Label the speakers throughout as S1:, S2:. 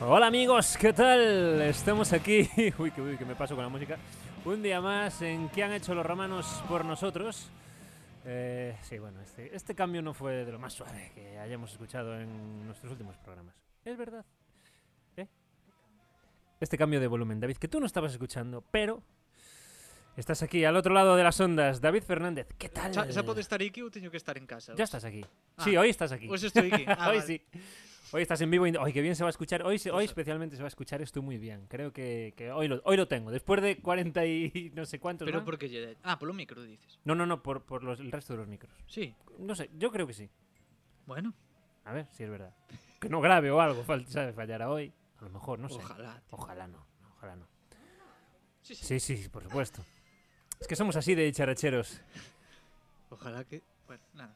S1: Hola amigos, ¿qué tal? Estamos aquí. Uy, que, uy, que me paso con la música. Un día más en ¿Qué han hecho los romanos por nosotros? Eh, sí, bueno, este, este cambio no fue de lo más suave que hayamos escuchado en nuestros últimos programas. Es verdad. ¿Eh? Este cambio de volumen, David, que tú no estabas escuchando, pero estás aquí al otro lado de las ondas. David Fernández, ¿qué tal?
S2: Xa, xa podo estar aquí ou teño que estar en casa?
S1: Eh. Ya estás aquí.
S2: Ah,
S1: sí, hoy estás aquí.
S2: Hoxe estou aquí. Ah,
S1: hoy
S2: vale.
S1: sí. Hoy estás en vivo. y- Hoy que bien se va a escuchar. Hoy, se- hoy
S2: Pues, eh.
S1: especialmente se va a escuchar esto muy bien. Creo que, que hoy, lo, hoy lo tengo. Después de 40 y no sé cuántos.
S2: Pero
S1: van.
S2: porque lle... Ah, polo micro dices.
S1: No, no, no, por, por los- el resto de los micros.
S2: Sí.
S1: No sé, yo creo que sí.
S2: Bueno,
S1: A ver si es verdad. Que no grabe o algo, fal- sabe, fallará hoy. A lo mejor, no sé.
S2: ojalá.
S1: Ojalá no, ojalá no.
S2: Sí, sí.
S1: Sí, sí, por supuesto. Es que somos así de characheros.
S2: Ojalá que... Bueno, nada.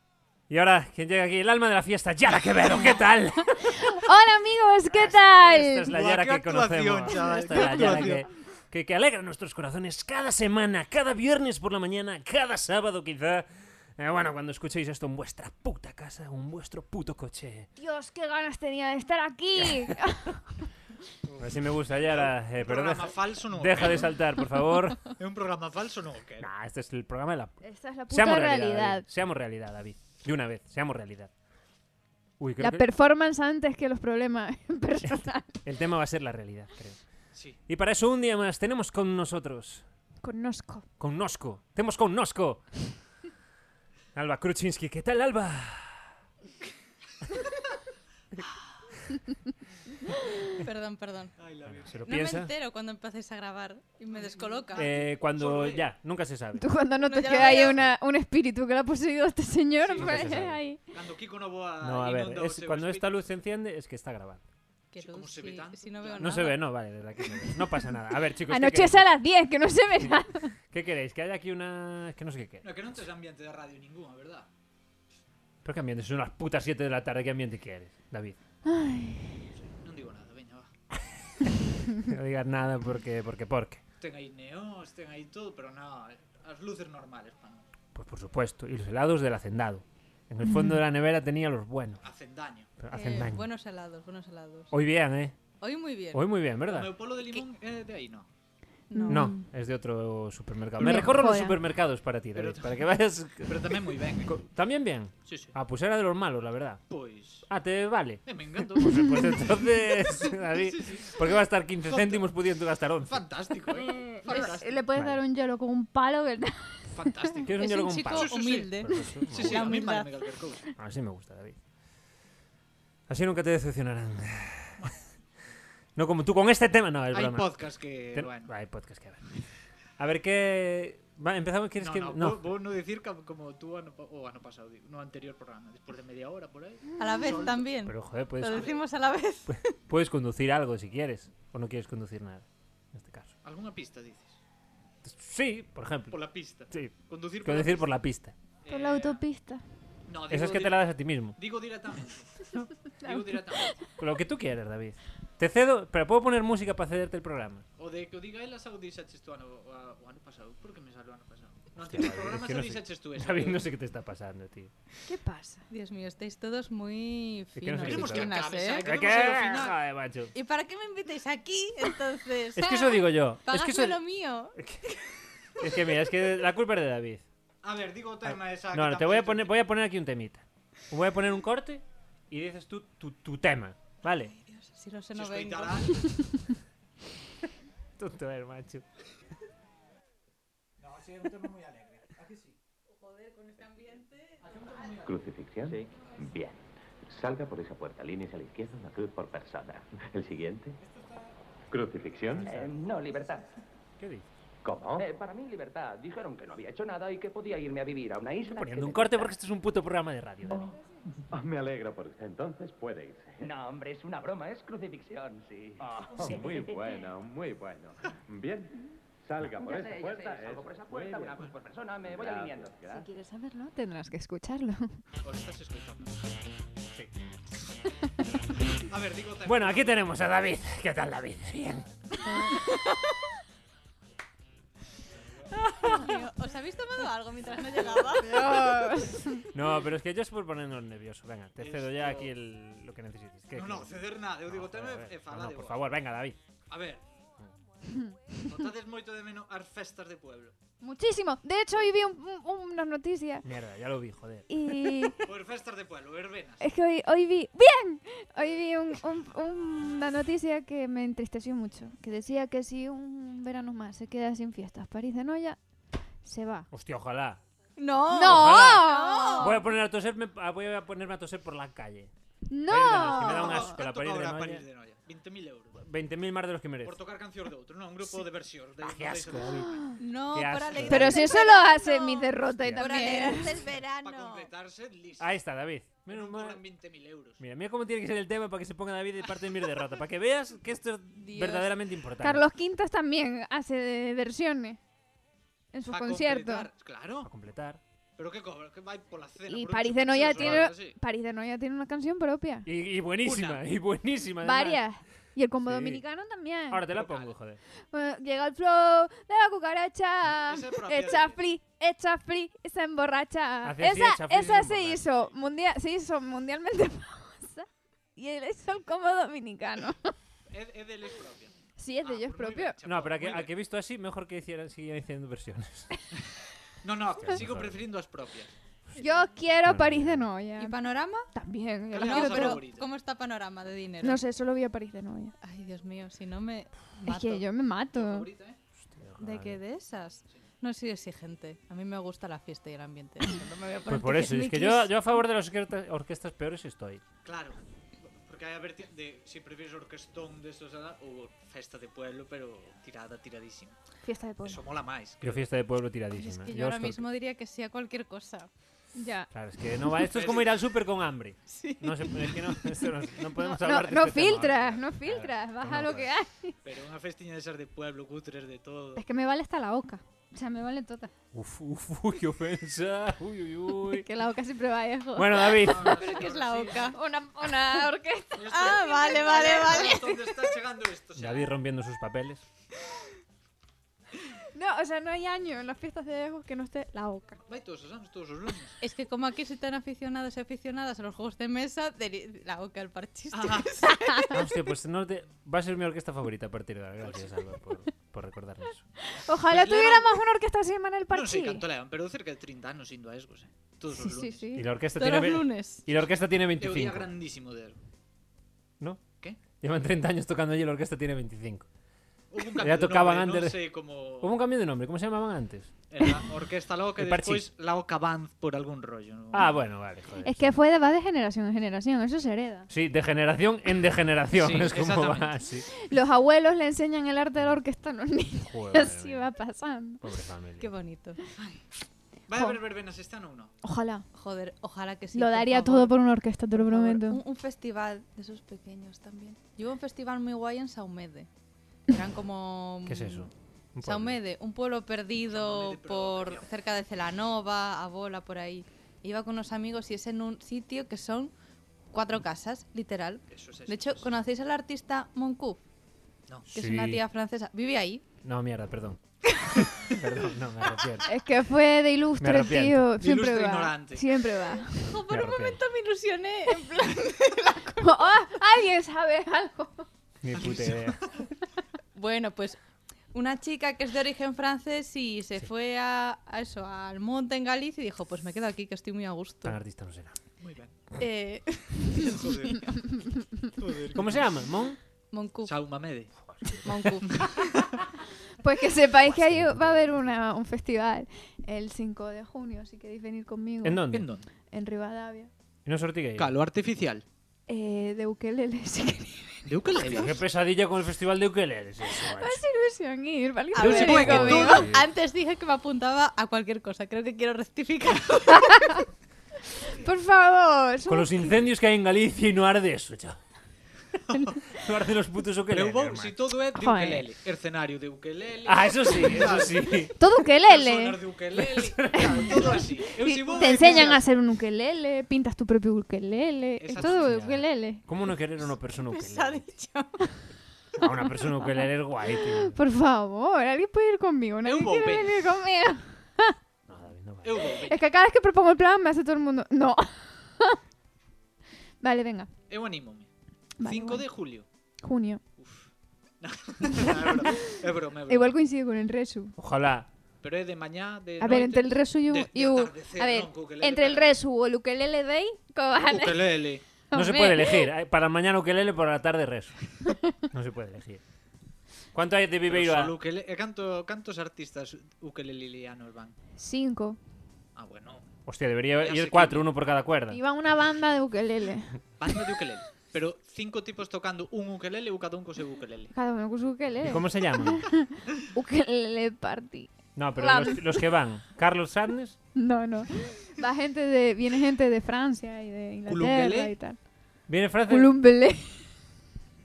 S1: Y ahora, ¿quién llega aquí? El alma de la fiesta, Yara Quevedo, ¿qué tal?
S3: Hola amigos, ¿qué
S1: Ah, Esta es
S3: tal?
S1: la
S2: Buah,
S1: Yara
S2: qué
S1: que conocemos.
S2: actuación, chaval,
S1: Esta
S2: qué
S1: es la Yara que,
S2: actuación.
S1: que- que alegra nuestros corazones cada semana, cada viernes por la mañana, cada sábado quizá. Eh, bueno, cuando escuchéis esto en vuestra puta casa o en vuestro puto coche.
S3: Dios, qué ganas tenía de estar aquí.
S1: Así me gusta, Yara. eh, pero
S2: programa
S1: deja,
S2: falso no.
S1: deja de saltar, por favor.
S2: É un programa falso no. Que...
S1: Nah, este es el programa de la...
S3: Esta es la puta
S1: Seamos realidad,
S3: realidad.
S1: David. Seamos realidad, David. De una vez, seamos realidad. Uy, creo
S3: La
S1: que
S3: performance antes que los problemas personales.
S1: el tema va a ser la realidad, creo.
S2: Sí.
S1: Y para eso un día más tenemos con nosotros
S3: Conozco.
S1: Con Nosco. Temos con Nosco. Alba Kruczynski, ¿qué tal, Alba?
S4: Perdón, perdón.
S2: Ay, la
S1: Bueno,
S2: Virgen.
S1: se lo
S4: No me
S1: piensa.
S4: entero cuando empecéis a grabar y me descoloca.
S1: Eh, cuando
S2: Solo él.
S1: ya, nunca se sabe.
S3: Tú cuando
S4: No,
S3: notas
S4: ya
S3: que
S4: lo
S3: hay
S4: veo.
S3: una, un espíritu que la ha poseído este señor,
S2: Sí,
S1: nunca se
S3: pues,
S1: sabe.
S3: ahí.
S2: Cando Kiko no boa
S1: No, a ver,
S2: inunda o
S1: es-
S2: seu
S1: cuando esta
S2: espí-
S1: luz se enciende es que está grabando.
S4: Que
S2: Sí, como
S4: luz,
S2: se ve
S4: si-
S2: tanto,
S4: si no veo
S1: No
S4: nada.
S1: se ve, no, vale, desde aquí no, ves. No pasa nada. A ver, chicos, ¿qué
S3: Anochece a
S1: queréis?
S3: las 10, que no se ve nada.
S1: ¿Qué queréis? Que haya aquí una... Es que no sé qué queréis.
S2: No, que non tes ambiente de radio ninguna, verdad?
S1: ¿Pero qué ambiente? Son las putas 7 de la tarde. ¿Qué ambiente quieres, David?
S2: Non digo nada, veña, va.
S1: No digas nada porque... porque, porque.
S2: Ten aí neóns, ten aí todo, pero no, as luces normales, pan.
S1: Pues por supuesto. Y los helados del hacendado. En el fondo de la nevera tenía los buenos.
S2: Hacen daño.
S1: pero
S4: Eh,
S1: hacen daño.
S4: buenos helados, buenos helados.
S1: Hoy bien, ¿eh?
S4: Hoy muy bien.
S1: Hoy muy bien,
S2: O
S1: ¿verdad?
S2: meu polo de limón é de aí, no.
S1: No, es de otro supermercado. Me
S3: Me
S1: recorro los
S3: joda.
S1: supermercados para ti, David,
S2: Pero-
S1: para que vayas...
S2: Pero tamén moi ben. eh.
S1: co- También bien.
S2: Sí, sí.
S1: A pues era de los malos, la verdad.
S2: Pois...
S1: Ah, te vale.
S2: Eh, me encanto.
S1: Pues entonces, David,
S2: Sí, sí.
S1: ¿por qué va a estar 15
S2: Joder.
S1: céntimos pudiendo gastar 11?
S2: Fantástico, eh.
S5: Mm,
S2: Fantástico.
S3: Le puedes
S1: Vale.
S3: dar un hielo con un palo. que-
S2: Fantástico.
S1: ¿Quieres un
S4: Es
S1: hielo
S4: un
S1: con
S4: chico
S1: palo?
S2: Sí, sí, sí.
S4: humilde.
S1: Pues eso,
S2: Sí,
S1: me
S2: sí,
S4: La
S2: a mí
S4: humildad.
S2: me calquer cousa.
S1: gusta. Así me gusta, David. Así nunca te decepcionarán. No como tú con este tema, no, es
S2: Hay
S1: broma.
S2: podcast que,
S1: Ten-
S2: bueno.
S1: Hay podcast que ver. A ver qué... Va, empezamos, ¿quieres
S2: No,
S1: que...?
S2: no, vou- vou no decir como, como tú ano, pa- o ano pasado, digo, no anterior programa, despois de media hora por aí.
S4: A la vez también.
S1: Pero joder, puedes...
S4: Lo decimos a la vez.
S1: Puedes conducir algo si quieres, o no quieres conducir nada, en este caso.
S2: Alguna pista dices.
S1: Sí, por ejemplo.
S2: Por la pista.
S1: Sí,
S2: Conducir
S1: quiero decir por la pista.
S2: pista.
S3: Por la
S2: Eh,
S3: autopista.
S2: No, digo,
S1: Esa es que te la das a ti mismo.
S2: digo directamente. digo directamente.
S1: Con Lo que tú quieras, David. Te cedo, pero puedo poner música para cederte el programa.
S2: O de que o diga elas ao dixaches tú ano, o a- o ano pasado. Por que me salió ano pasado? No,
S1: Hostia,
S2: anterior
S1: David, es
S2: programa
S1: que
S2: xa
S1: no sé.
S2: dixaches tú eso.
S1: David, no sé qué te está pasando, tío.
S3: ¿Qué pasa?
S4: Dios mío, estáis todos muy
S1: que no
S4: finos.
S1: sé qué
S4: y
S1: Queremos que
S4: finas,
S2: acabes,
S4: ¿eh?
S2: ¿eh?
S1: ¿Qué?
S2: Queremos ir al final.
S1: Joder, macho.
S4: ¿Y para qué me invitáis aquí, entonces?
S1: Es que eso digo yo. Es
S4: Pagadme
S1: que, eso-
S4: lo mío.
S1: es que mira, es que la culpa es de David.
S2: A ver, digo o tema
S1: No,
S2: esa. que
S1: no, te
S2: tampouco
S1: voy a
S2: sei
S1: poner,
S2: tú.
S1: voy a poner aquí un temita. Voy a poner un corte y dices tú tu, tu tema, ¿vale?
S4: Dios, si no
S2: Se
S4: se no vengo.
S2: escoitará.
S1: Tonto eres, macho.
S2: No, sí, é un tema moi alegre. A que sí?
S6: ¿Crucifixión? Sí. Bien. Salga por esa puerta, líneas a la izquierda, una cruz por persona. ¿El siguiente? ¿Crucifixión?
S7: Eh,
S6: no, libertad.
S1: ¿Qué dices?
S8: ¿Oh?
S6: ¿Cómo? para mí, libertad. Dijeron que no había hecho nada y que podía irme a vivir a una isla.
S1: Poniendo un corte porque esto es un puto programa de radio, David.
S8: Ah, Me alegro porque entonces puede irse.
S7: No, hombre, es una broma, es crucifixión, sí.
S8: Oh, Muy bueno, muy bueno. Bien, salga por
S7: Ya
S8: esa
S7: sé, ya
S8: puerta.
S7: sé, salgo por
S8: eso.
S7: esa
S8: Muy
S7: puerta,
S8: bien.
S7: una cruz por persona, me voy
S8: Gracias,
S7: alineando.
S5: Si
S8: gracias.
S5: quieres saberlo, tendrás que escucharlo.
S2: ¿Os estás escuchando? Sí. A ver, digo también.
S1: Bueno, aquí tenemos a David. ¿Qué tal, David? Bien.
S4: ¿Os habéis tomado algo mientras no llegaba?
S1: No, pero es que yo es por ponernos nervioso. Venga, te cedo ya
S2: Esto-
S1: aquí el- lo que necesites. ¿Qué
S2: No, no,
S1: quieres?
S2: ceder nada. Eu digo,
S1: joder, a ver.
S2: teme
S1: No,
S2: enfadade
S1: no, por favor, venga, David.
S2: A ver. Notades moito de menos as festas de pueblo.
S5: Muchísimo. De hecho, hoy vi un- un- una noticia
S1: Mierda, ya lo vi, joder.
S5: y
S2: Por festas de pueblo, verbenas.
S1: Eh,
S5: es que hoy, hoy vi... ¡Bien! Hoy vi un- un- una noticia que me entristeció mucho. Que decía que si un verano más se queda sin fiestas París de Noya, se va.
S1: Hostia, ojalá.
S4: No.
S5: ¡No!
S1: Voy a poner a toser, me- ah, voy a ponerme a toser por la calle.
S5: ¡No!
S1: que me da un
S2: Como
S1: asco la
S2: canto
S1: París de
S2: cobra
S1: Noia. Pues,
S2: París de Noia. 20.000 euros.
S1: 20.000 más de los que merezco.
S2: Por tocar canción de outro, non, un grupo de versións. De,
S1: Ah, qué
S2: de-
S1: asco,
S2: de-
S1: David.
S4: No,
S1: Qué
S4: por
S1: asco.
S4: alegría.
S5: Pero si eso lo hace mi derrota y
S1: Hostia.
S4: Por
S5: también.
S4: alegría del
S5: Ah,
S2: Para
S4: verano.
S2: completarse, listo.
S1: Ahí está, David. Menos
S2: Menos
S1: mal.
S2: 20.000 euros.
S1: Mira, mira cómo tiene que ser el tema para que se ponga David de parte de mi derrota. Para que veas que esto es
S4: Dios.
S1: verdaderamente importante.
S5: Carlos Quintas también hace de versiones en sus
S2: Pa
S5: conciertos.
S2: completar, Claro.
S1: Para completar.
S2: Pero que cobra, que vai pola cena.
S5: Y
S2: por un
S5: París de
S2: chup-chup,
S5: Noia
S2: sí,
S5: tiene
S2: sí.
S5: París de Noia tiene una canción propia.
S1: Y, y buenísima,
S2: Una.
S1: y buenísima. además.
S5: Varias. Y el combo
S1: Sí.
S5: dominicano también.
S1: Ahora te la
S2: Local.
S1: pongo, joder.
S5: Bueno, Pues, llega el flow de la cucaracha.
S2: Esa es propia
S5: Echa
S2: de-
S5: free, echa free, se emborracha.
S1: Hace así,
S5: esa
S1: echa free,
S5: esa
S1: se
S5: se
S1: emborracha.
S5: hizo mundial, se hizo mundialmente famosa. Y él hizo el combo dominicano.
S2: É, é deles propia.
S5: Sí,
S2: Ah, pues
S5: es de ellos propio.
S1: No, pero a que, a que he visto así, mejor que hicieran, siguieran haciendo versiones.
S2: No, no, sigo
S1: mejor.
S2: preferiendo as propias.
S5: Yo quiero
S1: Bueno,
S5: París de Noia.
S4: ¿Y panorama?
S5: También. yo
S2: ¿Qué
S5: las
S2: le vas
S5: quiero
S4: No,
S2: a
S5: todas.
S4: pero
S2: favorito.
S4: ¿cómo está panorama de dinero?
S5: No sé, solo vi a París de Noia.
S4: Ay, Dios mío, si no me
S5: Es que
S4: mato.
S5: yo me mato.
S2: Favorita, eh?
S4: ¿De
S1: Pues
S4: qué? ¿De esas? No soy exigente. A mí me gusta la fiesta y el ambiente. No me voy a poner
S1: Pues por eso, es que yo, yo a favor de las orquestas, orquestas peores estoy.
S2: Claro. Porque hai a ver de si prefieres orquestón de estos ou festa de pueblo, pero tirada, tiradísima.
S5: Fiesta de pueblo.
S2: Eso mola máis.
S1: Creo fiesta de pueblo
S4: Ay, Es
S1: tiradísima.
S4: que
S1: Yo
S4: yo ahora
S1: estoy-
S4: mismo diría que sí a cualquier cosa.
S5: Ya.
S1: Claro, es que no va. Esto es como ir al súper con hambre. No se, es que no, esto no, no podemos
S5: No,
S1: hablar de
S5: no
S1: este tema
S5: filtras,
S1: ahora.
S5: no filtras,
S1: Claro,
S5: baja
S1: no,
S5: lo que hay.
S2: Pero unha festiña de ser de pueblo, cutres de todo.
S5: Es que me vale hasta la oca. O sea, me vale toda.
S1: Uf, uf, uy, qué ofensa. Uy, uy, uy.
S5: Que la oca siempre va lejos.
S1: Bueno, David.
S2: Pero
S4: ¿Qué es la oca?
S5: Una, una orquesta.
S4: Ah, vale, vale, vale.
S2: ¿Dónde está chegando isto? xa?
S1: David rompiendo sus papeles.
S5: No, o sea, no hay año en las fiestas de lejos que no esté la oca.
S2: Vai todos os anos, todos os lunes.
S4: Es que como aquí soy tan aficionados y aficionadas a los juegos de mesa, deri- la oca, el parchís.
S1: Ah, hostia, pues no te... va a ser mi orquesta favorita a partir de ahora. Gracias, Álvaro, por, por recordarme eso.
S5: Ojalá
S2: Pues le
S5: tuviéramos una orquesta así en el
S2: Non
S5: parchís.
S2: sei canto levan, pero cerca de 30 anos indo a esgos, eh. Todos
S5: sí,
S2: os
S5: sí,
S2: lunes.
S1: Y
S5: sí.
S1: la orquesta
S4: Todos
S1: tiene.
S4: los
S1: ve-
S4: lunes.
S1: Y la orquesta tiene
S2: É o día
S1: 25.
S2: grandísimo de Ergo.
S1: ¿No?
S2: ¿Qué?
S1: Llevan 30 años tocando allí y la orquesta tiene 25.
S2: Houve un
S1: Ya
S2: cambio de
S1: tocaban
S2: nombre,
S1: antes de-
S2: non sei como...
S1: Hubo un cambio de nombre, ¿cómo se llamaban antes?
S2: Era Orquesta Loca e
S1: El parchís.
S2: despois La Oca Band por algún rollo. ¿no?
S1: Ah, bueno, vale. joder, sí.
S5: Es que fue de, va de generación en generación, eso se hereda.
S1: Sí, de generación en degeneración.
S2: Sí,
S1: es como va
S2: exactamente.
S1: así.
S5: Los abuelos le enseñan el arte de la orquesta a los niños.
S1: Joder, madre
S5: Así
S1: mía.
S5: va pasando.
S1: Pobre familia.
S4: Qué bonito.
S2: Vai a haber verbenas este ano ou non?
S5: Ojalá.
S4: Joder, ojalá que sí.
S5: lo
S4: por
S5: daría
S4: favor.
S5: todo por una orquesta, te lo
S4: Por favor,
S5: prometo.
S4: Un, un festival de esos pequeños también. Yo iba a un festival muy guay en Saumede. Eran como...
S1: ¿Qué es eso? Un pueblo.
S4: Saumede, un pueblo perdido
S2: Saumede, pero
S4: por
S2: perdido.
S4: cerca de Celanova, Abola, por ahí. Iba con unos amigos y es en un sitio que son cuatro casas, literal.
S2: Eso es
S4: De hecho, ¿conocéis al artista Moncouf?
S2: No.
S4: Que es una
S1: Sí.
S4: tía francesa. Vive ahí.
S1: No, mierda, perdón. perdón, no, me arrepiento.
S5: Es que fue de
S1: Me
S5: ilustre,
S1: arrepiento.
S5: tío.
S2: De
S5: Siempre
S2: ilustre
S5: va.
S2: ignorante.
S5: Siempre va.
S4: Ojo,
S1: por
S4: ¡Oh, por
S1: un Claro
S4: un
S1: que-
S4: momento
S1: momento
S4: me ilusioné.
S5: Ah, Alguien sabe algo.
S1: Ni puta idea.
S4: bueno, pues una chica que es de origen francés y se fue a, a eso, al monte en Galicia y dijo, pues me quedo aquí que estoy muy a gusto.
S1: Tan artista no será.
S2: Muy ben.
S4: Eh,
S2: Joder. Joder.
S1: ¿Cómo se llama? ¿Mon?
S4: Moncouf,
S2: Saumamede.
S4: Moncouf.
S5: Pues que sepáis que ahí va a haber una- un festival el 5 de junio, si queréis venir conmigo.
S1: ¿En dónde?
S2: En donde?
S5: En Rivadavia.
S1: ¿En os ortigueiro?
S2: Calo artificial.
S5: Eh, de ukelele, si queréis.
S2: De ukelele.
S1: Qué pesadilla con el festival de ukeleles. eso,
S4: Pues
S1: macho.
S5: Es ilusión ir, ¿vale?
S4: A
S2: Yo
S4: ver,
S2: supongo que
S4: conmigo.
S2: todo-
S4: Antes dije que me apuntaba a cualquier cosa. Creo que quiero rectificar.
S5: Por favor. es
S1: Con
S5: un-
S1: los incendios que hay en Galicia y no arde eso, chaval. no arde los putos
S2: Pero
S1: ukeleles,
S2: vou,
S1: hermano.
S2: si todo é de
S5: Joder.
S2: ukelele. Escenario de ukelele.
S1: Ah, eso sí, eso sí.
S5: Todo ukelele.
S2: Personas de ukelele. claro, todo así. Eu si vou
S5: Te
S2: é
S5: enseñan
S2: oficial.
S5: a hacer un ukelele, pintas tu propio ukelele, es
S2: Esa
S5: todo
S1: tía.
S5: ukelele.
S1: ¿Cómo no querer a una persona
S4: Se ha
S1: ukelele?
S4: dicho.
S1: A una persona ukelele es guay, tío.
S5: Por favor, alguien puede ir conmigo, nadie
S2: un
S5: quiere
S2: bombero.
S5: venir conmigo.
S1: No, David, no vale.
S2: Eu vou, veña.
S5: Es que cada vez que propongo el plan me hace todo el mundo, no. vale, venga.
S2: Eu anímome.
S5: Vale,
S2: 5
S5: bueno.
S2: de julio.
S5: Junio.
S2: Uf. No, é broma, é broma, é broma.
S5: Igual coincide con el resu.
S1: Ojalá.
S2: Pero é de mañá, de
S5: A ver,
S2: noite,
S5: entre el resu y un...
S2: de- de
S5: y un-
S2: atardecer,
S5: a ver,
S2: non, co ukelele,
S5: entre el
S2: pero-
S5: resu o el ukelele day, ¿cómo van?
S2: Ukelele.
S1: No se
S5: Hombre.
S1: puede elegir. Hay Para mañana ukelele, para la tarde res. No se puede elegir. ¿Cuánto hay de Viveiro?
S2: Pero
S1: a-
S2: solo ukele- e canto, cantos artistas ukelelianos van?
S5: Cinco.
S2: Ah, bueno.
S1: Hostia, debería
S2: Ya sé
S1: ir
S2: que-
S1: cuatro, uno por cada cuerda.
S5: Iba una banda de ukelele.
S2: Banda de ukelele. Pero cinco tipos tocando un ukelele ou cada un co seu ukelele.
S5: Cada uno con
S1: ¿Y
S5: su ukelele.
S1: cómo se llama?
S5: Ukelele party.
S1: No, pero
S5: Plan.
S1: los, los que van. Carlos Sadnes,
S5: No, no. Va gente de, viene gente de Francia y de Inglaterra
S2: Culumbelé.
S5: y tal.
S1: viene Francia
S5: Culumbelé.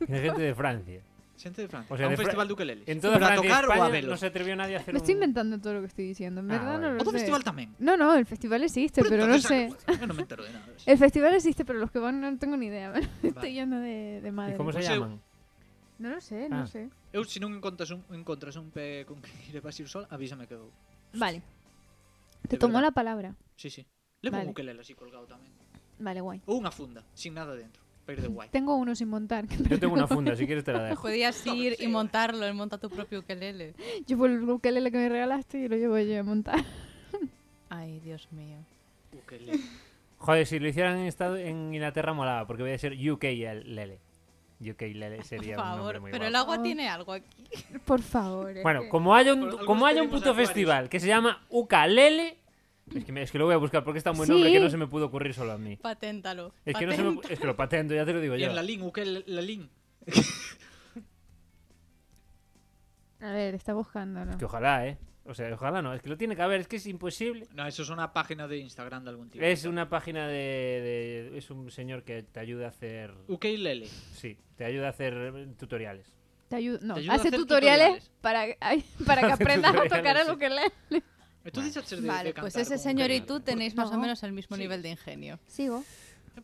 S1: y gente de Francia.
S2: Xente de Francia.
S1: O sea,
S2: a un
S1: de Fra-
S2: festival de ukeleles.
S1: En toda
S2: Para
S1: Francia y
S2: tocar ou a
S1: España
S2: verlo.
S1: no se atrevió nadie a hacer
S5: Me estoy
S1: un...
S5: inventando todo lo que estoy diciendo. En
S1: Ah,
S5: verdad
S1: vale.
S5: no lo
S2: Outro
S5: sé.
S2: festival tamén.
S5: No, no, el festival existe, pero no
S2: Entonces,
S5: sé.
S2: ah, Eu non me entero de nada.
S5: El festival existe, pero los que van no tengo ni idea.
S2: Vale.
S5: Estoy yendo de, de
S1: ¿Y
S5: madre.
S1: cómo se
S2: Museo.
S1: llaman?
S5: No lo sé,
S1: Ah.
S5: no sé.
S2: Eu se non encontras un, encontras un pe con que ir vas ir sol, avísame que eu.
S5: Vale.
S2: De
S5: Te tomó
S2: verdad.
S5: la palabra.
S2: Sí, sí. Levo
S5: Vale.
S2: un ukelele así colgado tamén.
S5: Vale, guay.
S2: Ou unha funda, sin nada dentro. Para ir de guai.
S5: Tengo uno sin montar.
S1: Yo tengo una funda, si quieres te la dejo.
S4: Podías ir y montarlo, y montar tu propio ukelele.
S5: Llevo el ukelele que me regalaste y lo llevo yo a montar.
S4: Ay, Dios mío.
S2: Ukelele.
S1: Joder, si lo hicieran en, estado, en Inglaterra molaba, porque voy a ser UK Lele. UK Lele sería
S4: Por
S1: un nombre
S4: favor,
S1: muy
S4: pero el
S1: guapo.
S4: agua tiene algo aquí.
S5: Por favor. eh. es
S1: Bueno,
S5: que-
S1: como haya un,
S2: Por algo
S1: como haya un
S2: pedimos
S1: puto
S2: acuarios.
S1: festival que se llama Ukalele... Es que, me- es que lo voy a buscar porque es tan buen
S5: Sí.
S1: nombre que no se me pudo ocurrir solo a mí.
S4: Paténtalo.
S1: Es que, no se me,
S4: Patenta-
S1: es que lo patento, ya te lo digo
S2: E
S1: yo.
S2: en Lalín, ukelele, Lalín.
S5: A ver, está buscándolo.
S1: Que ojalá, ¿eh? O sea, ojalá no. Es que lo tiene que haber, es que es imposible.
S2: No, eso es una página de Instagram de algún tipo.
S1: Es una página de, de- Es un señor que te ayuda a hacer...
S2: Ukelele.
S1: Sí, te ayuda a hacer eh, tutoriales.
S5: Te ayu- no,
S2: Te ayuda a
S5: hace
S2: hacer
S5: tutoriales,
S2: tutoriales.
S5: para, ay, para que aprendas a tocar
S1: tutoriales,
S5: a
S1: sí.
S5: lo que lees.
S2: E tú dices de,
S4: Vale,
S2: de cantar
S4: pues ese
S2: con
S4: señor y
S2: ukelele.
S4: tú tenéis más o
S5: No.
S4: menos el mismo
S2: Sí.
S4: nivel de ingenio.
S5: Sigo.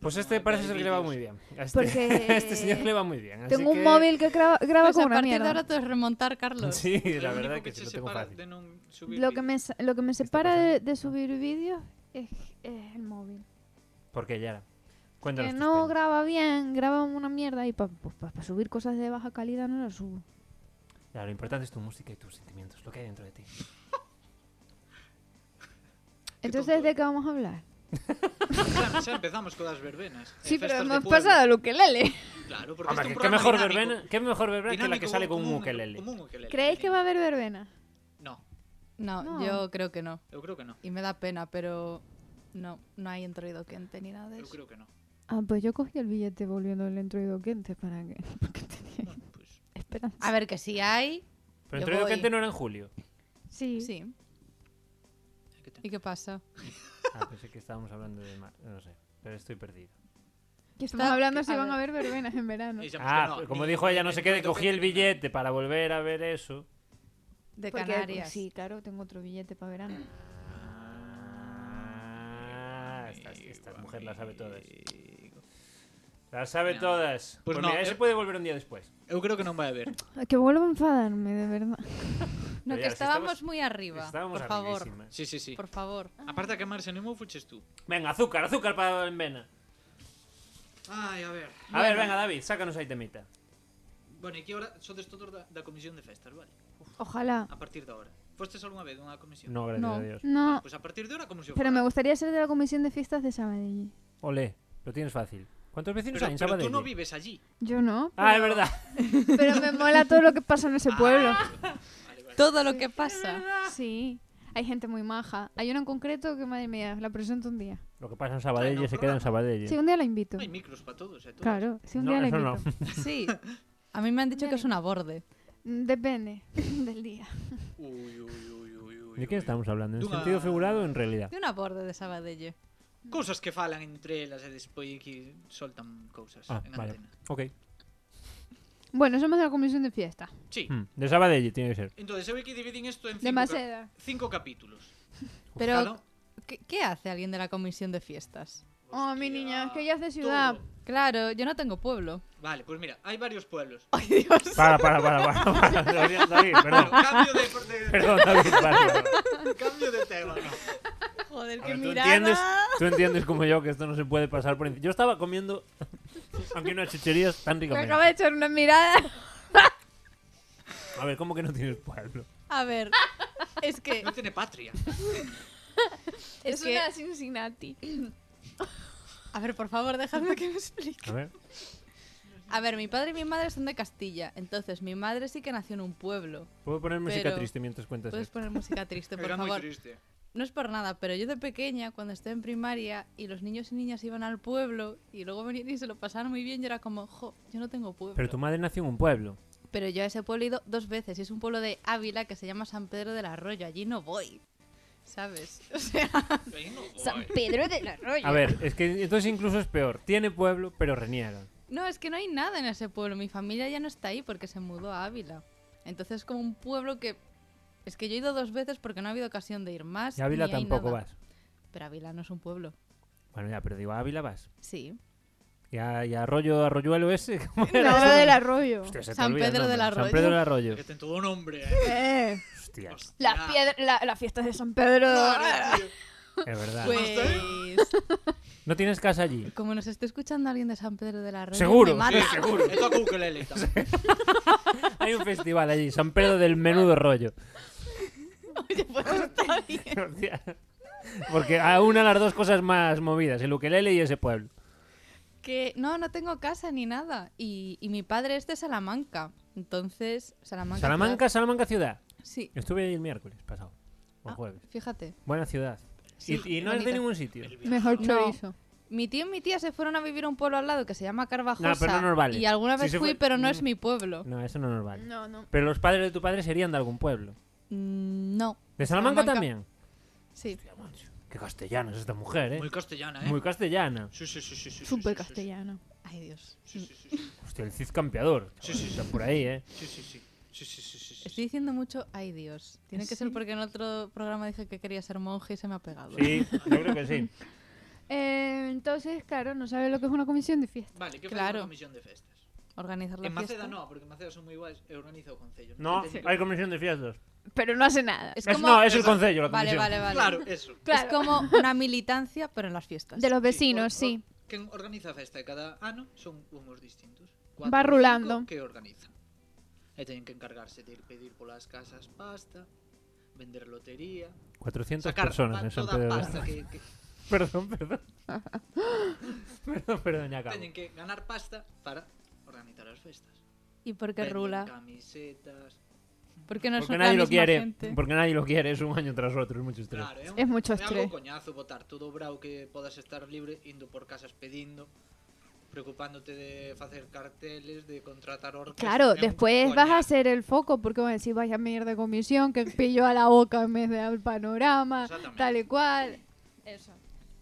S1: Pues este
S2: Hay
S1: parece ser que le va
S2: vídeos.
S1: muy bien. A este,
S5: Porque
S1: a este señor le va muy bien. así
S5: Tengo un
S1: que-
S5: móvil que graba, graba
S4: Pues
S5: con
S4: a
S5: una
S4: partir de
S5: mierda.
S4: ahora todo es remontar, Carlos.
S1: Sí,
S2: Lo
S1: la
S2: único
S1: verdad que
S2: te
S1: se lo tengo
S2: separa
S1: fácil.
S2: de non subir
S5: Lo que me, sa- lo que me separa de,
S1: pasando?
S5: de subir vídeos es, es el móvil.
S1: ¿Por qué, Yara? Cuéntanos.
S5: Que
S1: tus
S5: no
S1: penas.
S5: graba bien, graba una mierda y para subir cosas de baja calidad no las subo.
S1: Claro, lo importante es tu música y tus sentimientos, lo que hay dentro de ti.
S5: Entonces, ¿de qué vamos a hablar?
S2: vídeos. Xa empezamos codas verbenas. e
S5: Sí, pero
S2: festas de
S5: hemos
S2: pueblo.
S5: pasado lo que lele.
S2: Claro, porque
S1: Hombre,
S2: este
S1: que-
S2: é un
S1: ¿qué
S2: programa
S1: mejor,
S2: dinámico.
S1: verbena, qué mejor verbena que la que
S2: Dinámico,
S1: sale con
S2: como
S1: un ukelele.
S2: como un ukelele.
S5: ¿Creéis que va a haber verbena?
S2: No,
S4: No,
S5: No.
S4: yo creo que no.
S2: eu creo que no.
S4: Y me da pena, pero no, no hay entroido quente ni nada de
S2: Eu
S4: eso.
S2: creo que no.
S5: Ah, pues yo cogí el billete volviendo del entroido quente para que. Porque tenía
S2: Bueno, pues,
S5: esperanza.
S4: A ver, que si hay,
S1: Pero
S4: Yo
S1: entre
S4: voy.
S1: gente no era en julio.
S5: Sí.
S4: sí.
S2: é que ten-
S4: ¿Y qué pasa?
S1: Ah, pensé que estábamos hablando de mar. No sé, pero estoy perdido.
S5: Que estamos
S4: Está-
S5: hablando si
S4: a
S5: van
S4: ver.
S5: a haber verbenas en verano.
S2: e xa me
S1: Ah,
S2: que no,
S1: como
S2: ni-
S1: dijo ella, no
S2: ni
S1: sé qué, de
S2: entroido
S1: cogí el
S2: quente, ni nada.
S1: billete para volver a ver eso.
S4: De
S5: Porque,
S4: Canarias.
S5: Sí, claro, tengo otro billete para verano.
S1: Ah, esta, esta
S2: Amigo,
S1: mujer la sabe todas.
S2: amigo.
S1: Las sabe
S2: No.
S1: todas. Pues,
S2: Pues no,
S1: mira,
S2: eh.
S1: ese puede volver un día después.
S2: Eu creo que non vai haber.
S5: Ay, Que vuelvo a enfadarme, de verdad.
S4: No,
S1: Pero
S4: que
S1: ya, si
S4: estábamos
S1: estabas-
S4: muy arriba.
S1: Estábamos
S4: por favor.
S1: arribísimas.
S2: Sí, sí, sí.
S4: Por favor.
S2: Aparte a quemarse no fuches tú.
S1: Venga, azúcar, azúcar para el vena.
S2: Ai, a ver.
S1: A ver, venga, David, sácanos ahí temita.
S2: Bueno, e que ahora sodes todos da, da comisión de festas, vale?
S5: Ojalá.
S2: A partir de ahora. Fostes algunha vez unha comisión?
S1: No, gracias
S4: No.
S1: a Dios.
S5: No,
S2: Pues a partir de ahora como se
S5: pero me gustaría ser de la comisión de fiestas de Sabadell.
S1: Ole, lo tienes fácil. ¿Cuántos vecinos
S2: Pero,
S1: hay en
S2: pero tú
S1: Sabadell?
S2: no vives allí.
S5: Yo no.
S1: Ah, es verdad.
S5: Pero me mola todo lo que pasa en ese pueblo.
S4: Todo lo que pasa.
S5: Sí. Hay gente muy maja. Hay una en concreto que, madre mía, la presento un día.
S1: Lo que pasa en Sabadell
S2: Bueno,
S1: ya se queda en
S2: programa.
S1: Sabadell.
S5: Sí, un día la invito.
S2: Hay micros para todos, eh, todos.
S5: Claro, sí, un
S1: No,
S5: día la
S1: eso
S5: invito.
S1: no.
S4: Sí. A mí me han dicho que es una borde.
S5: Mm, Depende del día.
S2: Uy, uy, uy, uy, uy.
S1: ¿De qué
S2: uy.
S1: estamos hablando? ¿En
S2: Dunga.
S1: sentido figurado o en realidad?
S4: De una borde de Sabadell.
S2: Cousas que falan entre elas e despois que soltan cousas
S1: Ah,
S2: en
S1: vale.
S2: antena.
S1: Ok.
S3: Bueno, somos de la comisión de fiesta.
S2: Sí.
S1: Hmm, De Sabadell tiene que ser.
S2: Entón, eu que dividín isto
S3: De
S2: en cinco, cap-
S3: Maceda.
S2: cinco capítulos.
S4: Pero,
S2: Claro.
S4: ¿qué, qué hace alguien de la comisión de fiestas?
S3: Oh, mi niña, es que ella es de
S2: Todo.
S3: ciudad.
S4: Claro, yo no tengo pueblo.
S2: Vale, pues mira, hay varios pueblos.
S4: Ay, Dios.
S1: Para, para, para, para. para. David, David,
S2: Bueno,
S1: perdón.
S2: cambio de, de-
S1: Perdón, David. vale, vale.
S2: cambio de tema. ¿no?
S4: Joder,
S1: A
S4: qué
S1: ver, ¿tú,
S4: mirada.
S1: entiendes, tú entiendes como yo que esto no se puede pasar por encima. Yo estaba comiendo, aunque unas chucherías tan
S3: Me
S1: ricamente.
S3: acaba de echar una mirada.
S1: A ver, ¿cómo que no tienes pueblo?
S4: A ver, es que,
S2: No tiene patria.
S4: es
S3: Es
S4: que-
S3: una Cincinnati.
S4: a ver, por favor, déjame que me explique.
S1: A ver.
S4: A ver, mi padre y mi madre son de Castilla, entonces mi madre sí que nació en un pueblo.
S1: ¿Puedo poner música
S4: Pero-
S1: triste mientras cuentas
S4: Puedes
S1: esto?
S4: poner música triste, por
S2: Era muy
S4: favor.
S2: triste.
S4: No es por nada, pero yo de pequeña, cuando estaba en primaria y los niños y niñas iban al pueblo y luego venían y se lo pasaban muy bien, yo era como, jo, yo no tengo pueblo.
S1: Pero tu madre nació en un pueblo.
S4: Pero yo a ese pueblo he ido dos veces y es un pueblo de Ávila que se llama San Pedro del Arroyo. Allí no voy. ¿Sabes? O sea,
S2: Ahí no voy.
S3: Pedro del Arroyo.
S1: A ver, es que entonces incluso es peor. Tiene pueblo, pero reniega.
S4: no, es que no hay nada en ese pueblo. Mi familia ya no está ahí porque se mudó a Ávila. Entonces es como un pueblo que... Es que yo he ido dos veces porque no ha habido ocasión de ir más.
S1: Y a Ávila
S4: ni hay
S1: tampoco
S4: nada.
S1: vas.
S4: Pero Ávila no es un pueblo.
S1: Bueno, ya, pero digo, a Ávila vas.
S4: Sí.
S1: Y a, y a Arroyo, Arroyuelo ese. ¿cómo era?
S3: No, del Arroyo.
S1: Hostia, se te
S4: San
S1: olvida el
S4: Pedro
S1: nombre.
S4: del Arroyo. Pues
S1: San Pedro del Arroyo.
S2: Que ten todo nombre. Eh.
S3: Eh,
S1: Hostia,
S3: las
S2: Hostia.
S3: piedra- la- las fiestas de San Pedro.
S2: Claro, tío.
S1: es verdad.
S4: Pues...
S1: ¿No tienes casa allí?
S4: Como nos esté escuchando alguien de San Pedro del Arroyo,
S1: Seguro,
S4: me mata.
S1: sí, seguro.
S2: E toca ukelele tamén.
S1: Hay un festival allí, San Pedro del Menudo Rollo.
S4: Oye, pues está bien.
S1: Hostia. Porque a una de las dos cosas más movidas, el ukelele y ese pueblo.
S4: Que no, no tengo casa ni nada. Y, y mi padre es de Salamanca. Entonces, Salamanca.
S1: Salamanca, Salamanca ciudad.
S4: ciudad- Sí.
S1: Estuve ahí el miércoles pasado, o
S4: Ah,
S1: jueves.
S4: Fíjate.
S1: Buena ciudad.
S4: Sí,
S1: y, y no es de
S4: bonita.
S1: ningún sitio.
S3: Mejor
S4: No.
S3: chorizo.
S4: Mi tío y mi tía se fueron a vivir a un pueblo al lado que se llama Carvajosa.
S1: No, Ah, pero no nos vale.
S4: Y alguna
S1: Si
S4: vez
S1: se
S4: fui,
S1: fue-
S4: pero no es
S1: Mm.
S4: mi pueblo.
S1: No, eso no nos vale.
S3: No, no.
S1: Pero los padres de tu padre serían de algún pueblo.
S4: Mm, No.
S1: ¿De Salamanca,
S4: Salamanca.
S1: también?
S4: Sí.
S1: Hostia, macho, Qué castellana es esta mujer, ¿eh?
S2: Moi
S1: Muy,
S2: castellana, eh.
S1: castellana.
S2: Sí, sí, sí, sí, sí, sí,
S3: Súper
S2: sí, sí,
S3: castellano.
S4: Ay, Dios.
S2: Sí, sí, sí, sí.
S1: Hostia, el Cid campeador.
S2: Sí, sí,
S1: Está por ahí, ¿eh?
S2: Sí, sí, sí. Sí, sí, sí, sí, sí.
S4: Estoy diciendo mucho, ay Dios. Tiene que ser porque en otro programa dije que quería ser monje y se me ha pegado.
S1: Sí, yo creo que sí.
S3: Eh, entonces, claro, no sabe lo que es una comisión de fiesta.
S2: Vale, que
S4: Claro.
S2: claro. fai comisión de festas?
S4: Organizar la
S2: En Maceda
S4: fiesta.
S2: no, porque en Maceda son moi iguais e organiza o Concello.
S1: No,
S2: Entendo.
S1: hay comisión de fiestas.
S3: Pero no hace nada.
S4: Es
S1: Es-
S4: como...
S1: no, es el
S2: Esa-
S1: concello la
S4: Vale,
S1: comisión.
S4: vale, vale.
S2: Claro, eso.
S3: Claro.
S4: Es como una militancia, pero en las fiestas.
S3: De los vecinos,
S2: Sí, pues, o-
S3: sí.
S2: Quen organiza a festa de cada ano son humos distintos.
S3: Va
S2: ou
S3: rulando.
S2: cinco Que organizan. E teñen que encargarse de ir pedir polas casas pasta, vender lotería,
S1: 400
S2: sacar
S1: personas
S2: pa-
S1: en San
S2: toda
S1: Pedro.
S2: a
S1: del
S2: pasta
S1: Arroyo.
S2: que, que
S1: Perdón, perdón. perdón, perdón, ya acabo.
S2: teñen que ganar pasta para organizar as festas.
S4: ¿Y por qué
S2: Venden
S4: rula?
S2: camisetas.
S4: Porque no es
S1: Porque
S4: la
S1: nadie lo
S4: misma
S1: quiere.
S4: gente.
S1: Porque nadie lo quiere, es un año tras otro, es mucho estrés.
S2: Claro, é un
S3: Es mucho
S2: É algo
S3: estrés.
S2: coñazo botar todo o brao que podas estar libre indo por casas pedindo, preocupándote de facer carteles, de contratar orquestas.
S3: Claro,
S2: é un
S3: después vas a
S2: coñazo.
S3: hacer el foco porque van a decir, vaya mierda de comisión, que pilló a la boca en vez de al panorama,
S2: Exactamente.
S3: tal y cual. Eso.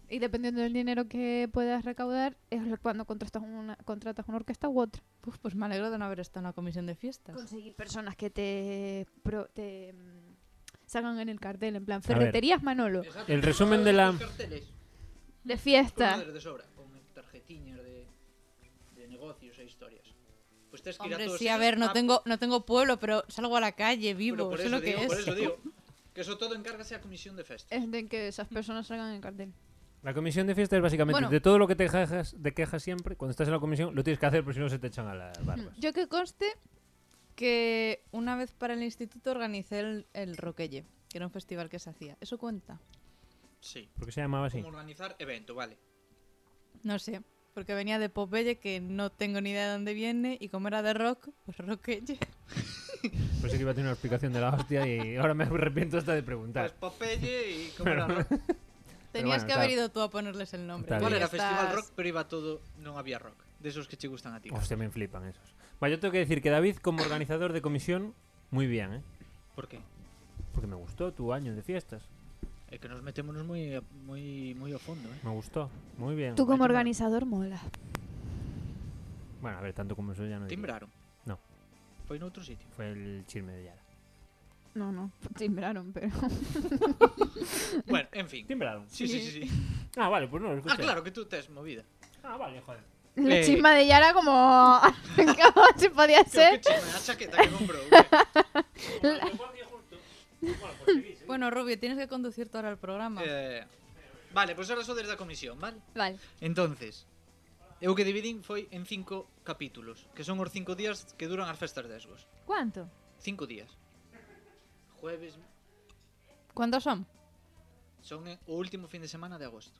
S3: Y dependiendo del dinero que puedas recaudar, es lo- cuando contratas una, contratas una orquesta u otra.
S4: Uf, pues me alegro de no haber estado en la comisión de fiestas.
S3: Conseguir personas que te, pro- te mm, salgan en el cartel, en plan,
S1: ver.
S3: ferreterías Manolo,
S2: Exacto.
S1: El resumen de la-
S2: Os carteles,
S3: de
S2: con
S3: fiesta.
S2: madres de sobra, con tarjetiñas de, de negocios e historias. Pues tes que ir a
S4: Hombre,
S2: todos
S4: sí, a
S2: eles
S4: ver, no
S2: a-
S4: tengo, no tengo pueblo, pero salgo a la calle,
S2: Ah, Pero
S4: vivo,
S2: por
S4: sé
S2: eso,
S4: lo que
S2: digo, por
S4: es.
S2: eso digo, que eso todo encárgase a comisión de festas.
S3: Es de que
S4: Mm.
S3: esas personas salgan en el cartel.
S1: La comisión de fiesta es básicamente
S3: Bueno.
S1: de todo lo que te quejas, de quejas siempre, cuando estás en la comisión, lo tienes que hacer porque si no se te echan a las barbas.
S4: Yo que conste que una vez para el instituto organicé el, el Roquelle, que era un festival que se hacía. ¿Eso cuenta?
S2: Sí.
S1: ¿Por qué se llamaba así?
S2: Como organizar evento, vale.
S4: No sé, porque venía de Popeye, que no tengo ni idea de dónde viene, y como era de rock, pues Roquelle.
S1: Pensé que iba a tener una explicación de la hostia y ahora me arrepiento hasta de preguntar.
S2: Pues Popeye y como era rock.
S4: Tenías
S1: bueno,
S4: que
S1: está-
S4: haber ido tú a ponerles el nombre.
S1: está
S4: porque
S2: Igual era
S4: estás-
S2: festival rock, pero iba todo, non había rock. De esos que che gustan a ti.
S1: Hostia, me flipan esos. Vale, yo tengo que decir que David, como organizador de comisión, muy bien, ¿eh?
S2: Por qué?
S1: Porque me gustó tu año de fiestas.
S2: É que nos metémonos moi a- moi moi ao fondo, eh.
S1: Me gustó. Muy bien.
S5: Tú como organizador mola.
S1: Bueno, a ver, tanto como eso ya no. diría.
S2: Timbraron.
S1: No.
S2: Foi noutro sitio.
S1: Fue el chisme de Yara.
S5: No, no, timbraron, pero...
S2: bueno, en fin.
S1: Timbraron.
S2: Sí, sí, sí, sí.
S1: Ah, vale, pues no lo escuché.
S2: Ah, claro que tú tes movida.
S1: Ah, vale, joder.
S5: La
S2: Eh.
S5: chisma de Yara como... ¿Cómo se podía
S2: Creo que
S5: ser?
S2: chisme a chaqueta que comprou. eh.
S4: Bueno, Rubio, tienes que conducir tú ahora el programa.
S2: eh, vale, pois pues ahora só desde a comisión, vale?
S4: Vale.
S2: Entonces, eu que dividín foi en cinco capítulos, que son os cinco días que duran as festas de Esgos.
S5: ¿Cuánto?
S2: Cinco días. Jueves
S4: ¿Cuántos son?
S2: son eh, o último fin de semana de agosto.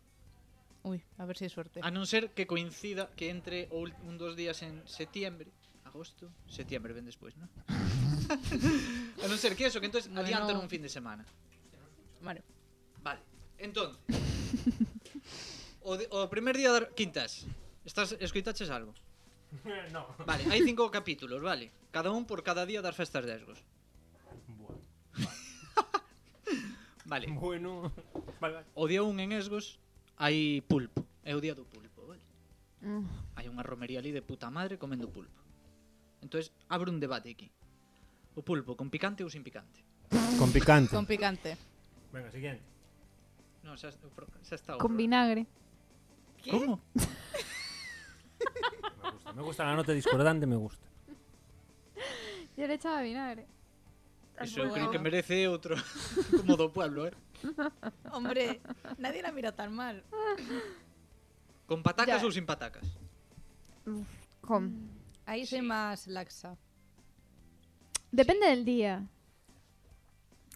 S4: Uy, a ver si hay suerte.
S2: A non ser que coincida que entre o ul- un dos días en setiembre, agosto, setiembre ven despois, ¿no? a non ser que eso, que entonces
S4: Bueno.
S2: adiantan un fin de semana.
S4: Vale.
S2: Vale, entonces. o, de- o primer día das quintas. Estás escoitaches algo?
S1: no.
S2: Vale, hai cinco capítulos, vale. Cada un por cada día das festas de Esgos. Vale.
S1: Bueno. Vale, vale.
S2: O día un en Esgos hai pulpo. É o día do pulpo, vale.
S5: Mm.
S2: hai unha romería ali de puta madre comendo pulpo. Entonces, abre un debate aquí. O pulpo con picante ou sin picante?
S1: Con picante.
S4: Con picante.
S1: Venga, siguiente.
S2: No, xa, pro- xa está. o
S5: Con
S2: pro-
S5: vinagre.
S2: Como?
S1: Me gusta, me gusta la nota discordante, me gusta.
S5: Yo le echaba vinagre.
S2: Eso eu creo que merece outro como do pueblo, eh.
S4: Hombre, nadie la mira tan mal.
S2: Con patacas
S4: Ya.
S2: ou sin patacas?
S5: Con...
S4: Ahí soy más laxa.
S5: Depende del día.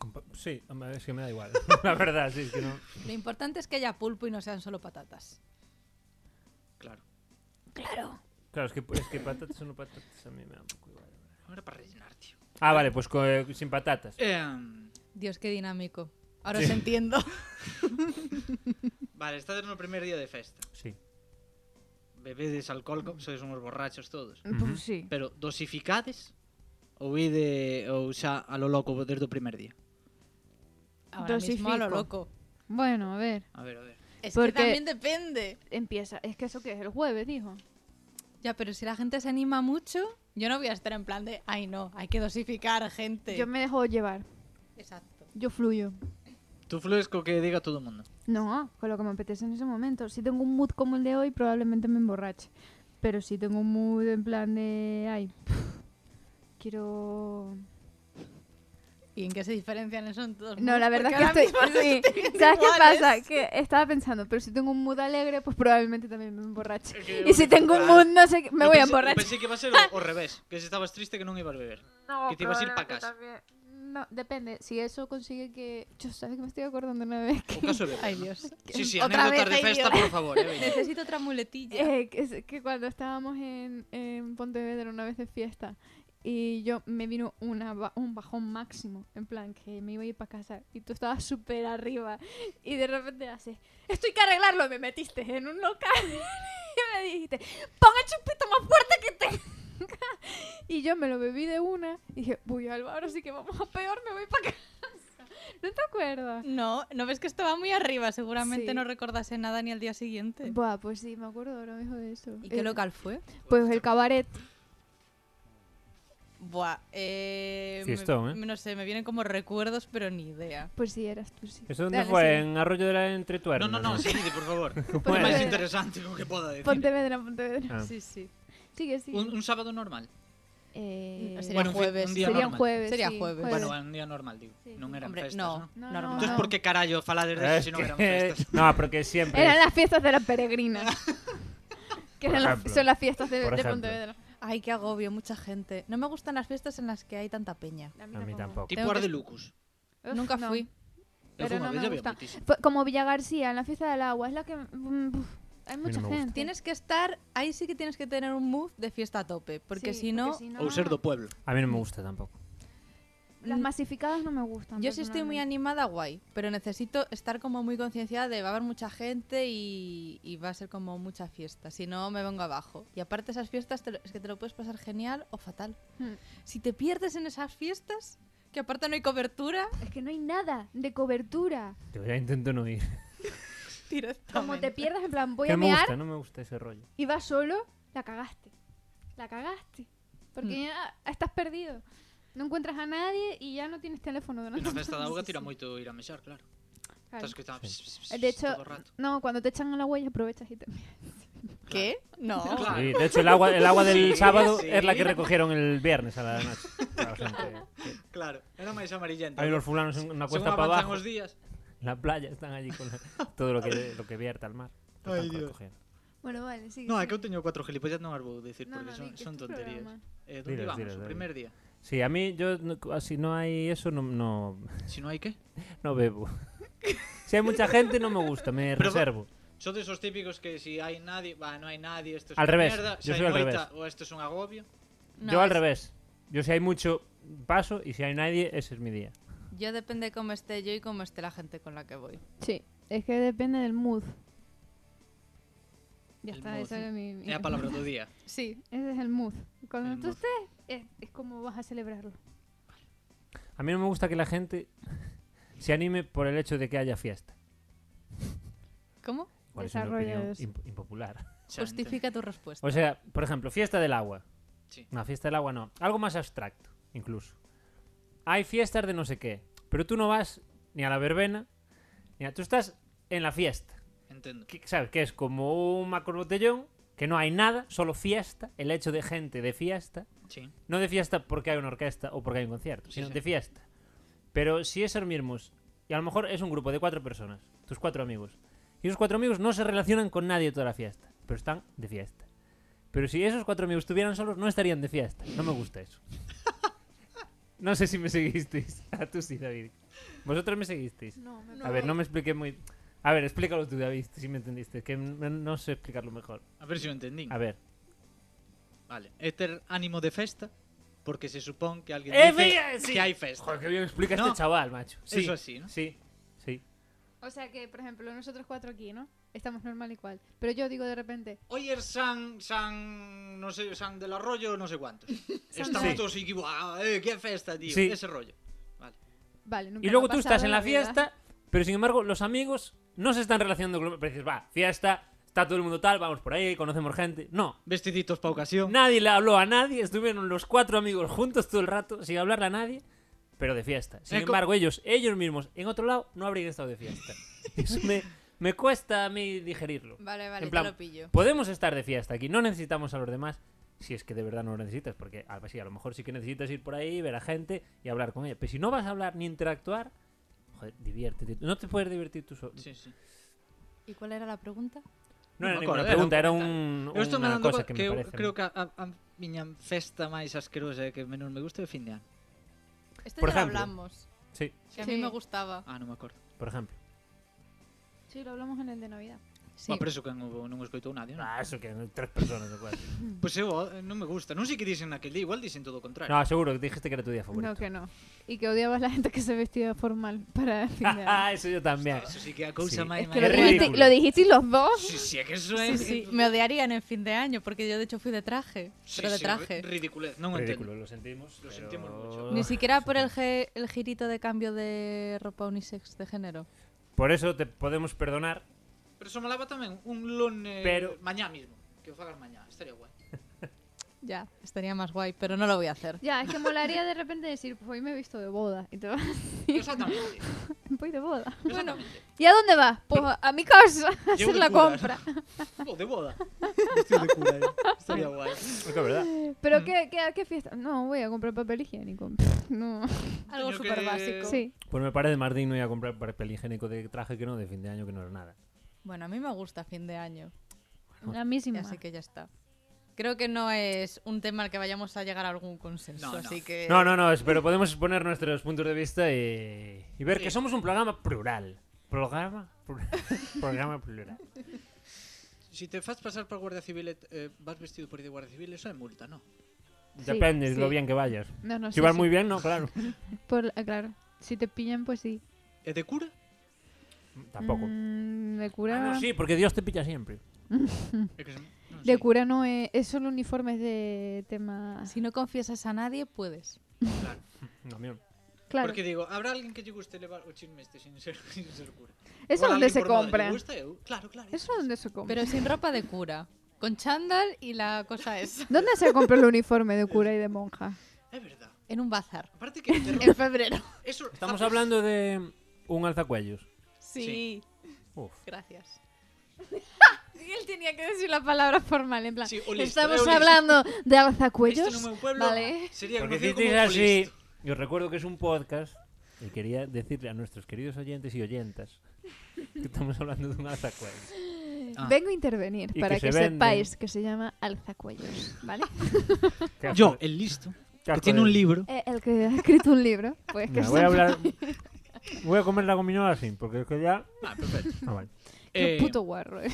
S1: Con pa- Sí, hombre, es que me da igual. la verdad, sí, es que no.
S4: Lo importante es que haya pulpo y no sean solo patatas.
S2: Claro.
S1: Claro, es que, es que patatas o no patatas a mí me da un poco igual.
S2: Ahora para rellenar, tío.
S1: Ah, vale, pues co- eh, sin patatas.
S2: Eh,
S4: Dios, qué dinámico. Ahora os
S1: Sí.
S4: entiendo.
S2: vale, estades no primer día de festa.
S1: Sí.
S2: Bebedes alcohol, como sois unos borrachos todos.
S5: Pues sí.
S2: Pero dosificades ou ide ou xa a lo loco desde o primer día?
S4: Ahora mismo a lo
S5: Dosifico.
S4: loco.
S5: Bueno, a ver.
S2: A ver, a ver.
S4: Es
S5: Porque-
S4: que también depende.
S5: Empieza. Es que eso que es el jueves, dijo.
S4: Ya, pero si la gente se anima mucho, yo no voy a estar en plan de, ay no, hay que dosificar gente.
S5: Yo me dejo llevar.
S4: Exacto.
S5: Yo fluyo.
S2: Tú flues co que diga todo o mundo.
S5: No, con lo que me apetece en ese momento. Si tengo un mood como el de hoy, probablemente me emborrache. Pero si tengo un mood en plan de. Ay. Quiero.
S4: ¿Y en qué se diferencian eso en todos
S5: No, la
S4: modos?
S5: verdad
S4: Porque
S5: es que
S4: ahora
S5: estoy.
S4: mismo los
S5: sí.
S4: estoy viendo
S5: ¿Sabes qué
S4: iguales.
S5: pasa? Que estaba pensando, pero si tengo un mood alegre, pues probablemente también me emborrache.
S2: Es que
S5: Y si tengo un
S2: claro.
S5: mood, no sé qué, me
S2: Eu
S5: voy
S2: pensei- eu
S5: a emborrachar.
S2: Pensei que iba a ser o, o revés, que se estabas triste que non ibas a beber.
S5: No,
S2: Que te ibas a ir pa
S5: probablemente
S2: casa.
S5: también. No, depende. Si eso consigue que. Yo sabes que me estoy acordando una vez que.
S2: O caso é
S4: Ay
S2: beber.
S4: Dios.
S2: Sí, sí,
S4: Otra
S2: anécdotas
S4: vez,
S2: de
S4: ay,
S2: festa,
S4: Dios.
S2: por favor, eh, veña.
S4: Necesito otra muletilla.
S5: Eh, que, es- que cuando estábamos en, en Pontevedra una vez de fiesta y yo me vino una, ba- un bajón máximo, en plan que me iba a ir para casa y tú estabas súper arriba y de repente haces, estoy que arreglarlo, y me metiste en un local y me dijiste, pon el chupito más fuerte que tenga. Y yo me lo bebí de una y dije, uy, Alba, ahora sí que vamos a peor, me voy para casa. ¿No te acuerdas?
S4: No, no ves que estaba muy arriba. Seguramente
S5: Sí.
S4: no recordase nada ni al día siguiente.
S5: Buah, pues sí, me acuerdo ahora mismo de eso.
S4: ¿Y qué
S5: Eh,
S4: local fue?
S5: Pues el cabaret.
S4: Buah, eh. me-
S1: Fiestón, ¿eh?
S4: me- No sé, me vienen como recuerdos, pero ni idea.
S5: Pues sí, eras tú, sí.
S1: ¿Eso dónde
S5: Dale,
S1: fue?
S5: sí.
S1: ¿En Arroyo de la
S2: No,
S1: Entretuerna? Ah.
S2: no, no, seguide, por favor. O
S1: Bueno.
S2: máis interesante o que poda decir.
S5: Pontevedra, Pontevedra.
S1: Ah.
S4: Sí, sí.
S5: Sigue, sigue.
S2: Un, un sábado normal.
S5: Eh,
S4: No, sería
S2: Bueno, un fin-
S4: jueves.
S2: un día
S5: sería un
S2: normal.
S5: jueves.
S4: Sería
S5: sí,
S4: jueves.
S2: Bueno, un día normal, digo.
S5: Sí, sí.
S2: Non eran
S4: Hombre,
S2: festas,
S4: no.
S2: non?
S5: No,
S4: normal.
S2: Entonces,
S5: no.
S2: por que carallo falades
S1: Ah, Es
S2: deso se non eran
S1: que-
S2: festas?
S1: no, porque siempre.
S5: Eran las fiestas de las peregrinas. que
S1: Por
S5: eran las-
S1: ejemplo.
S5: son las fiestas de,
S1: Por
S5: de
S1: ejemplo.
S5: Pontevedra.
S4: Ay, qué agobio, mucha gente. No me gustan las fiestas en las que hay tanta peña.
S1: A mí tampoco.
S2: Tipo
S4: Tengo que-
S2: Arde Lucus.
S5: Uf,
S4: Nunca
S5: no.
S4: fui.
S2: Eu fui
S5: Pero
S2: unha
S5: no
S2: vez
S5: me
S2: e había
S5: gusta.
S2: moitísimo.
S5: Fue como Villa García en la fiesta del agua. Es la que. mm, uf, hay mucha
S1: me gusta.
S5: gente.
S4: Tienes que estar, ahí sí que tienes que tener un move de fiesta a tope, porque
S5: Sí,
S4: si no,
S2: Ou ser do pueblo.
S1: A mí no me gusta tampoco.
S5: Las masificadas no me gustan.
S4: yo sí estoy muy
S5: personalmente.
S4: animada, guay, pero necesito estar como muy concienciada de va a haber mucha gente y, y va a ser como mucha fiesta, si no me vengo abajo. Y aparte esas fiestas te lo- es que te lo puedes pasar genial o fatal.
S5: Hmm.
S4: Si te pierdes en esas fiestas, que aparte no hay cobertura
S5: Es que no hay nada de cobertura.
S1: Yo ya intento no ir.
S4: directamente.
S5: Como te pierdas, en plan, voy
S1: Que
S5: a
S1: no me
S5: mear
S1: gusta, no me gusta ese rollo.
S5: y vas solo, la cagaste. La cagaste. Porque ya estás perdido. No encuentras a nadie y ya no tienes teléfono
S2: E na
S5: delante.
S2: festa da auga
S5: Sí,
S2: tira
S5: sí,
S2: moito ir a mexar, claro.
S5: claro.
S2: Estás escoitando pss, pss, pss,
S5: De hecho,
S2: todo o rato.
S5: no, cuando te echan a la huella aprovechas y te
S4: ¿Qué? No.
S2: Claro.
S1: Sí, de hecho, el agua, el agua del
S2: Sí,
S1: sábado
S2: sí.
S1: es la que recogieron el viernes a la noche. Para la gente.
S2: Claro, era máis amarillenta.
S1: Hay unos fulanos en una
S2: Según
S1: cuesta para
S2: avanzan
S1: abajo.
S2: os días,
S1: En la playa están allí con la- todo lo que, lo que vierta al mar. Lo
S2: Ay,
S1: están
S2: Dios.
S1: recogiendo.
S5: Bueno, vale, sigue.
S2: No, é
S5: sigue.
S2: que eu teño cuatro gilipollas non as vou dicir
S5: No,
S2: porque
S5: no,
S2: son,
S5: di que
S2: son
S5: es tu
S2: tonterías.
S5: programa.
S2: Eh, donde
S1: Dilas,
S2: íbamos?
S1: dilas,
S2: o
S1: dilas.
S2: primer día.
S1: Sí, a mí, yo, no- si no hay eso, no, no,
S2: Si non hai que?
S1: no bebo. Si hay mucha gente, no me gusta, me
S2: Pero-
S1: reservo.
S2: Sodes os típicos que si hai nadie, va, non hai nadie, isto é
S1: Al
S2: unha
S1: revés,
S2: merda,
S1: yo
S2: se hai
S1: soy al
S2: moita, ou isto é un agobio.
S4: No,
S1: yo al
S4: es-
S1: revés. Yo, si hay mucho, paso, y si hay nadie, ese es mi día.
S4: Yo depende cómo esté yo y cómo esté la gente con la que voy.
S3: Sí, es que depende del mood.
S5: Ya
S2: El
S5: está,
S2: mood,
S5: esa
S2: sí.
S5: era mi, mi-
S2: É a palabra do día.
S4: Sí.
S5: Ese es el mood. Cuando
S2: El
S5: tú
S2: mood.
S5: estés, es, es como vas a celebrarlo.
S1: A mí no me gusta que la gente se anime por el hecho de que haya fiesta.
S4: ¿Cómo?
S1: Cuál es una
S3: Desarrolla
S1: opinión
S3: eso.
S1: imp- impopular.
S2: Xa entendo.
S4: Justifica tu respuesta.
S1: O sea, por ejemplo, fiesta del agua.
S2: Sí.
S1: No, fiesta del agua no. Algo más abstracto, incluso. Hay fiestas de no sé qué, pero tú no vas ni a la verbena, ni a... Tú estás en la fiesta.
S2: Entendo.
S1: que- ¿Sabes? Que es como un macrobotellón, que no hay nada, solo fiesta, el hecho de gente de fiesta.
S2: Sí.
S1: No de fiesta porque hay una orquesta o porque hay un concierto,
S2: Sí,
S1: sino
S2: sí.
S1: de fiesta. Pero si esos mismos, y a lo mejor es un grupo de cuatro personas, tus cuatro amigos, y esos cuatro amigos no se relacionan con nadie toda la fiesta, pero están de fiesta. Pero si esos cuatro amigos estuvieran solos, no estarían de fiesta. No me gusta eso. No sé si me seguisteis. A tú sí, David. Vosotros me seguisteis.
S5: No, me
S1: A ver, no me expliqué muy... A ver, explícalo tú, David, si me entendiste, que no no sé explicarlo mejor.
S2: A ver se o entendín.
S1: A ver.
S2: Vale, é ter ánimo de festa porque se supón que alguén
S1: Eh,
S2: dice
S1: mira, sí.
S2: que hai festa.
S1: Joder, qué bien explica
S2: No.
S1: este chaval, macho. Sí,
S2: Eso así, ¿no?
S1: Sí, sí.
S5: O sea que, por ejemplo, nosotros cuatro aquí, ¿no? Estamos normal igual. Pero yo digo de repente,
S2: Oyer San, San, no sé, San del Arroyo, no sé cuántos. Estamos
S1: del-
S2: todos y que, "Buah, eh, qué festa, tío.
S1: Sí.
S2: Ese rollo.
S5: vale, nunca
S1: Y
S5: me
S1: luego
S5: ha
S1: tú
S5: pasado
S1: estás en la
S5: vida.
S1: fiesta, pero sin embargo los amigos no se están relacionando con... Pero dices, va, fiesta, está todo el mundo tal, vamos por ahí, conocemos gente. No,
S2: Vestiditos para ocasión.
S1: nadie le habló a nadie, estuvieron los cuatro amigos juntos todo el rato, sin hablarle a nadie, pero de fiesta. Sin
S2: Eh, co-
S1: embargo, ellos, ellos mismos, en otro lado, no habrían estado de fiesta. Eso me, me cuesta a mí digerirlo.
S4: Vale,
S1: En
S4: vale,
S1: plan-
S4: te lo pillo.
S1: Podemos estar de fiesta aquí, no necesitamos a los demás. Si es que de verdad no lo necesitas, porque a, sí, a lo mejor sí que necesitas ir por ahí, ver a gente y hablar con ella. Pero si no vas a hablar ni interactuar, joder, diviértete. No te puedes divertir tú solo.
S2: Sí, sí.
S4: ¿Y cuál era la pregunta?
S1: No
S2: No
S1: era
S2: me
S1: ninguna
S2: acuerdo,
S1: pregunta, era
S2: era un
S1: un,
S2: Eu estou me
S1: una
S2: dando
S1: cosa
S2: co-
S1: que,
S2: que,
S1: me
S2: eu
S1: parece.
S2: creo que a, a, a miña festa máis asquerosa e que menos me gusta é o fin de ano.
S4: Esto
S1: Por
S4: Este ya lo
S1: ejemplo.
S4: hablamos.
S1: Sí,
S4: Que a
S5: Sí.
S4: mí me gustaba.
S2: Ah, non me acordo.
S1: por ejemplo.
S5: Sí, lo hablamos en el de Navidad.
S4: Sí.
S2: Sí. Bueno, pero eso que non, o- non o escoitou nadie, non?
S1: Ah, eso que tres personas o cuatro.
S2: Pois eu eh, non me gusta. Non sei que dicen naquel día, igual dicen todo o contrario.
S1: No, seguro que dijiste que era tu día
S3: No,
S1: favorito.
S3: que no. Y que odiabas a la gente que se vestía formal para el fin de año.
S1: Ah, eso yo también.
S2: Eso sí que é a
S1: Sí.
S2: cousa máis...
S3: Es que
S2: máis
S3: lo
S1: Es
S2: horrible.
S3: dijiste,
S1: ridículo.
S3: lo dijisteis los dos.
S2: Sí, sí, é que eso é...
S4: Sí, sí, me odiarían en fin de año porque yo de hecho fui de traje,
S2: Sí,
S4: pero de
S2: sí,
S4: traje.
S2: ri- Ridiculez, non o
S1: Ridículo, lo
S2: entendo.
S1: sentimos.
S2: Lo
S1: pero-
S2: sentimos mucho.
S4: Ni siquiera por el, ge- el girito de cambio de ropa unisex de género.
S1: Por eso te podemos perdonar.
S2: Pero eso malaba tamén un lone
S1: Pero-
S2: mañá mismo. Que o fagas mañá, estaría guai.
S4: Ya, estaría más guay, pero no lo voy a hacer.
S5: Ya, es que molaría de repente decir, pues hoy me he visto de boda. Y te vas,
S2: Exactamente.
S5: voy de boda.
S2: Exactamente.
S5: ¿Y a dónde vas? Pues a- a mi casa a
S2: Llevo
S5: hacer
S2: de
S5: la
S2: cura.
S5: compra.
S2: Oh, de boda. Vestido de cura, eh. Estaría guai.
S1: Es que es verdad.
S5: ¿Pero
S2: Mm.
S5: qué, qué, a qué fiesta? No, voy a comprar papel higiénico. No.
S4: Algo
S2: Yo que-
S4: súper básico.
S5: Sí.
S1: Pues me parece más digno ir a comprar papel higiénico de traje que no de fin de año que no era nada.
S4: Bueno, a mí me gusta fin de año,
S5: A mí sí me
S4: así que ya está. Creo que no es un tema al que vayamos a llegar a algún consenso,
S2: No, no.
S4: así que...
S1: No, no, no, es- pero podemos exponer nuestros puntos de vista y, y ver
S2: Sí.
S1: que somos un programa plural. ¿Programa? Plu- programa plural.
S2: Si te fas pasar por Guardia Civil, e t- eh, vas vestido por de Guardia Civil, eso é multa, no?
S1: Depende de lo
S3: sí.
S1: bien que vayas.
S3: No, no
S1: Si
S3: sé.
S1: vas
S3: si-
S1: muy bien, no, claro.
S3: por la- claro, si te pillan, pues sí.
S2: E de cura?
S1: Tampoco.
S3: Mm, de
S1: Ah,
S3: cura.
S1: no, sí, porque Dios te pilla siempre.
S2: É que se- non
S3: De
S2: sei.
S3: cura no es, es solo uniformes de tema.
S4: Si no confiesas a nadie, puedes.
S1: No, mío.
S5: Claro.
S2: Porque digo, habrá alguén que lle guste levar o chisme este sin ser, sin ser cura.
S5: Eso
S2: Igual
S5: es donde
S2: alguén
S5: se
S2: por moda lle
S5: compra.
S2: Gusta, eu- Claro, claro.
S5: Eso es donde se compra.
S4: Pero sin ropa de cura. Con chándal y la cosa es
S5: ¿Dónde se compra el uniforme de cura y de monja?
S2: É verdad.
S4: en un bazar.
S2: Aparte que te
S4: En
S2: ro-
S4: febrero.
S2: eso
S1: Estamos
S2: haces-
S1: hablando de un alzacuellos.
S4: Sí,
S1: Uf.
S4: gracias.
S9: Y él tenía que decir la palabra formal, en plan.
S2: Sí, o listo,
S9: Estamos
S2: é o listo.
S9: hablando de
S2: Isto
S9: alzacuellos.
S2: no meu pueblo
S9: Vale.
S2: sería
S1: Porque
S2: conocido
S1: dices
S2: como o
S1: así.
S2: listo.
S1: Yo recuerdo que es un podcast y quería decirle a nuestros queridos oyentes y oyentas que estamos hablando de un alzacuellos.
S2: Ah.
S5: Vengo a intervenir
S1: Y
S5: para
S1: que
S5: que,
S1: se venden.
S5: sepáis que se llama alzacuellos, ¿vale?
S1: Qué asco
S2: Yo,
S1: de-
S2: el listo,
S1: qué
S2: que
S1: asco
S2: tiene
S1: de-
S2: un libro.
S5: Eh, el que ha escrito un libro, pues que
S1: Mira,
S5: se
S1: voy a hablar. Voy a comer la gominola sin, porque es que ya.
S2: Ah, perfecto.
S1: Ah, vale.
S5: Qué
S2: Eh,
S5: puto guarro. eh.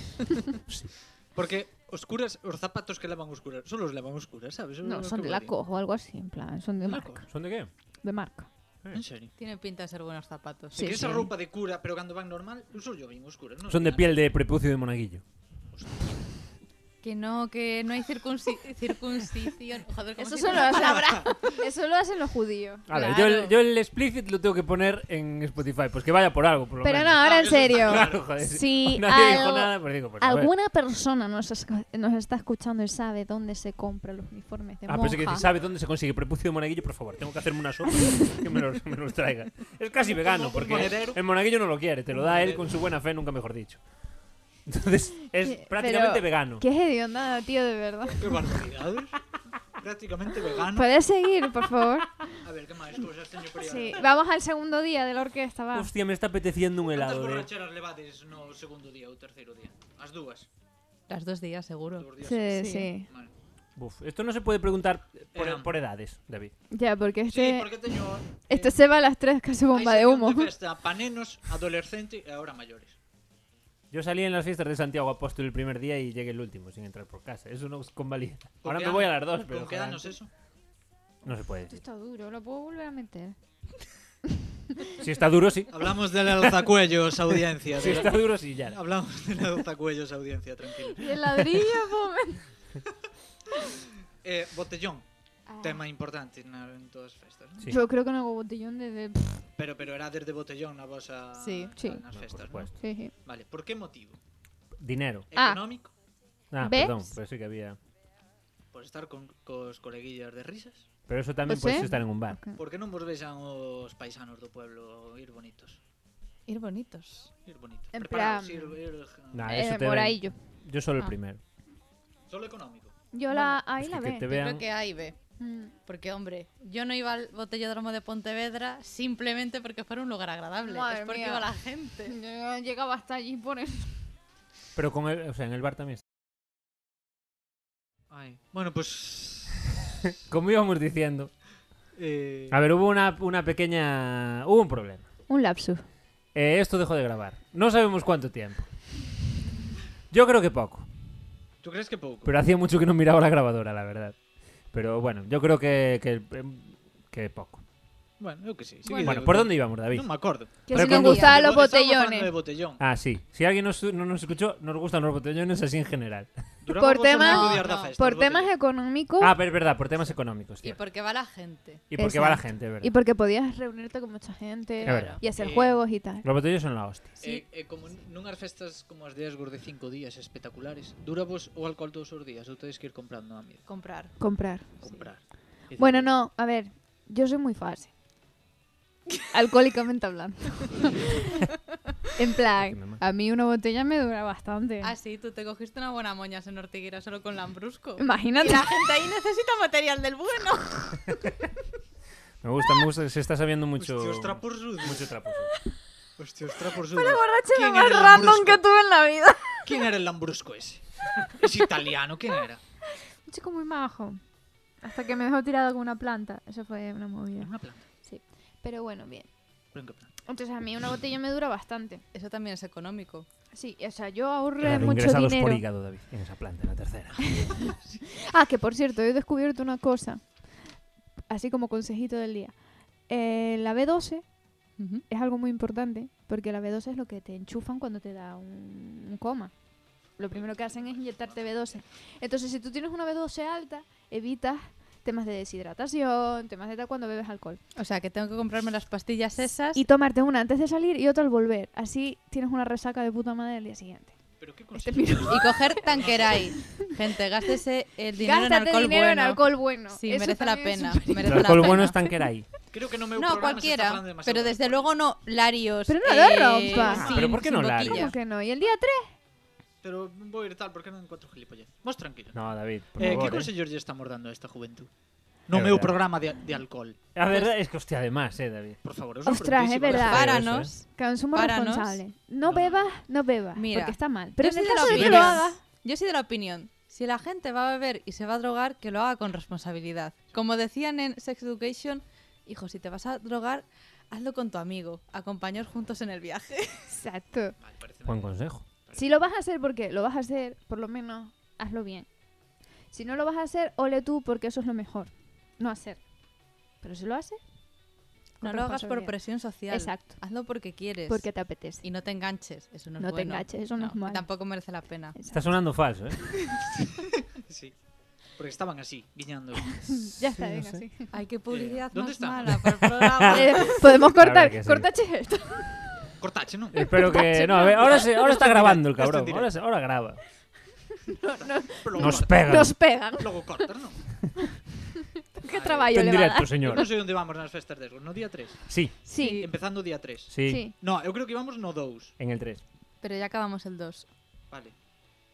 S2: Porque os curas, os zapatos que levan os curas, solo os levan os curas, sabes? Os
S5: No,
S2: que
S5: son de
S2: valen.
S5: la cojo o algo así, en plan, son de
S2: De la
S5: marca.
S2: Cojo.
S1: ¿Son de qué?
S5: De marca.
S2: Eh, En serio.
S4: Tiene pinta de ser buenos zapatos. ¿eh?
S2: Sí,
S5: Mm. Sí,
S2: que esa
S5: sí.
S2: roupa de cura, pero cando van normal, eu só yo vin os curas, non?
S1: Son de
S2: Nada.
S1: piel de prepucio de monaguillo.
S4: Que no, que no hay circunci- circuncisión. Joder, ¿cómo
S5: Eso
S4: se
S5: solo,
S4: llama?
S5: hacen, eso lo hacen los judíos.
S1: A ver,
S4: Claro.
S1: yo, el- yo el explicit lo tengo que poner en Spotify, pues que vaya por algo, por lo
S5: Pero no,
S1: menos.
S2: Ah,
S5: ahora en
S2: eso está
S5: serio.
S1: Claro, joder.
S5: Si
S1: Nadie dijo
S5: al-
S1: nada, pero digo, pues, a ver.
S5: alguna persona nos, esca- nos está escuchando y sabe dónde se compran los uniformes de
S1: Ah, pero
S5: monja.
S1: es que si sabes dónde se consigue prepucio de monaguillo, por favor, tengo que hacerme una sopa que me los, me los traiga. Es casi vegano, porque
S2: monedero.
S1: el monaguillo no lo quiere, te lo da él
S2: monedero.
S1: con su buena fe, nunca mejor dicho. Entonces, es
S5: Que-
S1: prácticamente
S5: pero-
S1: vegano.
S5: Qué hedionda, tío, de verdad.
S2: Que barbaridades. Prácticamente vegano.
S5: ¿Puedes seguir, por favor?
S2: A ver, que máis cousas teño por aí.
S5: Sí, vamos al segundo día de la orquesta, va.
S1: Hostia, me está apeteciendo un
S2: Cantas
S1: helado. De...
S2: borracheras levades no segundo día ou terceiro día? As dúas.
S4: Las dos días, seguro.
S2: Dos días.
S5: Sí,
S4: Sí.
S5: sí.
S2: Vale.
S1: Uf, esto no se puede preguntar por,
S2: Eran.
S1: por edades, David.
S5: Ya, porque
S2: Sí,
S5: este,
S2: porque teño...
S5: este se va a las tres casi bomba de humo.
S2: Festa, pa nenos, adolescente e agora maiores.
S1: Yo salí en las fiestas de Santiago Apóstol el primer día y llegué el último sin entrar por casa. Eso no es convalida. Ahora me voy a las dos, pero
S2: Con que
S1: joder,
S2: anos
S1: antes-
S2: eso?
S1: no se puede.
S9: Esto
S1: decir.
S9: está duro, lo puedo volver a meter.
S1: Si está duro, sí.
S2: Hablamos del alzacuellos, audiencia.
S1: Si
S2: de la-
S1: está duro, sí, ya.
S2: Hablamos del alzacuellos, audiencia, tranquilo.
S9: Y el ladrillo, pome.
S2: Eh, botellón,
S9: Ah,
S2: tema importante na, en todas as festas. non?
S1: Sí.
S5: Ah, Yo creo que no hago botellón desde...
S2: Pero pero era desde botellón na vosa
S4: Sí.
S5: Sí.
S2: nas
S1: Por
S2: festas. non?
S1: supuesto.
S5: Sí, sí.
S2: Vale, por que motivo?
S1: Dinero.
S5: Ah.
S2: Económico,
S1: Ah,
S5: ¿Ves?
S1: perdón, pero sí que había.
S2: por estar con cos coleguillas de risas,
S1: Pero eso también
S5: Pues
S1: puede
S5: sí.
S1: estar en un bar.
S5: Ok.
S2: porque non vos vexan os paisanos do pueblo ir bonitos.
S4: Ir bonitos.
S2: Ir bonitos.
S5: En
S2: Preparados, ir,
S5: plan-
S2: ir...
S1: Nah, Ah, eso
S5: Eh,
S1: te
S5: por
S1: ven-
S5: ahí yo.
S1: Yo solo el
S4: Ah.
S1: primero.
S2: Solo económico.
S5: Yo la... Ahí
S1: Es
S5: la
S1: que, que te
S5: ve.
S4: Yo
S1: vean.
S4: creo que ahí ve.
S5: Mm.
S4: Porque, hombre, yo no iba al botellódromo de Pontevedra simplemente porque fuera un lugar agradable.
S5: Madre
S4: es porque
S5: mía.
S4: iba la gente.
S9: yo
S5: Mm.
S9: llegaba hasta allí por eso.
S1: Pero con el, o sea, en el bar también.
S2: Ai. Bueno, pues...
S1: Como íbamos diciendo.
S2: Eh...
S1: A ver, hubo una, una pequeña. Hubo un problema.
S5: Un lapsus.
S1: Eh, esto dejó de grabar. No sabemos cuánto tiempo. Yo creo que poco.
S2: ¿Tú crees que pouco?
S1: Pero hacía mucho que no miraba la grabadora, la verdad. Pero bueno, yo creo que. que, que poco.
S2: Bueno, eu que sí. sí que
S1: Bueno,
S2: digo
S1: ¿por
S2: que-
S1: dónde íbamos, David?
S2: Non me acordo.
S5: Que si nos
S1: Reconduce.
S5: gustaban los
S2: Estamos falando de
S5: botellones.
S2: botellón.
S1: Ah, sí. Si alguien nos- no nos escuchó, nos gustan los botellones así en general.
S5: Uh.
S2: Duramos
S5: Por
S2: vos
S5: tema-
S2: tamén odiar da
S4: No,
S2: festa,
S5: Por
S2: do
S5: temas
S2: botellón.
S5: económicos
S1: Ah, pero es verdad, por temas económicos,
S4: Y
S1: tío.
S4: porque va la gente.
S1: Y porque va la
S5: Exacto.
S1: gente, es verdad.
S5: y porque podías reunirte con mucha
S1: Es
S5: gente
S1: verdad.
S5: y hacer
S2: Eh,
S5: juegos y tal.
S1: Los botellones son la hostia.
S4: Sí.
S2: E, e Eh, como nunhas festas como as de Asgore de 5 días espectaculares, dura vos o alcohol todos os días ou tedes que ir comprando a mierda?
S4: Comprar.
S5: Comprar.
S2: Comprar. Quer
S5: Bueno,
S2: dicir,
S5: no, a ver, yo soy muy fácil. Alcohólicamente hablando. en
S1: Ay, qué
S5: plan,
S1: mamá.
S5: a mí una botella me dura bastante.
S4: Ah, sí, tú te cogiste una buena moña en Ortiguera solo con Lambrusco. Y
S5: Imagínate.
S4: la gente ahí necesita material del bueno.
S1: Me gusta, me gusta. Se está sabiendo mucho.
S2: Hostia, Pues os trapos sucios.
S1: Mucho trapo.
S2: Hostia, os trapos sucios. ¿Quién
S5: más
S2: era el
S5: random
S2: Lambrusco?
S5: que tuve en la vida.
S2: ¿Quién era el Lambrusco ese? Es italiano, ¿quién era?
S5: Un chico muy majo. Hasta que me dejó tirada con una planta. Eso fue una
S2: Era
S5: movida.
S2: Una planta.
S5: Pero bueno, bien.
S2: pero en qué planta?
S5: Entonces a mí una botella me dura bastante.
S4: Eso también es económico.
S5: Sí, o sea, yo ahorré
S1: Claro,
S5: mucho
S1: ingresados por
S5: dinero.
S1: hígado, David. En esa planta, en la tercera.
S5: Ah, que por cierto, he descubierto una cosa. Así como consejito del día. Eh, la B12 es algo muy importante porque la B12 es lo que te enchufan cuando te da un, un coma. Lo primero que hacen es inyectarte B12. Entonces, si tú tienes una B12 alta, evitas temas de deshidratación, temas de tal cuando bebes alcohol.
S4: O sea, que tengo que comprarme las pastillas esas.
S5: Y tomarte una antes de salir y otra al volver. Así tienes una resaca de puta madre al día siguiente.
S2: ¿Pero qué
S5: Este
S2: consejos?
S5: miro.
S4: Y coger tanqueray. Gente, gástese el dinero
S5: Gástate
S4: en alcohol
S5: dinero
S4: bueno.
S5: en alcohol bueno.
S4: Sí,
S5: Eso
S4: merece la
S5: también es
S4: pena.
S5: súper-
S4: merece
S1: El
S4: la
S1: alcohol bueno
S4: pena.
S1: es tanqueray.
S2: Creo que no me
S4: No, cualquiera. Pero desde luego no Larios.
S5: Pero no lo
S4: eh,
S5: rompas.
S1: Ah, pero ¿por qué
S4: sin
S1: no
S4: boquilla.
S1: Larios?
S5: ¿Cómo que no? ¿Y el día 3?
S2: Pero voy a ir tal, porque no encuentro gilipollas. Vos tranquilo.
S1: No, David, por
S2: Eh,
S1: favor,
S2: ¿Qué
S1: eh.
S2: consejos lle estamos dando a esta juventud? No
S1: É
S2: meu
S1: verdade.
S2: programa de, de alcohol.
S1: La verdad es que, hostia, además, eh, David.
S2: Por favor, os
S5: Ostras,
S4: Pues
S5: es verdad.
S1: Pero eso,
S4: Páranos.
S5: Consumo
S4: Páranos.
S5: responsable. No bebas, no bebas.
S4: Mira,
S5: porque está mal. Pero
S4: Yo
S5: en el
S4: soy de la
S5: caso de que lo
S4: opinión-
S5: hagas,
S4: Yo soy de la opinión. Si la gente va a beber y se va a drogar, que lo haga con responsabilidad. Como decían en Sex Education, hijo, si te vas a drogar, hazlo con tu amigo. Acompañaos juntos en el viaje.
S5: exacto.
S2: Vale, parece
S1: Buen consejo.
S5: Si lo vas a hacer, porque lo vas a hacer, por lo menos hazlo bien. Si no lo vas a hacer, ole tú, porque eso es lo mejor. No hacer. Pero si lo haces, con
S4: No lo hagas por
S5: responsabilidad.
S4: presión social.
S5: Exacto.
S4: Hazlo porque quieres.
S5: Porque te apetece.
S4: Y no te enganches. Eso no es
S5: No te
S4: bueno.
S5: enganches, eso no es malo.
S4: Tampoco merece la pena.
S1: Está sonando falso, ¿eh?
S2: Sí. Porque estaban así, guiñando.
S5: Ya está,
S1: Sí, no
S5: venga,
S1: sé.
S5: sí.
S4: Ay, qué publicidad
S2: ¿dónde
S4: más
S2: está?
S4: mala para el programa.
S5: Eh, podemos cortar.
S1: Claro que sí.
S5: Cortache esto.
S2: Cortache, non?
S1: Espero que. No, a ver, ahora, se- ahora está grabando el
S2: Esto en
S1: cabrón.
S2: directo.
S1: Ahora, se- ahora graba.
S2: Pero logo
S1: Nos
S2: cortas,
S1: pegan.
S5: Nos pegan.
S2: Logo cortas, non?
S5: ¿Qué
S2: Ay,
S5: trabajo
S1: en
S5: le va a
S1: directo,
S5: dar?
S2: Eu
S1: señor.
S2: non sei onde vamos nas festas de no día 3.
S1: Sí,
S5: Sí.
S2: Empezando o día 3.
S1: sí,
S5: Sí.
S2: No, eu creo que íbamos no 2.
S1: En el 3.
S4: Pero ya acabamos el 2.
S2: Vale.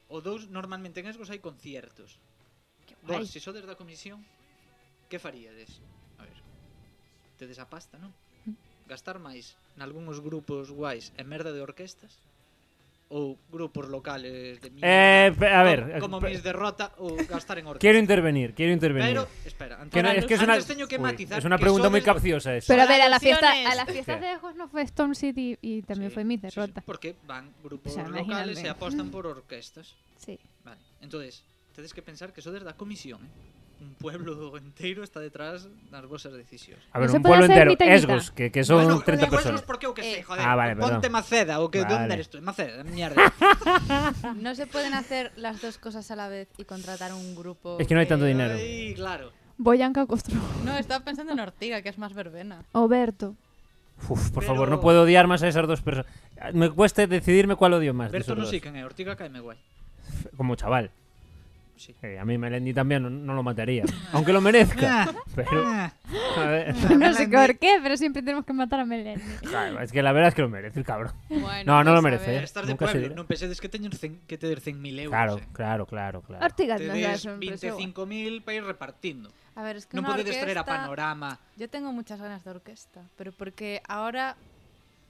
S2: O 2 normalmente en Esgos hai conciertos.
S5: guai.
S2: Vos, se sodes da comisión, que faríades? A ver. Tedes a pasta, non? Gastar máis nalgúns grupos guais e merda de orquestas ou grupos locales de mierda,
S1: Eh, pe- a ver. eh,
S2: como, como
S1: pe-
S2: mis derrota ou gastar en orquestas.
S1: Quiero intervenir, quiero intervenir.
S2: Pero, espera, antes,
S1: Que no- es que es una,
S2: antes teño que
S1: Uy,
S2: matizar.
S1: es una
S2: que
S1: pregunta muy
S2: sodes-
S1: capciosa esa.
S5: Pero a ver, a, la
S4: Solo
S5: fiesta, a
S4: adicciones.
S5: las fiestas
S1: Sí.
S5: de Ojos no fue Stone City y también
S2: Sí,
S5: fue mi
S2: sí, sí,
S5: derrota.
S2: porque van grupos
S5: O sea,
S2: locales
S5: imagínate.
S2: e apostan por orquestas.
S5: Sí.
S2: Vale, entonces, tedes que pensar que sodes da comisión, eh? Un pueblo entero está detrás das vosas decisións.
S1: A ver,
S5: Eso
S1: un pueblo
S5: puede ser
S1: entero,
S5: mitad y mitad.
S1: Esgos, que, que son
S2: Bueno,
S1: 30
S2: igual
S1: personas.
S2: sos porque eu que sei,
S4: Eh.
S2: joder.
S1: Ah, vale,
S2: ponte
S1: perdón.
S2: Maceda o que
S1: Vale.
S2: dónde eres tú, Maceda, mierda.
S5: Ah.
S4: No se pueden hacer las dos cosas a la vez y contratar un grupo.
S1: Es que no hay tanto dinero.
S2: Ay, claro.
S5: Boyanca Costro.
S4: No, estaba pensando en Ortiga, que es más verbena.
S5: Oberto.
S1: Uf, por
S2: Pero-
S1: favor, no puedo odiar más a esas dos personas. Me cueste decidirme cuál odio más. de
S2: Berto
S1: esos
S2: non
S1: dos.
S2: sei quen é, Ortiga caeme guai.
S1: Como chaval.
S2: Sí.
S1: Eh, a mí Melendi también no, no lo mataría. aunque lo merezca. Pero, ¿eh?
S2: Ah,
S1: a ver,
S5: No sé por qué, pero siempre tenemos que matar a Melendi.
S1: claro, es que la verdad es que lo merece el cabrón.
S4: Bueno,
S1: No, no lo
S4: pues, a
S1: merece,
S4: ver.
S1: eh.
S2: Estás de
S1: Nunca se
S2: pueblo,
S1: dirá.
S2: non pensedes que teñen cen- que ter 100.000 euros.
S1: Claro,
S2: eh.
S1: claro, claro, claro.
S5: Ortigas no
S2: Tedes
S5: es un preso.
S2: 25.000 para ir repartindo.
S1: ¿eh?
S4: A ver, es que
S2: Non
S4: una
S2: podedes traer a
S4: orquesta-
S2: Panorama.
S4: Yo tengo muchas ganas de orquesta, pero porque ahora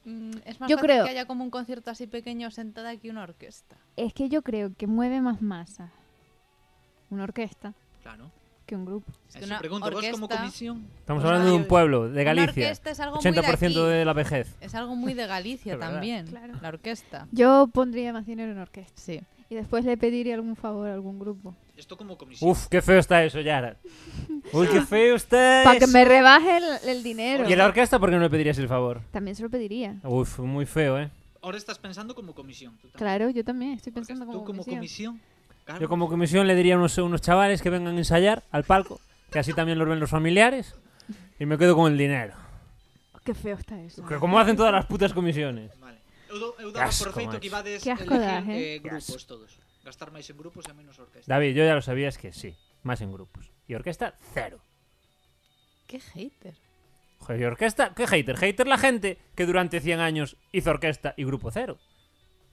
S4: mm, es más
S5: Yo
S4: fácil
S5: creo-
S4: que haya como un concierto así pequeño sentada que una orquesta.
S5: Es que yo creo que mueve más masa una orquesta
S2: Claro.
S5: que un grupo.
S4: Es que
S2: Eso
S4: una
S2: pregunto, vos como
S4: orquesta-
S2: comisión.
S1: Estamos
S2: Pues
S1: hablando de
S2: nadie-
S1: un pueblo, de
S4: Una
S1: Galicia.
S4: orquesta es algo muy de
S1: 80%
S4: aquí.
S1: de la vejez.
S4: Es algo muy de Galicia
S1: Es verdad.
S4: también,
S5: Claro.
S4: la orquesta.
S5: Yo pondría más dinero en orquesta.
S4: Sí.
S5: Y después le pediría algún favor a algún grupo.
S2: Esto como comisión.
S1: Uf, qué feo está eso, Yara. Uy, qué feo está
S5: Para que
S1: eso.
S5: me rebaje el, el dinero.
S1: ¿Y a la orquesta por qué no le pedirías el favor?
S5: También se lo pediría.
S1: Uf, muy feo, ¿eh?
S2: Ahora estás pensando como comisión. Tú también.
S5: Claro, yo también estoy
S2: Porque
S5: pensando como,
S2: tú como
S5: comisión.
S2: comisión. claro,
S1: Yo como comisión le diría a unos, unos chavales que vengan a ensayar al palco, que así también los ven los familiares, y me quedo con el dinero.
S5: Qué feo está eso.
S1: Que como hacen todas las putas comisiones.
S2: Vale. Eu, do- eu daba
S1: Qué
S2: por
S1: asco,
S2: feito
S1: macho.
S2: que ibades
S5: Qué asco
S2: elegir
S5: das, eh.
S2: eh, grupos todos. Gastar máis en grupos e menos orquesta.
S1: David, yo ya lo sabía, es que sí, más en grupos. Y orquesta, cero.
S4: Qué hater.
S1: Joder, ¿y orquesta? ¿Qué hater? Hater la gente que durante 100 años hizo orquesta y grupo cero.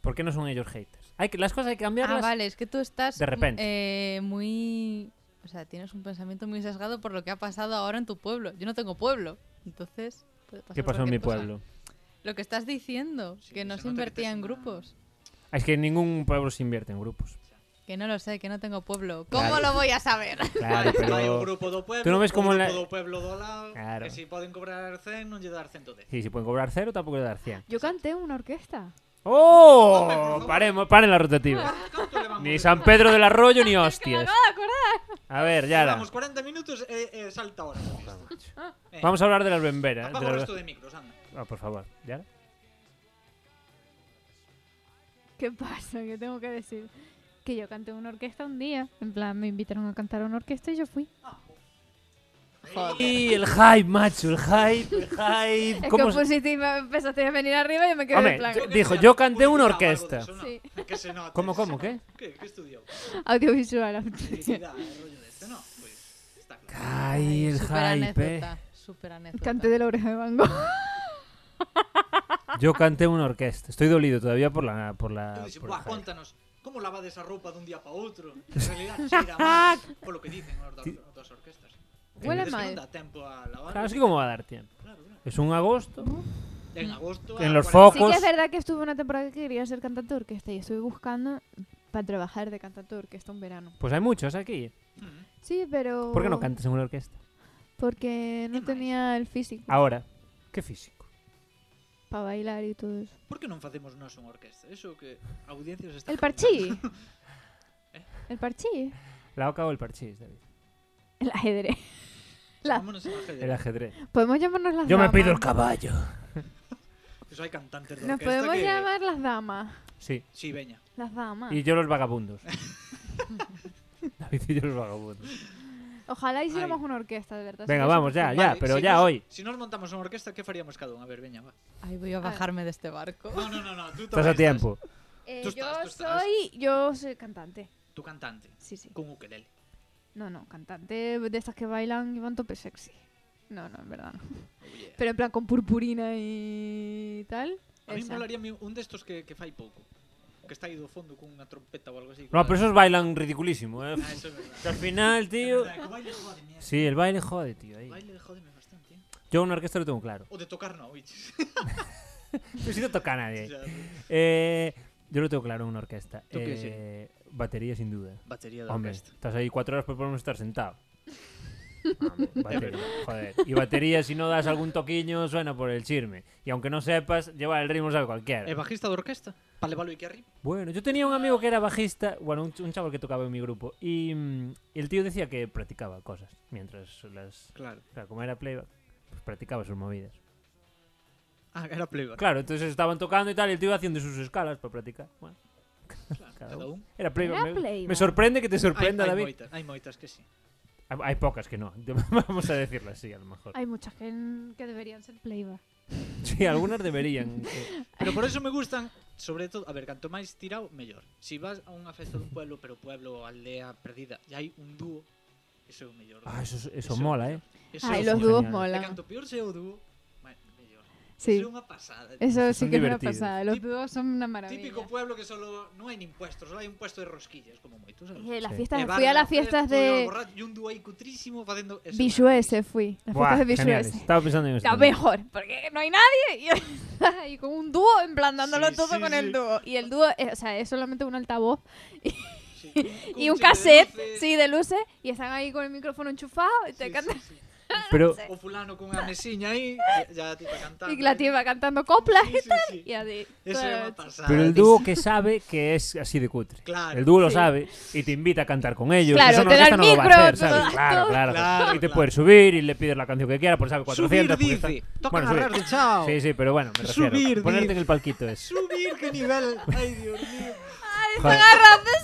S1: ¿Por qué no son ellos haters? Hay que, las cosas hay que
S4: Ah,
S1: cambiarlas.
S4: vale, es que tú estás
S1: de repente.
S4: eh, muy... O sea, tienes un pensamiento muy sesgado por lo que ha pasado ahora en tu pueblo. Yo no tengo pueblo, entonces... puede pasar
S1: ¿Qué pasó en
S4: cualquier
S1: mi
S4: cosa.
S1: pueblo?
S4: Lo que estás diciendo,
S2: Sí,
S4: que no
S2: se
S4: se
S2: nota que te
S4: invertía en
S2: suena-
S4: grupos.
S1: Ah, Es que en ningún pueblo se invierte en grupos.
S4: Que no lo sé, que no tengo pueblo. ¿Cómo
S1: Claro.
S4: lo voy a saber?
S1: Claro,
S2: Vai- vai o
S1: pero...
S2: grupo do pueblo,
S1: Tú non ves como
S2: o
S1: en la-
S2: grupo do pueblo do lado,
S1: Claro.
S2: que si poden cobrar 100, non lle dar 110.
S1: Sí, si pueden cobrar cero, tampoco le dar 100.
S5: Yo canté en una orquesta.
S2: Hombre, por
S1: ¡Oh!
S2: favor.
S1: Paremos, paren la rotativa.
S2: Canto levamos
S1: Ni
S2: de-
S1: San Pedro del Arroyo ni hostias. A ver, Yara.
S2: Levamos 40 minutos e, e salta ahora. Eh,
S1: Vamos a hablar de las bemberas.
S2: Apaga o resto de micros, anda.
S1: Ah, por favor, Yara.
S5: ¿Qué pasa? ¿Qué tengo que decir? Que yo canté en una orquesta un día. En plan, me invitaron a cantar a una orquesta y yo fui.
S4: Joder.
S1: Y el hype, macho, el hype, el hype.
S5: Es
S1: ¿Cómo
S5: que
S1: se-
S5: pusiste y me empezaste a venir arriba y yo me quedé
S1: Hombre,
S5: en plan.
S1: yo- Dijo, canté una orquesta.
S5: Sí.
S2: Que se note,
S1: ¿Cómo,
S2: que se
S1: cómo, qué?
S2: note. ¿Qué, qué estudió?
S5: Audiovisual.
S2: Publicidad, el rollo de este, ¿no? Pues está claro.
S1: Ay, el
S4: super
S1: hype. eh.
S4: anécdota, super anécdota.
S5: Canté de la oreja de Van Gogh.
S1: Yo canté una orquesta. Estoy dolido todavía por la. Por la
S2: Tú
S1: Ah,
S2: dices,
S1: por el
S2: "Buah,
S1: hype".
S2: cuéntanos, ¿cómo lava de esa ropa de un día para otro? En realidad, cheira más, por lo que dicen las dos,
S1: Sí.
S2: las dos orquestas.
S5: Huele
S2: Es que
S5: mal.
S2: No da tiempo a lavar.
S1: Claro, es que cómo va a dar tiempo.
S2: Claro, claro.
S1: Es un agosto.
S2: En agosto.
S1: En
S2: a
S1: los
S2: 40.
S5: Sí que
S1: Focos.
S5: es verdad que estuve una temporada que quería ser cantante de orquesta y estuve buscando para trabajar de cantante de orquesta un verano.
S1: Pues hay muchos aquí.
S2: Mm.
S5: Sí, pero...
S1: ¿Por qué no cantas en una orquesta?
S5: Porque
S2: ¿Qué
S5: no
S2: más?
S5: tenía el físico
S1: Ahora, qué físico.
S5: para bailar y todo eso.
S2: Por que non facemos nós unha orquesta? Eso que a audiencia se está
S5: El
S2: jubilando.
S5: parchí. El parchí.
S1: La oca o el parchís, David.
S5: El ajedrez. La-
S2: Vámonos en ajedrez.
S1: El ajedrez.
S5: Podemos llamarnos las
S1: Yo me
S5: damas.
S1: pido el caballo.
S2: Eso hai cantantes de
S5: Nos
S2: orquesta
S5: podemos
S2: que...
S5: llamar las damas.
S1: Sí.
S2: Sí, veña.
S5: Las damas.
S1: Y yo los vagabundos. David y yo los vagabundos.
S5: Ojalá hiciéramos
S2: Ay.
S5: una orquesta, de verdad.
S1: Venga,
S5: sería
S1: vamos, ya,
S5: superfan.
S1: ya, pero
S2: si
S1: ya
S2: nos,
S1: hoy.
S2: Si nos montamos unha orquesta, que faríamos cada un? A ver, veña, va.
S4: Ay, voy a bajarme de este barco.
S2: No, no, no, no tú
S1: Estás a
S2: tamén
S1: tiempo.
S5: Eh,
S2: Tú
S5: yo
S2: estás, tú estás.
S5: soy... Yo soy cantante.
S2: Estás, tú cantante,
S5: Sí, sí.
S2: con ukelele.
S5: No, no, cantante de estas que bailan y van tope sexy. No, no, en verdad no.
S2: Oh, yeah.
S5: Pero en plan con purpurina y tal.
S2: a mí
S5: esa.
S2: molaría mi- un destos que, que fai pouco. Que está aí do fondo con unha trompeta ou algo así.
S1: No, pero esos bailan ridiculísimo, eh.
S2: Ah, eso é verdade.
S1: Que al final, tío.
S2: Tío. O baile jode, mierda.
S1: Sí, el baile jode, tío.
S2: O
S1: ahí.
S2: baile jodeme bastante. eh.
S1: Yo una orquesta lo tengo claro.
S2: O de tocar no, oiches.
S1: No si no toca a nadie. ahí.
S2: Ya,
S1: Eh, yo lo tengo claro en una orquesta.
S2: ¿Tú qué,
S1: Eh, batería, sin duda.
S2: Batería de
S1: Hombre,
S2: orquesta.
S1: estás ahí cuatro horas, pero podemos estar sentado. Hombre, batería, joder. Y batería, si no das algún toquiño, suena por el chirme. Y aunque no sepas, lleva el ritmo, sabe cualquiera.
S2: E bajista de orquesta? Para leválo aquí arriba.
S1: Bueno, yo tenía un amigo que era bajista, bueno, un, ch- un chaval que tocaba en mi grupo, y mm, el tío decía que practicaba cosas, mientras las...
S2: Claro.
S1: Claro, como era playback, pues practicaba sus movidas.
S2: Ah, era playback.
S1: Claro, entonces estaban tocando y tal, y el tío iba haciendo sus escalas para practicar. Bueno,
S2: Claro,
S1: cada
S2: cada un.
S1: era playback.
S5: Era
S1: me- Me,
S5: playback.
S1: sorprende que te
S2: Hay,
S1: sorprenda,
S2: hay,
S1: David.
S2: moitas, hai moitas que sí.
S1: Hay, hay pocas que no, vamos a decirlo así, a lo mejor.
S5: Hay muchas que, que deberían ser playback.
S1: Sí, algunas deberían. Eh, que-
S2: Pero por eso me gustan, sobre todo, a ver, canto máis tirado, mellor. Si vas a unha festa dun pueblo, pero pueblo, aldea perdida, e hai un dúo, eso é o mellor.
S1: Ah, eso, eso
S2: Eso-
S1: mola, ¿eh?
S2: Eso
S5: Ay,
S2: é o
S1: sí,
S2: mellor.
S5: los dúos
S1: genial.
S2: E
S5: molan.
S2: canto peor se é o dúo, ma- mellor.
S5: Sí.
S2: Eso é unha pasada.
S5: Eso sí
S1: son
S5: que es una
S1: divertidos.
S5: pasada. Los
S2: Típ-
S5: dúos son una maravilla.
S2: Típico pueblo que solo non hai nin puestos, solo hai un puesto de rosquillas, como moito, sabes?
S5: Eh, las
S1: Sí.
S5: fiestas,
S2: E
S5: fui a
S2: barra,
S5: las fiestas
S2: festa, todo
S5: de
S2: borracho, E un dúo aí cutrísimo facendo... eso é
S5: Visuese fui. Las
S1: Buah,
S5: fiestas de
S1: geniales.
S5: Visuese.
S1: Estaba pensando en eso.
S5: La
S1: también.
S5: mejor, porque no hay nadie. Y, estás ahí con un dúo, en plan dándolo
S2: Sí,
S5: todo
S2: sí,
S5: con
S2: sí.
S5: el dúo. Y el dúo, eh, o sea, es solamente un altavoz
S2: maravilloso. Sí,
S5: y
S2: coche
S5: un
S2: de
S5: cassette,
S2: luces.
S5: sí, de luces. Y están ahí con el micrófono enchufado y te
S2: Sí,
S5: cantan.
S2: sí, sí.
S1: Pero
S2: O fulano con a mesiña aí, e ya a tipa cantando.
S5: Y la tía va cantando coplas
S2: Sí, sí, sí.
S5: y así.
S2: Eso
S5: toda
S2: é
S5: la
S2: unha
S5: noche.
S2: pasada.
S1: Pero el
S2: tío.
S1: dúo que sabe que es así de cutre.
S2: Claro.
S1: el dúo lo
S5: Sí.
S1: sabe y te invita a cantar con ellos.
S5: Claro,
S1: Eso no,
S5: te da
S1: esta
S5: el
S1: no lo va a
S5: micro,
S1: hacer,
S5: te lo
S1: ¿sabes?
S5: da
S1: Claro,
S5: todo.
S1: claro,
S2: Claro,
S1: Y te
S2: claro.
S1: puedes subir y le pides la canción que quieras, pues sabe 400.
S2: subir,
S1: porque
S2: dice.
S1: está-
S2: Toca
S1: Bueno, subir.
S2: agarrar de chao.
S1: Sí, sí, pero bueno, me refiero.
S2: Subir,
S1: ponerte
S2: dice.
S1: en el palquito es.
S2: Subir, qué nivel. Ay, Dios mío.
S1: Joder,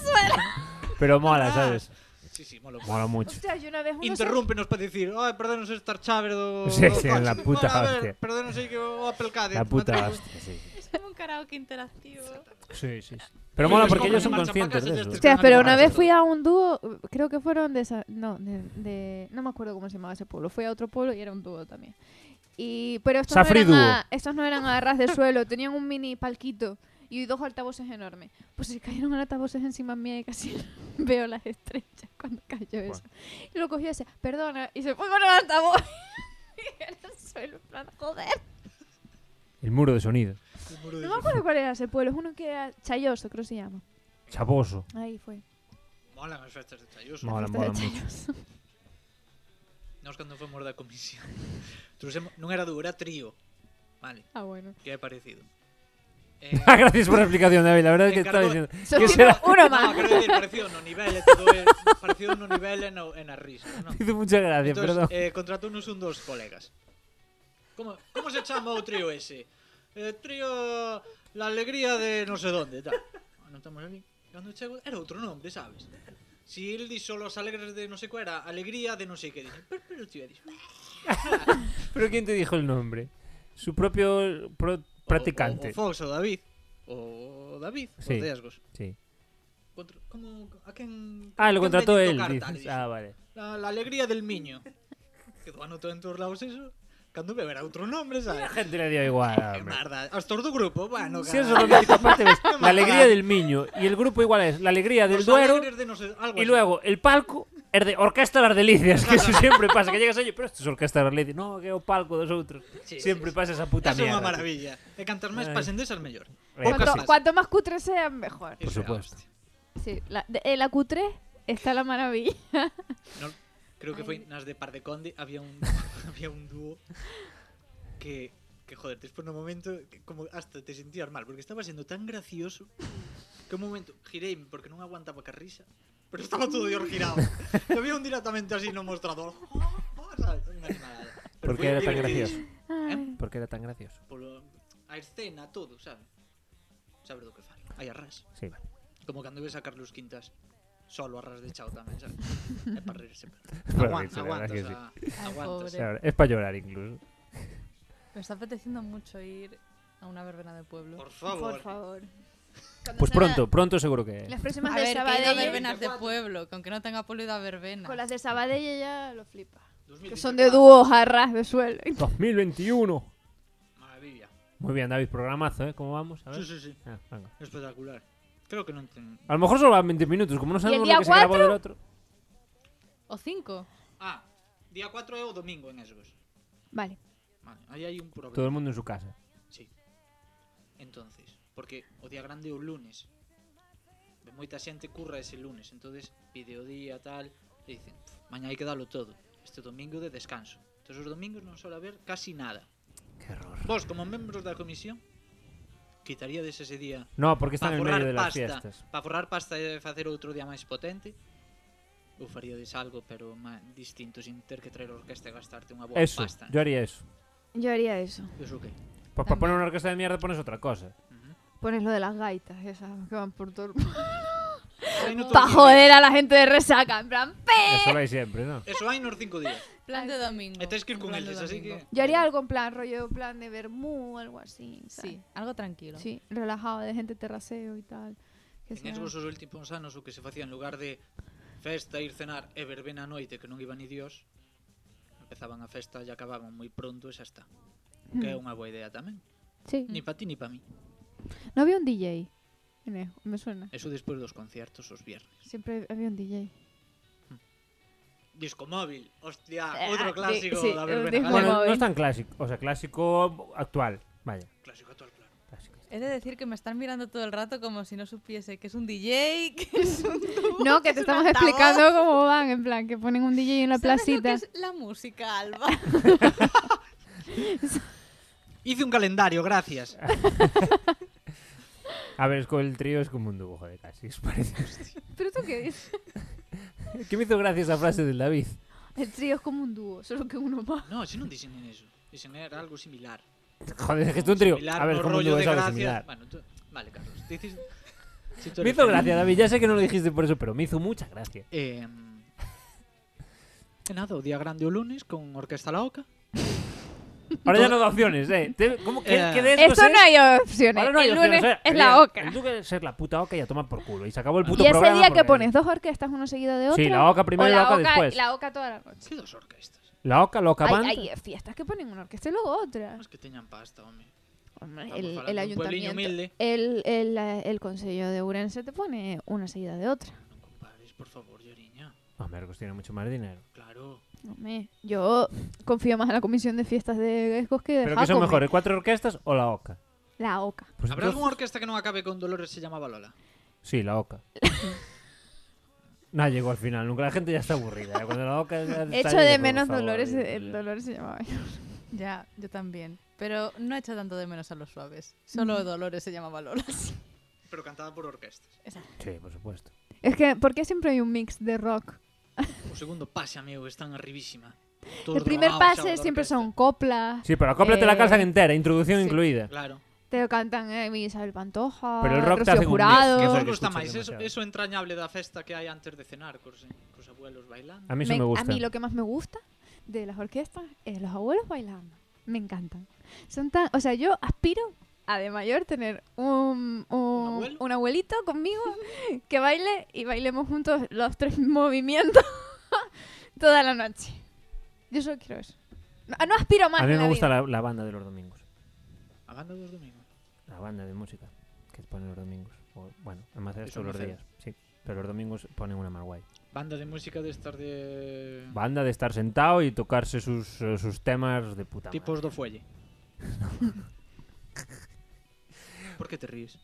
S1: pero mola, ¿sabes?
S2: Sí, sí, mola.
S1: Mola mucho.
S5: Hostia, yo una vez uno se-
S2: Interrúmpenos para decir, ay, perdónos estar cháver do...
S1: Sí,
S2: do
S1: sí,
S2: coche".
S1: la puta
S2: Bueno, a ver,
S1: hostia.
S2: perdónos aí que o Apple Cadet.
S1: La puta hostia, sí.
S4: Es como un karaoke interactivo.
S1: Sí, sí. sí. Pero mola porque ellos son conscientes de eso.
S2: este
S5: Hostia, pero una vez fui a un dúo, creo que fueron de esa, no, de, de- no me acuerdo cómo se llamaba ese pueblo, fui a otro pueblo y era un dúo también. Y, pero estos no,
S1: Safri
S5: eran
S1: dúo.
S5: a, estos no eran a ras de suelo, tenían un mini palquito y dos altavoces enormes. Pues se cayeron altavoces encima mía y casi veo las estrellas cuando cayó eso. Y lo cogió y decía, perdona, y se fue con el altavoz. y en el suelo, en plan, joder.
S1: El muro de sonido.
S5: No me acuerdo cuál era ese pueblo, es uno que era Chayoso, creo que se llama.
S1: Chaposo.
S5: Ahí fue.
S2: Mola as festas de eh. Chayoso.
S1: Mola,
S5: Fiesta de
S1: mola mucho.
S5: Chayoso.
S2: Nos cando fomos da comisión. Trusemos, non era dúo, era trío. Vale,
S5: Ah, bueno.
S2: que é parecido. Eh,
S1: Ah, Gracias por la explicación, David. La verdad es que
S2: En
S1: estaba
S2: Cardona.
S1: diciendo.
S5: Solo
S1: será?
S5: uno más.
S2: no, quero dicir, parecido no nivel e todo é... Parecido no nivel e no, e na risa, non?
S1: Hizo mucha gracia,
S2: Entón,
S1: perdón.
S2: eh, contratounos un dos colegas. Como, como se chama o trío ese? Eh, trío La Alegría de no sé dónde, tal. Ah, Non estamos ali. Cando chego, era outro nombre, sabes? Si él dixo los alegres de no sé cuál era, alegría de no sé qué. Dixo, pero, pero tío, dixo, eh,
S1: ¿Pero quién te dijo el nombre? Su propio pro- practicante.
S2: O, o Fox, o David. O David,
S1: Sí.
S2: sí. os de Asgos.
S1: Sí.
S2: Contra- Como, a quen,
S1: Ah, lo
S2: quen
S1: contrató
S2: lle
S1: él.
S2: tocar,
S1: dices.
S2: tal, dixo.
S1: Ah, vale.
S2: la, la alegría del miño. que do anoto en todos lados eso. Cando me verá outro
S1: La
S2: nombre, sabes?
S1: gente le dio igual.
S2: Que
S1: hombre.
S2: merda. Os todos do grupo, bueno,
S1: Si eso es lo mítico, aparte ves,
S2: Qué
S1: la alegría
S2: maldad.
S1: del Miño y el grupo igual es la alegría del
S2: Los
S1: Duero
S2: alegres de no sé- algo
S1: y
S2: así.
S1: luego el palco es de Orquesta de las Delicias, que eso siempre pasa, que llegas allí, pero esto es Orquesta de las Delicias, no, que é o palco dos outros.
S2: Sí,
S1: siempre
S2: sí, sí.
S1: pasa esa puta
S2: Eso é
S1: mierda.
S2: unha maravilla. E cantar
S1: Ay.
S2: máis pasen desas mellor.
S1: Eh,
S2: Pocas
S5: Cuanto,
S2: sí.
S5: cuanto más cutre sean, mejor.
S1: Por
S2: Eso é a
S1: supuesto.
S2: hostia.
S5: Sí, la, de- en la cutre está la maravilla.
S2: No, creo que
S5: Ay.
S2: foi nas de Par de Conde había un había un dúo que que joder, despois no momento que como hasta te sentías mal porque estaba sendo tan gracioso que un momento gireime porque non aguantaba que a risa, pero estaba todo de girado. E había un directamente así no mostrador. ¿sabes? Unha animalada. Pero
S1: Porque
S2: foi
S1: era tan gracioso.
S2: divertidísimo,
S5: Ay.
S1: Porque era tan gracioso.
S2: Polo, eh, a escena, todo, sabe? Sabe do que falo. Aí arras.
S1: Sí, vale.
S2: Como cando ves a Carlos Quintas solo arras de chao tamén, sabe? É para rirse. pero
S1: Para
S2: Aguanta,
S1: rirse, la verdad
S2: aguantas,
S1: que sí.
S2: a-
S4: Ay,
S2: aguantas.
S4: pobre.
S1: La verdad, Es para llorar incluso.
S4: Me está apeteciendo mucho ir a una verbena de pueblo.
S2: Por favor.
S5: Por favor.
S1: Pues pronto, pronto seguro que...
S5: Las próximas
S4: A
S5: de
S4: ver, que he ido a
S5: Sabadell,
S4: verbenas de pueblo, que aunque no tenga pueblo, he ido a verbena.
S5: con las de Sabadell ya lo flipa. Que
S2: 2024.
S5: son de dúos a ras de suelo.
S1: 2021.
S2: Maravilla.
S1: Muy bien, David, programazo, ¿eh? ¿Cómo vamos? A ver.
S2: Sí, sí, sí.
S1: Ah, venga.
S2: Espectacular. Creo que no enten-
S1: A lo mejor solo van 20 minutos, como no sabemos
S5: día
S1: lo que se grabó
S5: cuatro?
S1: del otro.
S4: O cinco.
S2: Ah, día 4 é o domingo en Esgos.
S5: Vale.
S2: Vale, aí hai un problema.
S1: Todo el mundo en su casa.
S2: Sí. Entonces, porque o día grande é o lunes. E Moita xente curra ese lunes, entonces pide o día tal, e dicen, "Pf, mañá hai que dalo todo. Este domingo de descanso. Entonces os domingos non solo haber casi nada.
S1: Qué horror.
S2: Vos, como membros da comisión, quitaríades ese día
S1: No, porque están
S2: para
S1: en el medio de
S2: forrar
S1: las
S2: pasta,
S1: fiestas.
S2: para forrar pasta e facer outro día máis potente. Ou faríades algo, pero má- distinto, sin ter que traer orquesta e gastarte unha boa
S1: Eso,
S2: pasta.
S1: yo haría eso.
S5: Yo haría eso.
S2: Eso que?
S1: Pues para
S4: También.
S1: poner una orquesta de mierda pones otra cosa.
S2: Ujú.
S5: Pones lo de las gaitas, esas que van por todo el mundo.
S2: Aí no
S5: Pa'
S2: toque.
S5: joder a la gente de resaca. En plan,
S1: Eso lo hay siempre, ¿no?
S2: Eso hai nos cinco días.
S4: Plan de domingo.
S2: E tens que ir con
S4: Plan de
S2: eles, así
S4: domingo.
S2: que...
S5: Yo haría algo en plan, rollo, plan de vermú o algo así. ¿sabes?
S4: Sí, algo tranquilo.
S5: Sí, relajado, de gente terraceo y tal. Que
S2: En
S5: sea- Mm.
S2: Esgos os últimos anos o que se facía en lugar de festa, ir cenar e verbena a noite que non iba ni Dios, empezaban a festa e acababan moi pronto e xa está. O Que é
S5: Mm.
S2: unha boa idea tamén.
S5: Sí.
S2: Ni pa ti ni pa mí.
S5: No había un DJ. en Ejo, Me suena.
S2: Eso despois dos conciertos os viernes.
S5: Siempre había un DJ.
S2: Disco móvil, hostia,
S5: Ah,
S2: outro
S5: di-
S2: clásico
S5: sí,
S2: da
S5: el
S2: verbena. galega.
S5: disco
S1: Bueno,
S5: móvil.
S1: no es tan clásico. O sea, clásico actual. Vaya.
S2: Clásico actual, claro.
S1: clásico.
S4: He de decir que me están mirando todo el rato como si no supiese que es un DJ, que es un
S5: No, que te estamos explicando cómo van, en plan, que ponen un DJ en la
S4: ¿Sabes lo que
S5: placita.
S4: es la música, Alba?
S2: Hice un calendario, gracias.
S1: A ver, es con el trío es como un dibujo de casi. os parece.
S5: ¿Pero tú qué dices?
S1: ¿Qué me hizo gracia esa frase del David?
S5: El trío es como un dúo, solo que uno más.
S2: No, se non dixen en eso. Dixen era algo similar.
S1: Joder, es que es un trío.
S2: Similar
S1: A ver,
S2: no
S1: ¿cómo
S2: rollo
S1: lo
S2: de
S1: es algo
S2: gracia.
S1: similar?
S2: Bueno, tú- vale, Carlos. Dices... Si tú
S1: Me
S2: eres
S1: hizo
S2: feliz.
S1: gracia, David. Ya sé que no lo dijiste por eso, pero me hizo mucha gracia.
S2: Eh, e nada, o día grande o lunes con Orquesta La Oca.
S1: Ahora ya no da opciones, ¿eh? Te- ¿Cómo que,
S2: Eh.
S1: que de
S5: Esto
S1: es?
S5: no hay opciones.
S1: Ahora no hay
S5: el
S1: opciones,
S5: lunes
S1: o sea,
S5: es
S1: el-
S5: la oca.
S1: El duque es la puta oca y a tomar por culo. Y se acabó el puto
S5: Y ese
S1: programa.
S5: día que
S1: porque-
S5: pones dos orquestas uno seguido de otro.
S1: Sí, la oca
S5: o
S1: primero y la oca después.
S5: La oca toda la noche.
S2: Que dos orquestas.
S1: La oca, la oca
S5: Hay,
S1: banda.
S5: hay fiestas que ponen una orquesta y luego otra.
S2: Más Ah. que teñan pasta, home.
S5: Hombre,
S2: Estamos
S5: El,
S2: falando
S5: el
S2: de un puebliño
S5: ayuntamiento.
S2: humilde.
S5: El, el, eh, el concello de Urense te pone una seguida de otra.
S2: Ah, Non compares, por favor, Lloriña.
S1: Hombre, Arcos Ah, tiene mucho más dinero.
S2: Claro.
S5: Hombre, yo confío más en la comisión de fiestas de Escos que de
S1: ¿Pero qué son
S5: Jacome.
S1: mejores, cuatro orquestas o la oca?
S5: La oca.
S1: Pues
S2: Habrá
S1: entonces-
S2: algunha orquesta que non acabe con Dolores se llamaba Lola.
S1: Sí, la oca. Nada llegó al final, nunca la gente ya está aburrida. ¿eh? Cuando la oca ya está
S5: Echo
S1: ahí,
S5: de
S1: por
S5: menos
S1: favor,
S5: dolores.
S1: Dios
S5: El
S1: mío.
S5: dolor se llamaba.
S4: ya, yo también. Pero no echo tanto de menos a los suaves.
S5: Mm.
S4: Solo Dolores se llamaba Lola.
S2: Pero cantada por orquestas.
S1: Sí, por supuesto.
S5: Es que, ¿por qué siempre hay un mix de rock?
S2: O segundo pase, amigo, están arribísima.
S1: ah,
S5: el primer pase siempre son coplas.
S1: Sí, pero la copla te la
S5: Eh,
S1: calzan entera, introducción
S5: sí.
S1: incluida.
S2: Claro.
S5: Te lo cantan eh, Isabel Pantoja,
S1: Pero el rock te
S5: Rocío
S1: hacen un diez,
S5: Jurado.
S2: Que
S1: Eso
S2: vos
S1: que
S2: gusta
S1: escuchas
S2: máis? Eso,
S1: demasiado.
S2: eso entrañable da festa que hai antes de cenar, cos, cos abuelos bailando.
S1: A mí eso me
S5: Me-
S1: gusta.
S5: A mí lo que más me gusta de las orquestas es los abuelos bailando. Me encantan. Son tan, o sea, yo aspiro a de mayor tener un, un,
S2: abuelo?
S5: un abuelito conmigo que baile y bailemos juntos los tres movimientos toda la noche. Yo solo quiero eso. No, no aspiro más.
S1: A mí
S5: en
S1: me
S5: la
S1: gusta
S5: vida.
S1: la, la banda de los domingos.
S2: A banda dos domingos.
S1: La banda de música que ponen los domingos. O, bueno, en Macera
S2: Eso
S1: son los
S2: no sé.
S1: días. Sí. Pero los domingos ponen una más guay.
S2: Banda de música de estas de...
S1: Banda de estar sentado y tocarse sus, eh, sus temas de puta madre.
S2: Tipos do fuelle. Por que te ríes?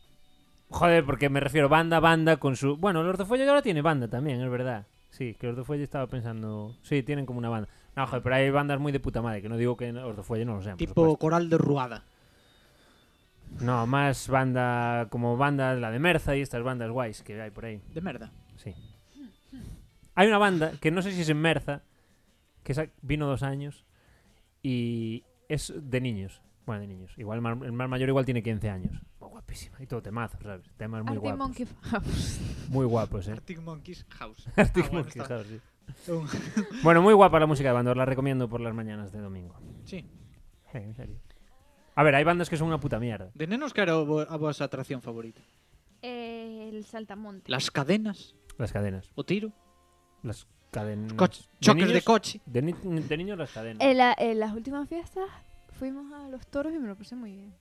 S1: Joder, porque me refiero banda, banda con su... Bueno, los de Fuelle ahora tiene banda también, es verdad. Sí, que los de Fuelle estaba pensando... Sí, tienen como una banda. No, joder, pero hay bandas muy de puta madre, que no digo que no- los de Fuelle no lo sean. por
S2: Tipo
S1: supuesto.
S2: coral de ruada.
S1: No, más banda como banda, la de Merza y estas bandas guays que hay por ahí.
S2: De merda.
S1: Sí. Hay una banda que no sé si es en Merza, que esa vino dos años y es de niños. Bueno, de niños. Igual el más, el más mayor igual tiene 15 años. Oh, guapísima. Y todo temazo, ¿sabes? Temas muy
S5: Arctic
S1: guapos.
S5: Monkey House.
S1: Muy guapos, ¿eh?
S2: Arctic Monkeys House.
S1: Arctic
S2: Ah, bueno,
S1: Monkeys,
S2: está.
S1: claro, sí.
S2: Un-
S1: Bueno, muy guapa la música de banda. Os la recomiendo por las mañanas de domingo.
S2: Sí.
S1: Eh, en serio. A ver, hay bandas que son una puta mierda.
S2: De nenos, que era a vo- a vosa atracción favorita?
S5: el saltamonte.
S2: Las cadenas,
S1: Las cadenas.
S2: o tiro,
S1: Las cadenas.
S2: coche,
S1: Mm. ¿De
S2: choques de
S1: niños?
S2: coche.
S1: De, ni- de niños las cadenas.
S5: En, la- en las últimas fiestas fuimos a los toros y me lo pasé muy bien.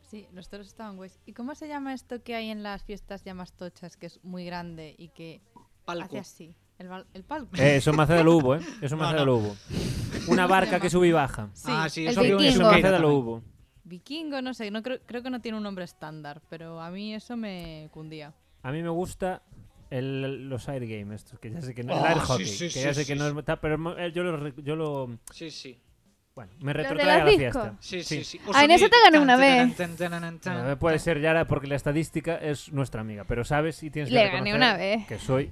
S4: Sí, los toros estaban guays. ¿Y cómo se llama esto que hay en las fiestas ya más tochas, que es muy grande y que hace
S2: Palco.
S4: así? El, bal- el palco.
S1: Eh, eso en Maceda lo hubo, ¿eh? Eso en
S2: No,
S1: Maceda
S2: no.
S1: lo hubo. Una barca que sube y baja.
S4: Sí,
S2: ah, sí,
S5: el
S2: eso había un
S1: Eso en
S5: vikingo.
S2: skate
S1: Maceda lo
S2: también.
S1: hubo.
S4: vikingo, no sé, no creo, creo que no tiene un nombre estándar, pero a mí eso me cundía.
S1: A mí me gusta el- los air games, estos, que ya sé que no, el
S2: Oh,
S1: air
S2: sí,
S1: hockey,
S2: sí,
S1: que
S2: sí,
S1: ya sé
S2: sí,
S1: que no
S2: sí.
S1: es tal, pero mo- eh, yo lo, re- yo lo
S2: Sí, sí.
S1: bueno, me
S5: de
S1: retrotrae a la
S5: los
S1: fiesta.
S2: Sí,
S1: Sí.
S2: sí, sí.
S5: Ah, en ese te gané una vez.
S1: Eh, puede ser Yara porque la estadística es nuestra amiga, pero sabes y tienes que
S5: Le gané
S1: reconocer
S5: una vez.
S1: que soy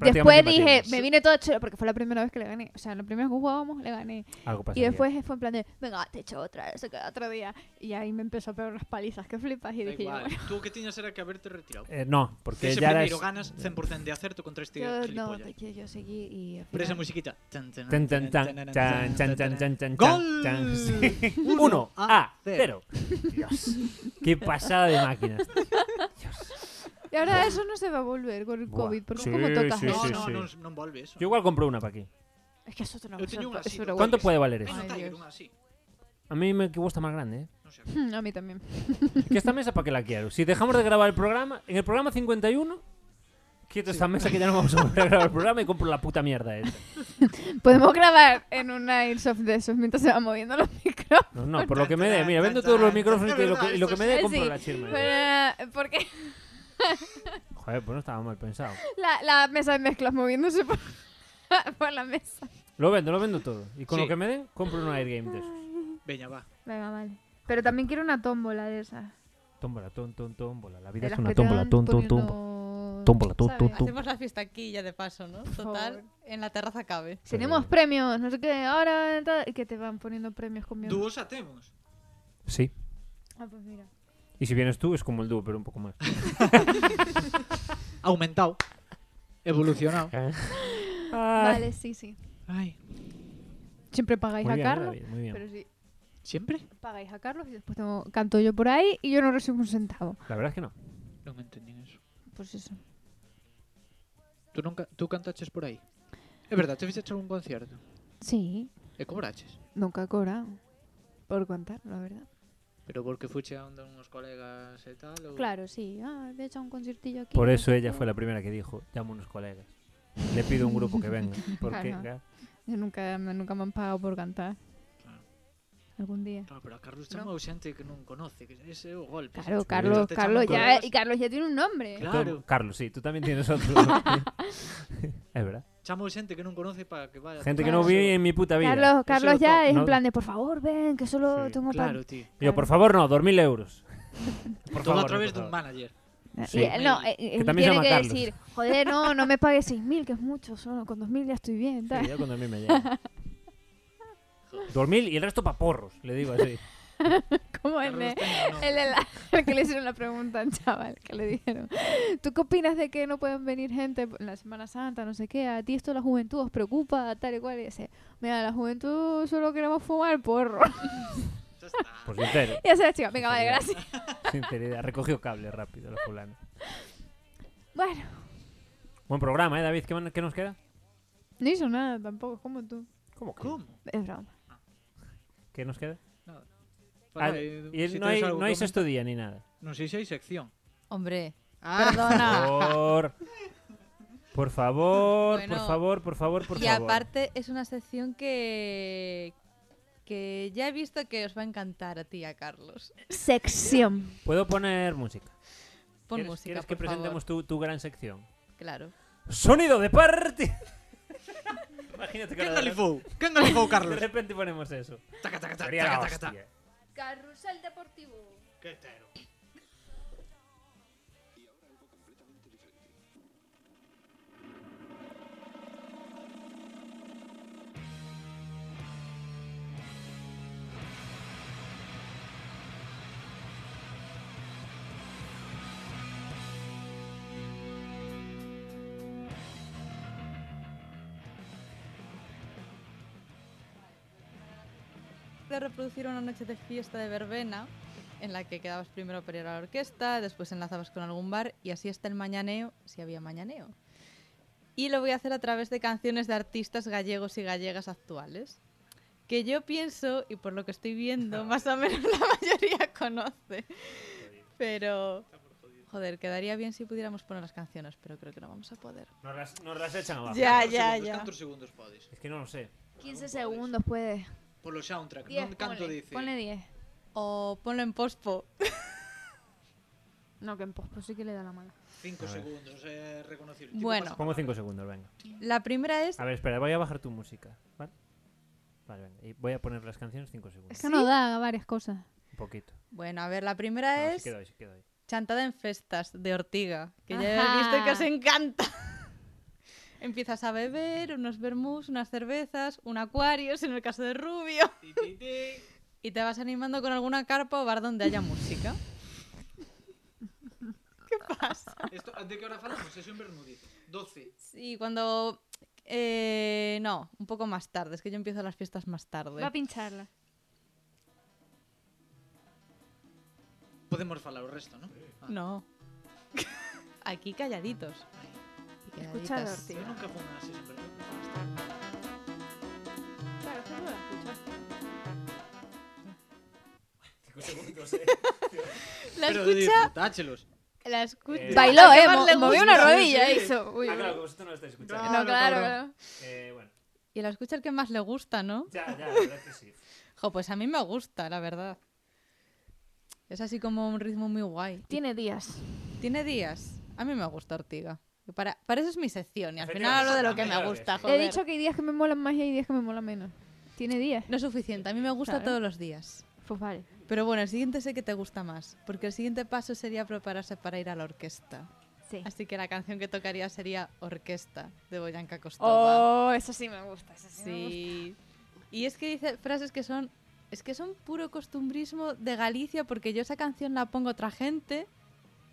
S5: Después
S1: prácticamente
S5: dije,
S1: imbatible.
S5: me vine toda chula porque fue la primera vez que le gané. O sea, la primera vez que jugábamos le gané.
S1: Algo
S5: Y
S1: pasaría.
S5: después fue en plan de, venga, te echo otra, eso queda otro día. Y ahí me empezó a pegar unas palizas que flipas y
S2: Da
S5: dije, yo,
S2: igual.
S5: bueno,
S2: Tú o que tiñas era que haberte retirado.
S1: Eh, no, porque
S2: Ese
S1: Yara es
S2: primeiro ganas 100% de acerto contra este
S5: yo no,
S2: gilipollas.
S5: te quiero, yo seguí y... al
S2: Pero esa
S5: final-
S2: musiquita. Tan, tan,
S1: Tan, tan, tan,
S2: tan,
S1: tan, tan, tan, tan, tan,
S2: ¡Gol!
S1: tan, sí.
S2: Uno
S1: Uno a
S2: a
S1: cero. Dios, qué pasada de máquinas.
S5: Y ahora eso no se va a volver con el
S1: Buah.
S5: COVID, porque
S1: Sí,
S5: como tocas
S1: sí,
S2: No,
S5: eso.
S1: sí,
S2: no,
S1: sí.
S2: non, non volve eso.
S1: Yo igual compro una para aquí.
S5: Es que eso te lo
S2: Eu teño unha así.
S5: eso era
S2: total,
S5: bueno.
S1: ¿Cuánto
S2: que
S1: puede valer
S2: Ay,
S1: eso?
S2: no
S5: Ay,
S2: Tiger,
S5: Dios.
S2: unha así.
S1: A mí me que gusta más grande, ¿eh?
S2: Non sei.
S5: Hmm, A mí también.
S1: Que esta mesa para qué la quiero. Si dejamos de grabar el programa, en el programa 51, quieto esta mesa que ya no vamos a volver a grabar el programa y compro la puta mierda esa.
S5: Podemos grabar en una Airsoft de esos mientras se van moviendo los micros.
S1: No, no, por lo que me dé. Mira, vendo todos los micrófonos y lo que, y lo que me dé compro
S5: Sí,
S1: la chirma.
S5: pero, porque
S1: Joder, pues no estaba mal pensado.
S5: la, la mesa de mezclas moviéndose por, por la mesa.
S1: Lo vendo, lo vendo todo. Y con
S2: Sí.
S1: lo que me den, compro un airgame de esos.
S2: Veña, va.
S5: Venga, vale. Pero también quiero una tómbola de esas.
S1: Tómbola, ton, ton, tómbola. La vida
S5: De
S1: es
S5: las
S1: una
S5: que te
S1: tómbola,
S5: van
S1: ton, ton, tómbola.
S5: poniendo-
S1: Tómbola, ton,
S5: ¿sabes?
S1: ton, ton.
S4: Hacemos la fiesta aquí ya de paso, ¿no? Total,
S5: favor.
S4: en la terraza cabe.
S5: Tenemos
S1: Eh,
S5: premios, no sé qué, ahora tal, y que te van poniendo premios con mi
S2: Dúos a temos.
S1: Sí.
S5: Ah, pues mira.
S1: Y si vienes tú, es como el dúo, pero un poco más.
S2: Aumentado. Evolucionado.
S5: Vale, sí, sí.
S2: Ay,
S5: Siempre pagáis
S1: Muy
S5: a
S1: bien,
S5: Carlos,
S1: David, muy bien.
S5: pero sí,
S2: sempre?
S5: pagáis a Carlos y después tengo- canto yo por ahí y yo no recibo un centavo.
S1: La verdad es que no.
S2: Non me entendín eso.
S5: Pues eso.
S2: Tú nunca, tú cantaches por aí. É verdade, te fixeches algún concierto
S5: Sí,
S2: e cobraches.
S5: nunca he cobrado. Por contar, la verdad.
S2: Pero porque fuche a onde unos colegas e tal ou...
S5: Claro, sí. Ah, he hecho un conciertillo aquí.
S1: Por eso ella fue la primera que dijo, llamo a unos colegas. Le pido a un grupo que venga. Porque,
S5: Ajá. Yo nunca, me- nunca me han pagado por cantar.
S2: Claro.
S5: Algún día.
S2: Claro, Ah, pero a Carlos chamou xente que non conoce, que ese é o golpe. sabes?
S5: Claro, Carlos,
S2: Te
S5: Carlos
S2: chaman
S5: ya, eh,
S2: colegas.
S5: y Carlos ya tiene un nombre.
S2: Claro.
S1: Tú- Carlos, sí, tú también tienes otro. es verdad.
S2: Chamou xente que non conoce para que vaya. a
S1: Gente que
S2: tocar
S1: no
S2: eso.
S1: vi en mi puta vida.
S5: Carlos, Carlos
S2: lo to-
S5: ya es
S1: no-
S5: en plan de por favor, ven, que solo
S1: Sí,
S5: tengo
S2: Claro, tío.
S1: Digo, por favor, no, 2.000 euros. Por
S2: Todo
S1: favor,
S2: a través
S1: no, por
S2: dun
S1: favor.
S2: manager.
S5: pan.
S1: Sí.
S5: Y él no, eh, él
S1: también se
S5: tiene
S1: llama
S5: que
S1: Carlos.
S5: decir, joder, no, no me pagues 6.000, que es mucho, solo con 2.000 ya estoy bien. tal.
S1: Sí, yo con 2.000 me llevo. 2.000 y el resto para porros, le digo así.
S5: Como el de, el de la- el que le hicieron la pregunta al chaval, que le dijeron, ¿tú qué opinas de que no pueden venir gente en la Semana Santa, no sé qué? A ti esto de la juventud os preocupa, tal y cual. Y dice, mira, la juventud solo queremos fumar porro.
S2: Ya está.
S1: Por sincero,
S5: Y hace la chica, venga, vale, gracias.
S1: sinceridad. Recogió cable rápido la fulana.
S5: Bueno,
S1: Buen programa, ¿eh, David? ¿Qué, man- qué nos queda?
S5: no hizo nada tampoco, como tú.
S1: ¿Cómo que?
S2: ¿Cómo?
S5: Es broma.
S1: ¿Qué nos queda?
S2: Para,
S1: Ah,
S2: eh,
S1: Y
S2: si
S1: no hay,
S2: tedes algo
S1: no hay
S2: como-
S1: sexto día ni nada.
S2: No sé si hay sección.
S4: Hombre,
S2: Ah,
S4: perdona.
S1: Por... Por favor, por
S4: Bueno.
S1: favor, por favor, por
S4: y
S1: favor.
S4: aparte es una sección que que ya he visto que os va a encantar a ti, y a Carlos.
S5: Sección.
S1: ¿Puedo poner música?
S4: Pon
S1: ¿Quieres,
S4: música,
S1: quieres que
S4: por
S1: presentemos tu, tu gran sección?
S4: favor. Claro.
S1: ¡Sonido de party! Imagínate que
S2: ¿Quién
S1: ahora de-
S2: galifou? ¿Quién galifou,
S1: de
S2: Carlos?
S1: repente ponemos eso.
S2: Taca, taca, taca,
S1: Sería la
S2: taca, taca, taca.
S1: hostia.
S5: Carrusel deportivo.
S2: Qué tero.
S4: de reproducir una noche de fiesta de verbena en la que quedabas primero para ir a la orquesta, después enlazabas con algún bar y así hasta el mañaneo, si había mañaneo. Y lo voy a hacer a través de canciones de artistas gallegos y gallegas actuales, que yo pienso, y por lo que estoy viendo, más o menos la mayoría conoce. Pero, joder, quedaría bien si pudiéramos poner las canciones, pero creo que no vamos a poder.
S1: Nos las, nos las echan abajo.
S4: Ya,
S2: Cantos
S4: ya,
S2: segundos,
S4: ya.
S2: Cantos segundos podes.
S1: Es que no lo sé.
S5: 15 segundos puede.
S2: Por los soundtrack,
S5: 10,
S2: non canto
S5: ponle,
S2: dice.
S5: ponle 10.
S4: O ponlo en pospo.
S5: No, que en pospo sí que le da la mano.
S1: A
S2: 5
S1: ver.
S2: segundos, é reconocible.
S4: Bueno.
S2: Tipo,
S1: Pongo cinco segundos, venga.
S4: La primera es...
S1: A ver, espera, voy a bajar tu música. ¿Vale? Vale, venga. Y voy a poner las canciones cinco segundos.
S5: Es que no da varias cosas.
S1: Un poquito.
S4: Bueno, a ver, la
S1: No,
S4: primera
S1: sí
S4: es...
S1: quedo ahí, sí quedo ahí.
S4: Chantada en festas de Ortiga, que ya he visto que os
S5: Ajá.
S4: encanta. Empiezas a beber unos vermús, unas cervezas, un acuarios en el caso de Rubio,
S2: ti, ti, ti.
S4: y te vas animando con alguna carpa o bar donde haya música. ¿Qué pasa?
S2: Esto, de que hora falamos? Es un Bermúdez. 12.
S4: Sí, cuando... eh, no, un poco más tarde, es que yo empiezo las fiestas más
S5: Va a
S4: tarde.
S5: pincharla.
S2: Podemos falar o resto, non? Ah.
S4: No. Aquí calladitos. Y
S5: Escuchad a
S4: calladitas.
S2: Eu
S5: Ortiga.
S2: nunca pongo así sempre.
S5: Claro, que no la escuchas.
S1: Cinco segundos, eh.
S4: La escucha...
S2: disfrutáchelos.
S4: La escucha...
S1: Eh,
S5: Bailó,
S4: ¿Qué
S5: eh.
S4: más le
S5: mo- movió
S4: gusta?
S5: una
S2: Sí,
S5: rodilla,
S2: sí.
S5: hizo. Uy,
S1: Ah,
S5: uy.
S1: claro, que vosotros no lo estáis escuchando.
S5: No, claro,
S2: cabrón.
S5: claro.
S1: Eh, bueno.
S4: Y la escucha el que más le gusta, ¿no?
S1: Ya, ya, la verdad es que sí.
S4: Jo, pues a mí me gusta, la verdad. Es así como un ritmo muy guay. Ti-
S5: Tiene días.
S4: Tiene días. A mí me gusta Ortiga. Y Para, para eso es mi sección y al final hablo de lo que me
S1: Efectivamente,
S4: gusta,
S1: sí.
S4: joder.
S5: He dicho que hay días que me molan más y hay días que me molan menos. Tiene días.
S4: No es suficiente, a mí me gusta
S5: Claro.
S4: todos los días.
S5: Pues vale.
S4: Pero bueno, el siguiente sé que te gusta más, porque el siguiente paso sería prepararse para ir a la orquesta.
S5: Sí.
S4: Así que la canción que tocaría sería Orquesta, de Boyanca Costova.
S5: Oh, eso sí me gusta. Eso sí. me gusta.
S4: Sí. Y es que dice frases que son. Es que son puro costumbrismo de Galicia porque yo esa canción la pongo a otra gente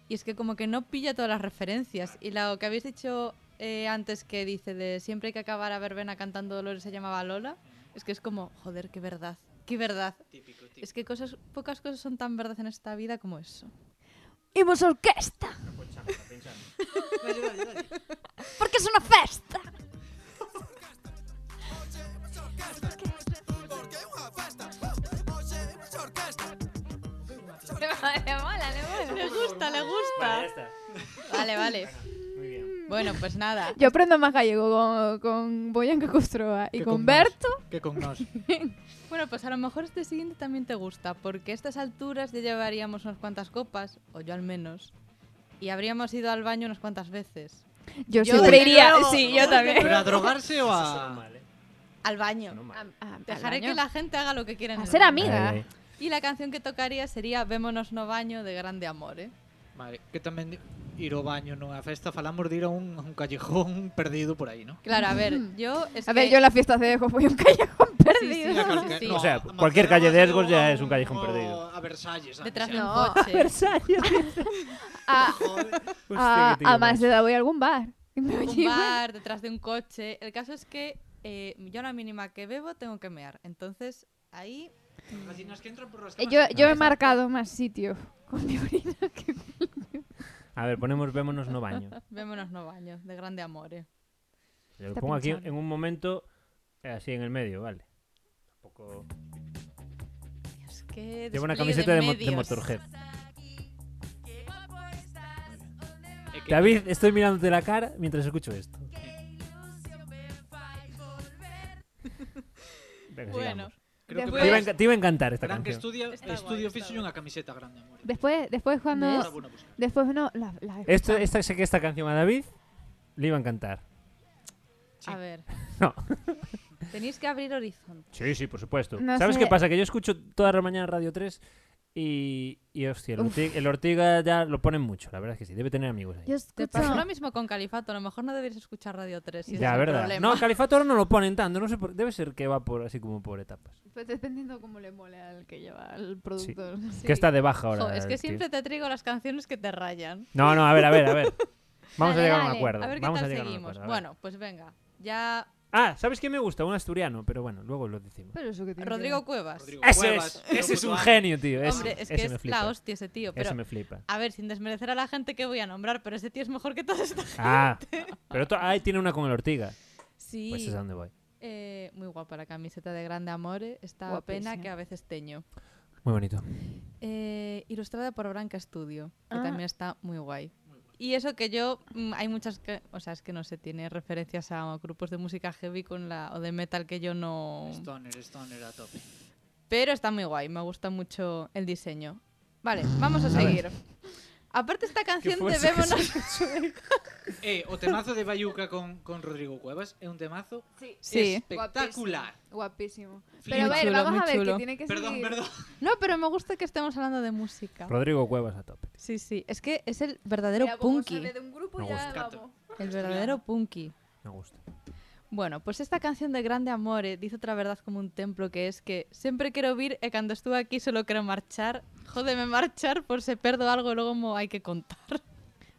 S4: y es que como que no pilla todas las referencias. Y lo que habéis dicho eh, antes que dice de siempre que acabara verbena cantando Dolores se llamaba Lola, es que es como, joder, qué verdad, qué verdad.
S2: Típico, típico.
S4: Es que cosas, pocas cosas son tan verdad en esta vida como eso.
S5: ¡Hemos orquesta!
S2: Dale, dale, dale.
S5: Porque es una festa. Le mola, le mola.
S4: Le gusta, le
S1: Vale, ya
S4: gusta.
S1: está.
S4: Vale, vale.
S1: Muy bien.
S4: Bueno, pues nada.
S5: Yo aprendo más gallego con, con Boyan que Costroa y
S2: Que
S5: con
S2: con
S5: Berto.
S2: Que con nós.
S4: Bueno, pues a lo mejor este siguiente también te gusta, porque a estas alturas ya llevaríamos unas cuantas copas, o yo al menos, y habríamos ido al baño unas cuantas veces.
S5: Yo,
S4: Yo
S5: siempre
S4: desde
S5: iría.
S4: luego.
S5: Sí, yo también.
S2: Pero a drogarse o
S1: Eso suena
S2: a...
S1: mal, eh.
S4: Al baño.
S1: Suena mal.
S4: Dejaré que la gente haga lo que quiera. en
S5: Ah, A
S4: el
S5: ser
S4: baño.
S5: amiga. Mira.
S1: Ay, ay.
S4: Y la canción que tocaría sería Vémonos no baño de Grande Amor, ¿eh?
S2: Vale, que tamén di- ir ao baño nunha festa falamos de ir a un, a un callejón perdido por aí, non?
S4: Claro, a ver,
S5: Mm.
S4: yo es
S5: A ver,
S4: que
S5: yo en las fiestas de Dejo voy a un callejón perdido.
S2: La calca-
S4: Sí.
S2: no,
S1: O sea,
S2: a
S1: cualquier calle
S2: Macerra
S1: de
S2: ha
S1: Ergos
S2: sido
S1: ya
S2: a
S1: es un callejón
S2: o
S1: perdido.
S2: A Versalles. antes,
S4: Detrás
S2: ya.
S4: de un
S5: No.
S4: coche.
S5: A,
S2: Joder.
S1: Hostia,
S5: a,
S1: qué tío
S5: a
S1: más.
S5: Maceda voy a algún bar. Y me voy a
S4: un
S5: llevar-
S4: bar, detrás de un coche. El caso es que eh, yo a la mínima que bebo tengo que mear. Entonces, ahí... mm,
S2: Las niñas que entran por las
S5: Eh,
S2: camas
S5: Yo,
S2: de
S5: yo he
S2: casa.
S5: marcado más sitio con mi orina que
S1: A ver, ponemos Vémonos no baño.
S4: Vémonos no baño, de grande ¿eh? amore.
S1: Yo lo
S5: Está
S1: pongo aquí
S5: pinchado.
S1: en un momento eh, así en el medio, vale. Tampoco...
S4: Dios, qué
S1: Lleva una
S4: despliegue
S1: camiseta de, mo- de
S4: medios.
S1: Motorhead.
S2: Eh, que-
S1: David, estoy mirándote la cara mientras escucho esto. Venga,
S4: Bueno,
S1: sigamos.
S2: creo que
S1: Te iba, a
S5: pues-
S2: Frank-
S1: enca- te iba a encantar esta
S2: Frank
S1: canción.
S2: estudia,
S4: Está guay,
S2: estudio
S4: está
S2: fixo
S4: guay.
S2: una camiseta grande, amor.
S5: Después, después
S2: Ahora pues,
S5: cuando...
S2: buena busca.
S5: Después no, la, la
S1: Esto,
S5: escuchamos.
S1: esta, sé que esta canción a David le iba a encantar.
S2: Sí.
S4: a ver.
S1: No.
S4: Tenéis que abrir horizonte.
S1: Sí, sí, por supuesto.
S5: No
S1: ¿Sabes
S5: sé.
S1: qué pasa? Que yo escucho toda la mañana Radio 3 y, y hostia, el, Orti- el Ortiga ya lo ponen mucho, la verdad es que sí. Debe tener amigos ahí.
S5: Yo
S4: Te
S5: escucho...
S4: pasó lo mismo con Califato. A lo mejor no deberías escuchar Radio 3. y ese es
S1: ya,
S4: el
S1: verdad.
S4: problema.
S1: No, el Califato ahora no lo ponen tanto. No sé por- Debe ser que va por así como por etapas.
S5: Pues dependiendo cómo le mole al que lleva el productor.
S1: Que está de baja
S4: Jo,
S1: ahora.
S4: es que
S1: el tío.
S4: siempre te traigo las canciones que te rayan.
S1: No, no, a ver, a ver, a ver. Vamos a
S5: Dale,
S1: llegar a un
S5: dale.
S1: acuerdo.
S4: A ver qué
S1: Vamos
S4: tal
S1: a llegar a un
S4: seguimos.
S1: acuerdo, a ver.
S4: bueno, pues venga. Ya.
S1: Ah, ¿sabes qué me gusta? Un asturiano, pero bueno, luego lo decimos.
S5: Pero eso que tiene que
S4: Rodrigo
S5: ver.
S4: Cuevas.
S2: Rodrigo
S1: Ese
S2: Cuevas,
S1: es,
S2: yo
S1: ese es
S2: puto
S1: un
S2: amo.
S1: genio, tío. Ese,
S4: Hombre, es
S1: ese
S4: que
S1: me
S4: es
S1: flipa.
S4: la hostia ese tío. Pero,
S1: Ese me flipa.
S4: a ver, sin desmerecer a la gente que voy a nombrar, pero ese tío es mejor que toda esta gente.
S1: Ah, pero to- ahí tiene una con el Ortiga.
S4: Sí.
S1: Pues es a donde voy.
S4: eh, muy guapa la camiseta de Grande Amore. Está pena
S5: Guapísima.
S4: que a veces teño.
S1: Muy bonito.
S4: Eh, ilustrada por Branca Studio, que
S5: Ah.
S4: también está muy guay. Y eso que yo, mm, hay muchas que, o sea, es que no sé, tiene referencias a grupos de música heavy con la, o de metal que yo no...
S2: Stoner, Stoner a tope.
S4: Pero está muy guay, me gusta mucho el diseño. Vale, vamos a seguir. Aparte esta canción
S1: fue
S4: de
S1: eso que
S4: Vémonos...
S2: Eh, o temazo de Bayuca con, con Rodrigo Cuevas es un temazo
S4: Sí.
S2: espectacular.
S5: Guapísimo.
S2: Flipa.
S5: Pero a ver,
S4: chulo, muy
S5: vamos a ver,
S4: chulo.
S5: que tiene que
S2: Perdón,
S5: seguir.
S2: perdón.
S4: No, pero me gusta que estemos hablando de
S5: Ah.
S4: música.
S1: Rodrigo Cuevas a tope.
S4: Sí, sí, es que es el verdadero
S5: Mira, como
S4: punky.
S5: sale de un grupo,
S1: Me
S5: ya
S2: gusta.
S5: vamos.
S4: El verdadero punky.
S1: Me gusta.
S4: Bueno, pues esta canción de Grande Amore dice otra verdad como un templo que es que siempre quiero vir e cando estuve aquí solo quiero marchar. Jódeme marchar por se perdo algo e logo mo hai que contar.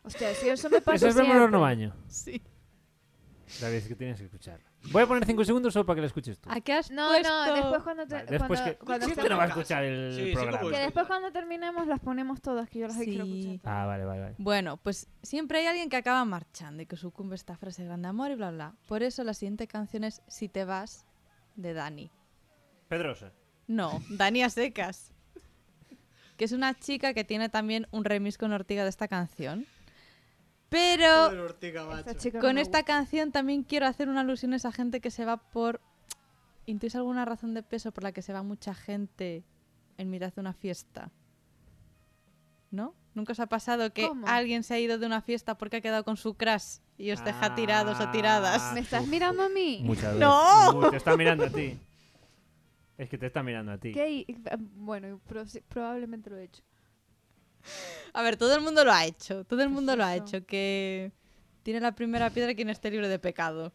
S5: Hostia, si eso me pasa
S1: Eso es Vémonos
S5: siempre.
S1: no baño.
S4: Sí.
S1: David, es que tienes que escucharla. Voy a poner 5 segundos solo para que la escuches tú.
S4: ¿A qué has
S5: No,
S4: puesto?
S5: no, después cuando... Te,
S1: Vale, después
S5: cuando,
S1: que...
S5: cuando
S1: Sí,
S5: está-
S1: te no va a escuchar el
S2: Sí, sí,
S1: programa.
S2: como
S5: que después cuando terminemos las ponemos todas, que yo las quiero
S4: Sí.
S5: escuchar. todas.
S1: Ah, vale, vale, vale.
S4: Bueno, pues siempre hay alguien que acaba marchando y que sucumbe a esta frase de Grande Amore y bla bla. Por eso la siguiente canción es Si te vas de Dani.
S1: Pedrosa.
S4: No, Dani a secas. Que es una chica que tiene también un remix con Ortiga de esta canción. Pero
S2: Joder, Ortega,
S1: Ah,
S2: macho.
S5: Esta chica no
S4: Con
S5: me
S4: esta canción también quiero hacer una alusión a esa gente que se va por... ¿Intuís alguna razón de peso por la que se va mucha gente en mitad de una fiesta? ¿No? ¿Nunca os ha pasado que
S5: ¿Cómo?
S4: alguien se ha ido de una fiesta porque ha quedado con su crush y os deja tirados o tiradas?
S5: gusta. ¿Me estás mirando a mí?
S1: Muchas veces.
S4: ¡No!
S1: Uy, te está mirando a ti. Es que te está mirando a ti.
S5: ¿Qué? Y- ah, Bueno, pro- probablemente lo he hecho.
S4: A ver, todo el mundo lo ha hecho, todo el
S5: ¿Qué es
S4: mundo lo ha
S5: eso?
S4: hecho, que tiene la primera piedra quien esté libre de pecado.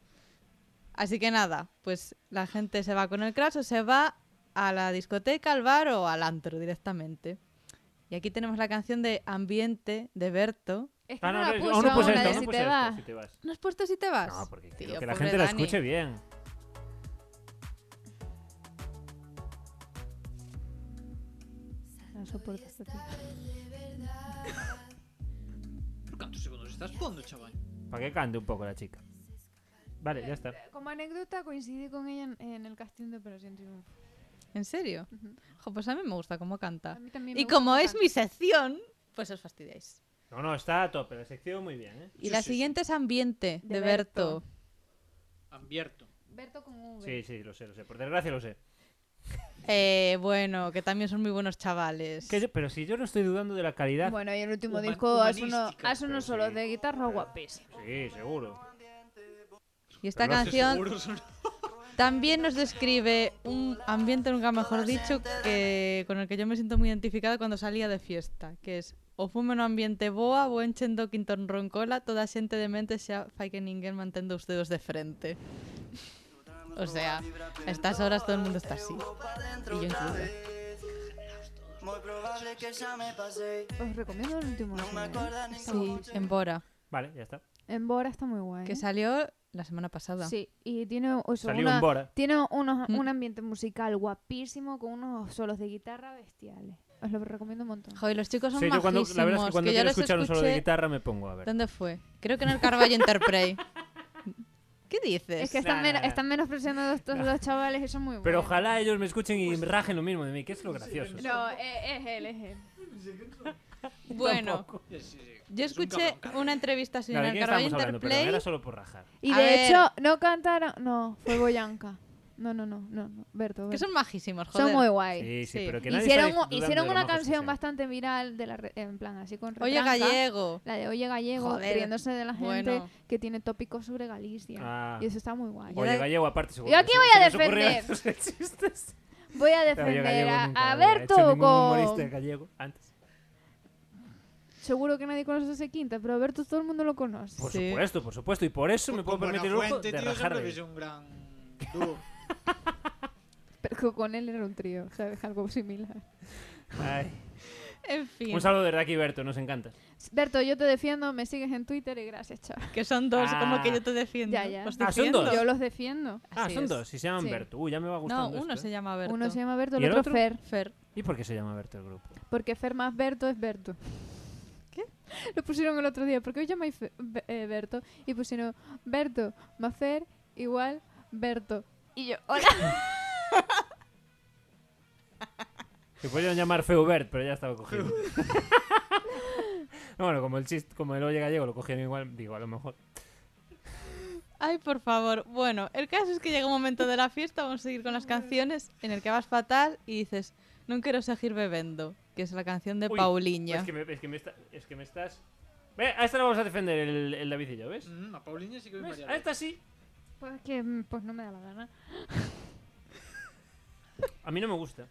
S4: Así que nada, pues la gente se va con el crash o se va a la discoteca, al bar o al antro directamente. Y aquí tenemos la canción de Ambiente de Berto.
S5: Es que
S1: Ah,
S5: no,
S1: no,
S5: la
S1: no,
S5: puse
S1: aún no
S5: aún,
S1: puse
S5: la
S1: esto,
S5: de
S1: aún no
S5: si
S1: puse
S5: te Pues,
S1: esto,
S5: vas.
S1: si te vas.
S4: ¿No has puesto si te vas?
S5: Ah,
S1: No, porque quiero
S4: Tío,
S1: que la
S4: pobre
S1: gente la
S4: Dani.
S1: escuche bien.
S5: No soporto este tipo.
S2: ¿Cuántos segundos estás pondo, chaval?
S1: Para que cante un poco la chica. Vale, ya está.
S5: Como anécdota, coincidí con ella en, en el casting de Operación Triunfo.
S4: ¿En serio?
S5: Ujú.
S4: Jo, pues a mí me gusta cómo
S5: A
S4: canta.
S5: mí también me
S4: Y
S5: gusta
S4: como es
S5: bastante.
S4: mi sección, pues os fastidiáis.
S1: No, no, está a tope. La sección muy bien, ¿eh?
S4: Y
S2: Sí,
S4: la
S2: sí, sí.
S4: siguiente es Ambiente de,
S5: De
S4: Berto.
S5: Berto.
S2: Ambierto.
S5: Berto con V.
S1: Sí, sí, lo sé, lo sé. Por desgracia lo sé.
S4: Eh, bueno, que también son muy buenos chavales.
S1: Que yo- pero si yo no estoy dudando de la calidad.
S5: Bueno, y el último
S2: Human-
S5: disco hace, uno,
S2: humanística,
S5: hace unos
S1: pero
S5: solos
S1: sí.
S5: de guitarra guapísimos.
S1: Sí, seguro.
S4: Y esta
S1: Pero no estoy
S4: canción
S2: Seguro son-
S4: también nos describe un ambiente, nunca mejor dicho, que con el que yo me siento muy identificada cuando salía de fiesta, que es o fume no ambiente boa, o enchendo quinton roncola, toda xente de mente xa fai que ninguén mantendo os dedos de frente. O sea, a estas horas todo el mundo está así. Y yo incluida.
S5: Os recomiendo el último. de Selena, ¿eh? Está
S4: Sí, en Bora,
S1: Vale, ya está.
S5: En Bora está muy guay.
S4: que
S5: ¿eh?
S4: salió la semana pasada.
S5: Sí, y tiene, o sea,
S1: Salió
S5: una-
S1: un Bora.
S5: tiene unos-
S4: Mm.
S5: un ambiente musical guapísimo con unos solos de guitarra bestiales. Os lo recomiendo un montón.
S4: Joder, los chicos son
S1: Sí, yo cuando,
S4: majísimos.
S1: la verdad es que cuando
S4: yo
S1: quiero
S4: los
S1: escuchar un solo de
S4: escuché-
S1: guitarra me pongo a ver.
S4: ¿Dónde fue? Creo que en el Carballo Interplay. ¿Qué dices?
S5: Es que
S1: Nah,
S5: están,
S1: nah,
S5: menos
S1: nah.
S5: están menospreciando a estos dos chavales, eso es muy bueno.
S1: Pero ojalá ellos me escuchen y rajen lo mismo de mí, que es lo gracioso.
S5: No, eh, es él, es él.
S4: Bueno,
S1: Tampoco.
S2: Sí, sí, sí.
S4: yo
S2: Es un
S4: escuché
S2: cabrón,
S4: una entrevista sin
S1: Claro, ¿de
S4: el
S1: quién
S4: Carballo
S1: estábamos hablando? Perdón,
S4: Interplay.
S1: era solo por rajar.
S5: Y
S4: A
S5: de
S4: ver.
S5: hecho, no cantaron. No, fue Boyanca. No, no, no, no, no. Berto.
S4: Que
S5: Berto.
S4: son majísimos, joder.
S5: Son muy guay.
S1: Sí, sí,
S4: Sí.
S1: pero que nadie está
S5: Hicieron,
S1: dudando
S5: hicieron
S1: de lo
S5: una
S1: majos que
S5: canción
S1: sean.
S5: bastante viral de la re- en plan así con
S4: Oye,
S5: retranca.
S4: gallego.
S5: La de Oye Gallego,
S4: Joder.
S5: riéndose de la gente
S4: Bueno.
S5: que tiene tópicos sobre Galicia.
S1: Ah.
S5: Y eso está muy guay.
S1: Oye, Gallego, aparte, seguro.
S5: Yo
S1: que
S5: aquí
S1: se-
S5: voy a
S1: se les ocurrieron
S5: defender.
S1: esos chistes.
S5: Voy a
S1: Claro, yo
S5: defender
S1: Gallego
S5: a,
S1: nunca
S5: a
S1: había
S5: Berto
S1: hecho ningún humorista
S5: con...
S1: gallego antes.
S5: Seguro que nadie conoce ese quinta, pero a Berto todo el mundo lo conoce.
S1: Por
S4: Sí.
S1: supuesto, por supuesto. Y por eso me
S2: Con
S1: puedo permitir el lujo
S2: Buenafuente,
S1: de
S2: tío,
S1: rajar
S2: siempre
S1: de
S2: es un gran dúo.
S5: Pero co- con él era un trío, ¿sabes? Algo similar.
S1: Ay.
S4: En fin,
S1: Un saludo desde aquí, Berto, nos encanta.
S5: Berto, yo te defiendo, me sigues en Twitter y gracias, chaval.
S4: que son dos, como que yo te defiendo.
S5: Ya, ya.
S4: Os
S1: Ah, son
S4: defiendo.
S1: dos.
S5: Yo los defiendo.
S1: Ah,
S4: Así
S1: son
S4: es.
S1: dos, y se llaman
S5: Sí.
S1: Berto. Uy, ya me va
S4: No,
S1: gustando
S4: uno
S1: esto,
S4: se
S1: ¿eh?
S4: llama Berto.
S5: Uno se llama Berto,
S1: ¿Y
S5: el,
S1: el
S5: otro,
S1: otro?
S5: Fer.
S4: Fer.
S1: ¿Y por qué se llama Berto el grupo?
S5: Porque Fer más Berto es Berto. ¿Qué? Lo pusieron el otro día, porque hoy llamáis Fe- Be- eh, Berto y pusieron Berto más Fer igual Berto. Y yo, hola.
S1: Se podrían llamar Feubert, pero ya estaba cogido. No, bueno, como el chiste, como el oye gallego lo cogieron igual, digo, a lo mejor.
S4: Ay, por favor. Bueno, el caso es que llega un momento de la fiesta, vamos a seguir con las canciones, en el que vas fatal y dices, no quiero seguir bebendo, que es la canción de
S1: Uy,
S4: Paulinha.
S1: Es que me, es que me, está- es que me estás. Ve, a esta la vamos a defender el, el Davidillo, ¿ves?
S2: Mm, a Paulinho sí que voy
S1: ¿Ves?
S2: varias
S1: A esta sí.
S5: Pues es que mm, pues no me da la gana.
S1: A mí no me gusta.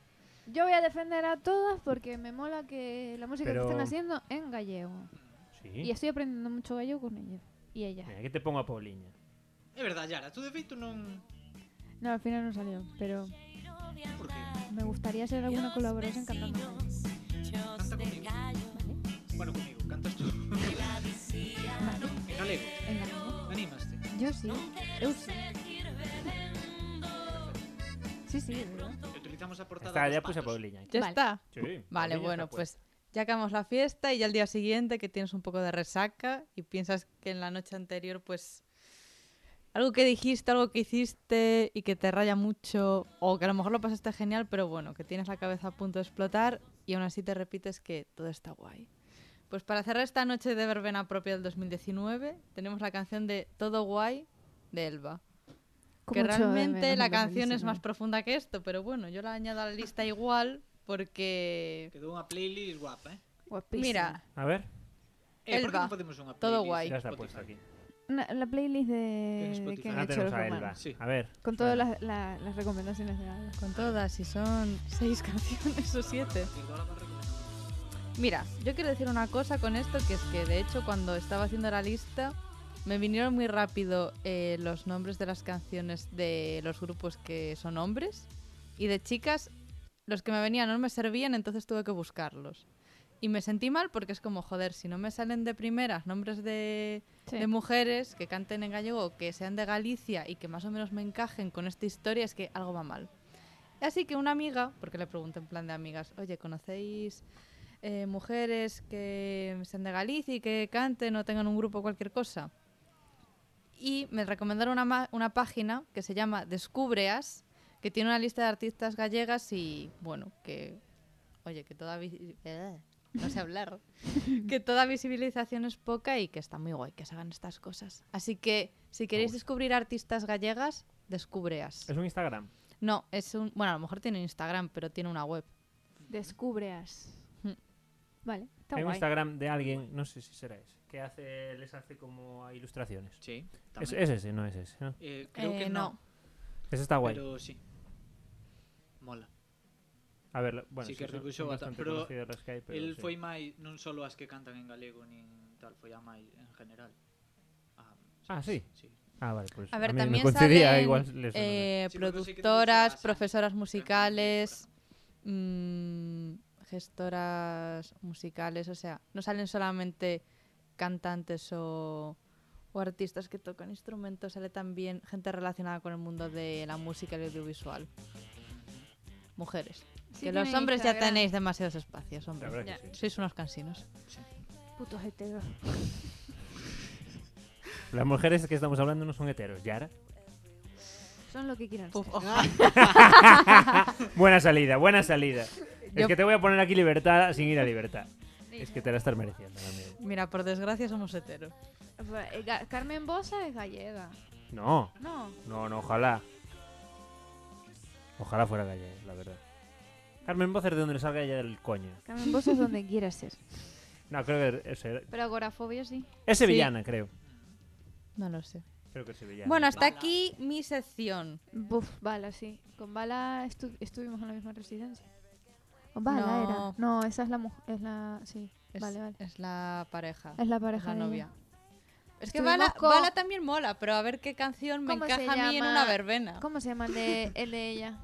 S5: Yo voy a defender a todas porque me mola que la música
S1: Pero-
S5: que están haciendo en gallego. Y
S1: Sí.
S5: estoy aprendiendo mucho gallego con ellos. Y ella.
S1: Mira, que te pongo a Paulinha.
S2: É verdade, Yara, tú de feito non...
S5: No, al final no salió, pero
S2: Por qué?
S5: me gustaría hacer alguna colaboración cantando.
S2: Canta comigo. Bueno, comigo, cantas tú. en galego,
S5: en gallego.
S2: animaste.
S5: Yo sí. Eu sí. Sí, sí, de verdad.
S2: Utilizamos a portada
S1: Está,
S2: dos
S1: ya puse a
S2: patos.
S1: Paulinha.
S4: ¿Ya
S5: Vale.
S4: está?
S1: Sí, Paulinha
S4: Vale,
S1: está
S4: bueno,
S1: puesta.
S4: pues ya acabamos la fiesta y ya al día siguiente que tienes un poco de resaca y piensas que en la noche anterior, pues, algo que dijiste, algo que hiciste y que te raya mucho, o que a lo mejor lo pasaste genial, pero bueno, que tienes la cabeza a punto de explotar y aún así te repites que todo está guay. Pues para cerrar esta noche de verbena propia del 2019, tenemos la canción de Todo Guay de Elba.
S5: Como
S4: Que
S5: ocho de
S4: realmente
S5: menos,
S4: la
S5: hombre,
S4: canción es
S5: buenísima.
S4: más profunda que esto, pero bueno, yo la añado a la lista igual porque...
S2: Quedou unha playlist guapa, eh?
S5: Guapísima.
S4: Mira,
S1: A ver,
S2: eh por que
S4: Elba,
S2: non podemos unha playlist?
S4: todo guay.
S1: ya está
S2: Spotify?
S1: puesta aquí.
S5: Una- la playlist
S2: En
S5: de, de
S2: Spotify.
S5: que han
S1: Ahora
S5: hecho los
S1: tenemos a Elba.
S5: romanos.
S2: Sí.
S1: A ver.
S5: Con todas las, la- las recomendaciones de Alba.
S4: Con todas, si son seis canciones o siete. Mira, yo quiero decir una cosa con esto, que es que de hecho cuando estaba haciendo la lista me vinieron muy rápido eh, los nombres de las canciones de los grupos que son hombres y de chicas los que me venían no me servían, entonces tuve que buscarlos. Y me sentí mal porque es como, joder, si no me salen de primeras nombres de,
S5: Sí.
S4: de mujeres que canten en gallego, que sean de Galicia y que más o menos me encajen con esta historia, es que algo va mal. Así que una amiga, porque le pregunté en plan de amigas, oye, ¿conocéis eh, mujeres que sean de Galicia y que canten o tengan un grupo o cualquier cosa? Y me recomendaron una, ma- una página que se llama Descubreas, que tiene una lista de artistas gallegas y, bueno, que... Oye, que toda... vi- eh, No sé hablar. que toda visibilización es poca y que está muy guay que se hagan estas cosas. Así que, si queréis
S1: gusta.
S4: descubrir artistas gallegas, descubreas.
S1: Es un Instagram.
S4: No, es un. Bueno, a lo mejor tiene Instagram, pero tiene una web.
S5: Descubreas.
S4: Hmm.
S5: Vale, está
S1: Hay un
S5: guay.
S1: Instagram de alguien, no sé si será ese, que hace, les hace como a ilustraciones.
S2: Sí, tamén.
S1: Es, es ese, no es ese. ¿no?
S2: Eh, creo
S4: Eh,
S2: que no,
S1: Ese está guay.
S2: pero sí. Mola.
S1: A ver, la- bueno,
S2: Sí, que
S1: son- son
S2: recuxou a ta-
S1: bastante
S2: pero
S1: conocidas las que hay, pero
S2: El
S1: sí.
S2: foi máis non só as que cantan en galego nin tal, foi a máis en general. A-
S1: Ah, sí?
S2: Sí,
S1: Ah, vale, pues.
S4: A ver,
S1: mí
S4: también
S1: me coincidía,
S4: salen,
S1: igual les-
S4: eh,
S2: Sí, porque sí que te
S4: productoras,
S2: mencionas a-
S4: profesoras musicales,
S2: Pero
S4: mm, gestoras musicales, o sea, no salen solamente cantantes o, o artistas que tocan instrumentos, sale también gente relacionada con el mundo de la música y el audiovisual. Mujeres.
S5: Sí
S4: que los
S5: tienen
S4: hombres ya
S5: Instagram.
S4: tenéis demasiados espacios,
S1: La
S4: hombre.
S1: verdad que
S5: Ya.
S1: sí.
S4: Sois unos cansinos.
S5: Putos heteros.
S1: Las mujeres que estamos hablando no son heteros, Yara.
S5: Son lo que quieran.
S4: Puf,
S5: ser.
S4: ojalá.
S2: Ah.
S1: buena salida, buena salida. Es
S4: Yo-
S1: que te voy a poner aquí libertad sin ir a libertad. Es que te la estás mereciendo, la mía.
S4: Mira, por desgracia somos heteros.
S5: Eh, Ga- Carmen Bosa es gallega.
S1: No,
S5: No.
S1: no, no, ojalá. Ojalá fuera gallega, la verdad. Carmen Bozer de donde le salga ella del coño.
S5: Carmen Bosa es donde quiera ser.
S1: No, creo que es, es
S5: Pero agorafobia sí.
S1: sevillana, creo.
S4: No lo sé.
S1: Creo que es sevillana.
S4: Bueno,
S1: sí.
S4: hasta aquí mi sección.
S5: Buf, Bala, sí. Con Bala estu- estuvimos en la misma residencia. Con Bala
S4: No.
S5: era. No, esa es la mujer. Es la. Sí.
S4: Es,
S5: Vale, vale.
S4: es la pareja.
S5: Es la pareja.
S4: la
S5: de ella.
S4: novia. Es que
S5: Estuvimos
S4: Bala,
S5: con-
S4: Bala también mola, pero a ver qué canción me
S5: ¿Cómo se
S4: encaja a mí en
S5: llama?
S4: una verbena.
S5: ¿Cómo se llama el de, el de ella?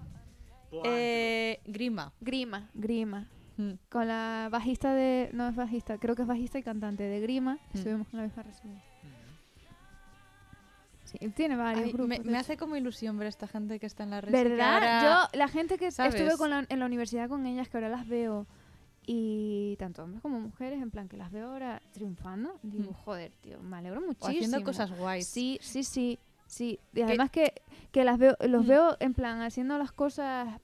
S2: Buah,
S4: Eh, Grima.
S5: Grima. Grima.
S4: Mm.
S5: Con la bajista de. No es bajista, creo que es bajista y cantante de Grima.
S4: Mm.
S5: Estuvimos en la misma residencia.
S2: pero- Ujú.
S5: Sí, tiene varios
S4: Ay,
S5: grupos.
S4: me,
S5: de
S4: me
S5: hecho.
S4: hace como ilusión ver esta gente que está en la red.
S5: ¿Verdad? Yo, la gente que
S4: ¿sabes?
S5: estuve con la- en la universidad con ellas, que ahora las veo, y tanto hombres como mujeres, en plan que las veo ahora triunfando, digo,
S4: Mm.
S5: joder, tío, me alegro
S4: O
S5: muchísimo.
S4: haciendo cosas guays.
S5: Sí, sí, sí, sí. Y además que, que las veo, los
S4: Mm.
S5: veo en plan haciendo las cosas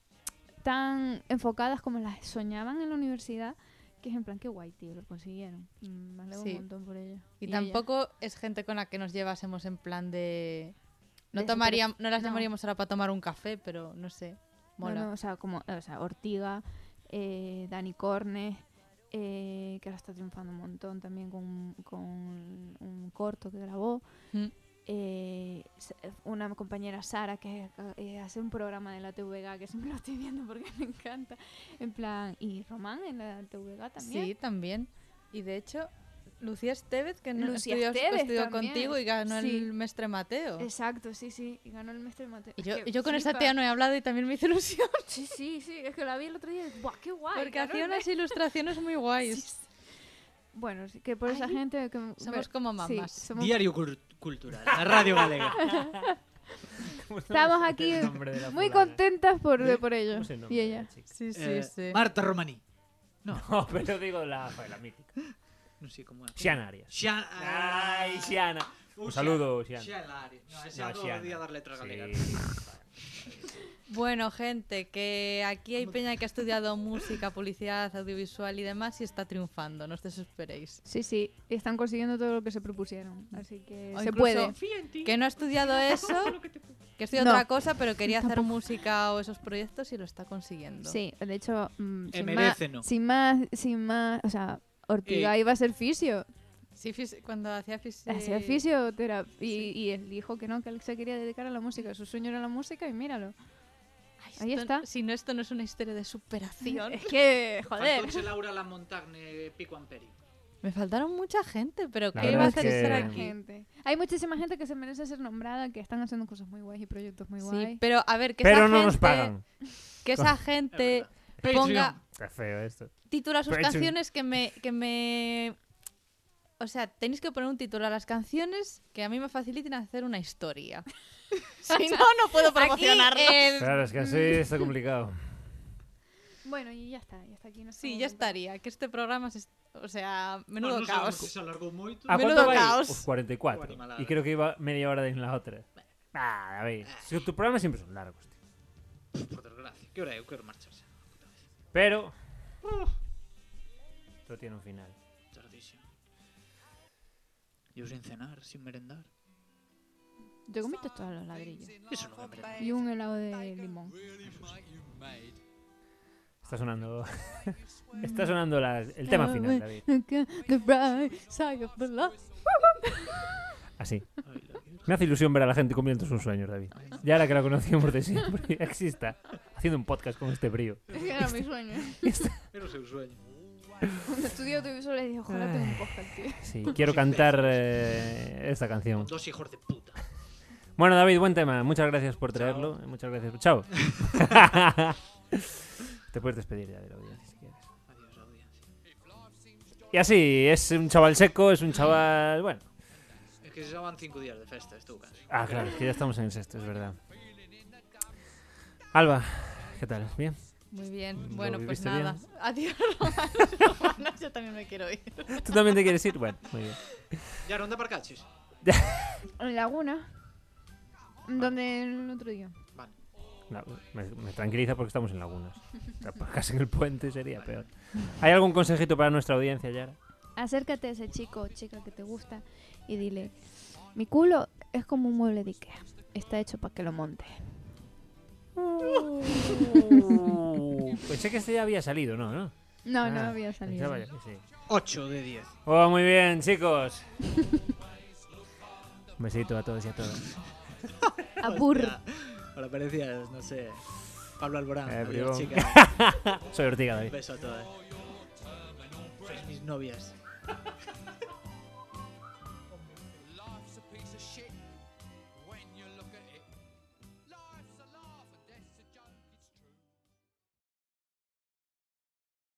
S5: tan enfocadas como las soñaban en la universidad, que es en plan, qué guay, tío, lo consiguieron. Mm, Me alegro
S4: Sí.
S5: un montón por ello.
S4: Y,
S5: ella.
S4: tampoco es gente con la que nos llevásemos en plan de. No,
S5: De
S4: tomaríamos, no las
S5: no.
S4: llamaríamos ahora para tomar un café, pero no sé.
S5: No,
S4: Mola.
S5: no, o sea, como o sea, Ortiga, eh, Dani Cornes, eh, que ahora está triunfando un montón también con, con un corto que grabó.
S4: Mm.
S5: Eh, s- una compañera Sara que eh, hace un programa de la TVG que siempre lo estoy viendo porque me encanta. En plan, y Román en la TVG también.
S4: Sí, también. Y de hecho, Lucía Estevez, que no
S5: Lucía
S4: estudió,
S5: Estevez
S4: estudió
S5: también.
S4: contigo y ganó
S5: Sí.
S4: el mestre Mateo.
S5: Exacto, sí, sí. Y ganó el maestro Mateo.
S4: Y
S5: Es
S4: yo,
S5: que
S4: y yo con esa
S5: flipa.
S4: tía no he hablado y también me hizo ilusión.
S5: Sí, sí, sí. Es que la vi el otro día y ¡buah, qué guay!
S4: Porque
S5: ganó
S4: hacía
S5: el
S4: unas ilustraciones muy guays.
S5: Bueno, sí, que por esa
S4: Ay,
S5: gente que
S4: Somos
S5: ver-
S4: como
S5: sí,
S4: mamás.
S5: somos-
S2: Diario cul- Cultural, la radio galega.
S5: estamos aquí
S1: El nombre de la
S5: muy
S1: fulana.
S5: contentas por,
S2: ¿Eh?
S5: por ello.
S1: ¿Cómo es el nombre
S5: Y
S1: de la
S5: ella.
S1: chica?
S4: Sí, sí,
S2: Eh,
S4: sí.
S2: Marta Romaní. No,
S1: No, pero digo la, joder, la mítica.
S2: no sé cómo eh, era.
S1: Siana Arias.
S2: Xiana.
S1: Ay, Siana. Un saludo, Siana.
S2: Arias. No, ese
S1: No,
S2: otro
S1: Xiana.
S2: día darle tras
S1: Sí.
S2: galegas.
S4: Bueno, gente, que aquí hay Peña que ha estudiado música, publicidad, audiovisual y demás y está triunfando, no os desesperéis.
S5: Sí, sí, están consiguiendo todo lo que se propusieron. Así que
S4: O
S5: se
S4: incluso
S5: puede.
S4: Que no ha estudiado eso, que ha estudiado
S5: No.
S4: otra cosa, pero quería hacer música o esos proyectos y lo está consiguiendo.
S5: Sí, de hecho, mm, sin,
S2: Eh, merece,
S5: más,
S2: ¿no?
S5: sin más, sin más, o sea, Ortiga
S2: Eh,
S5: iba a ser fisio,
S4: Sí, fis- cuando hacía fis-
S5: hacía
S4: eh,
S5: fisioterapia y, y él dijo que no, que él se quería dedicar a la música, su sueño era la música y míralo.
S4: Ay,
S5: ahí
S4: esto-
S5: está.
S4: Si no, esto no es una historia de superación.
S5: Es que, joder.
S2: Faltóche Laura la Montagne Pico Amperi.
S4: Me faltaron mucha gente, pero
S1: La
S4: ¿qué
S1: verdad
S4: iba a
S1: es
S4: hacer
S1: que-
S4: estar
S5: muchísima
S4: aquí?
S5: gente. Hay muchísima gente que se merece ser nombrada, que están haciendo cosas muy guays y proyectos muy
S4: Sí,
S5: guays.
S4: pero a ver, que
S1: Pero
S4: esa
S1: no
S4: gente,
S1: nos pagan.
S4: Que esa gente ponga
S1: Qué feo esto.
S4: título a sus
S1: Patreon.
S4: canciones que me, que me... O sea, tenéis que poner un título a las canciones que a mí me faciliten hacer una historia. si no, no puedo promocionarlo.
S1: Claro, es que así está complicado.
S5: Bueno, y ya está, ya está aquí. nuestro
S4: sí, ya
S5: momento.
S4: estaría. Que este programa es... O sea, menudo
S2: Bueno,
S4: caos.
S2: Se alargou moito.
S1: ¿A
S4: Menudo
S1: cuánto vais?
S4: caos.
S1: Pues 44.
S2: Buena malada.
S1: Y creo que iba media hora en la otra. Ah, a ver. Si tus programas siempre son largos, tío.
S2: Por desgracia. Que hora é? Eu quero marcharse. Puta vez.
S1: Pero. Uh. Todo tiene un final.
S2: Tardísimo. Eu sen cenar, sin merendar.
S5: Yo comí todos los ladrillos.
S2: Eso non é merendar.
S5: Y un helado de limón.
S1: Está sonando. está sonando la- el tema final, David.
S5: The bright side of the light.
S1: Así.
S2: Ai, la virgen.
S1: Me hace ilusión ver a la gente cumpliendo sus sueños, David. Y ahora que la conocemos de siempre, exista. Haciendo un podcast con este brío.
S5: Era mi sueño.
S2: Era o seu sueño.
S5: Cuando estudié audiovisual les dije, ojalá tenga un podcast, tío.
S1: Sí, quiero cantar eh, esta canción.
S2: Con dos hijos de puta.
S1: Bueno, David, buen tema. Muchas gracias por traerlo. Eh, Muchas gracias. Chao. Te puedes despedir ya de la audiencia si quieres.
S2: Adiós, audiencia.
S1: Y así, es un chaval seco, es un chaval. Bueno.
S2: Es que se van cinco días de festa, estou canso.
S1: Ah, claro, es que ya estamos en el sexto, es verdad. Alba, ¿qué tal? ¿Bien?
S4: Muy bien.
S1: ¿Lo
S4: Bueno, pues
S1: viviste
S4: nada.
S1: bien?
S4: Adiós, romanos, romanos. Yo también me quiero ir.
S1: ¿Tú también te quieres ir? Bueno, muy bien.
S2: Ya, non te aparcaches?
S5: En Laguna. Donde el otro día.
S2: Vale.
S1: No, me, me tranquiliza porque estamos en lagunas. Te aparcas en el puente sería peor. ¿Hay algún consejito para nuestra audiencia, Yara?
S5: Acércate a ese chico o chica que te gusta y dile, mi culo es como un mueble de Ikea. Está hecho para que lo monte.
S1: Pensé que este ya había salido, ¿no? ¿no?
S5: No, no
S1: Ah,
S5: había salido.
S1: pensaba yo que sí.
S2: 8 de 10.
S1: Oh, muy bien, chicos. Un besito a todos y a todas.
S5: Abur.
S2: Ahora parecías, no sé, Pablo Alborán.
S1: Eh, bribón.
S2: Adiós, chicas.
S1: Soy Ortiga,
S2: Un
S1: David.
S2: beso a todas. Sois mis novias.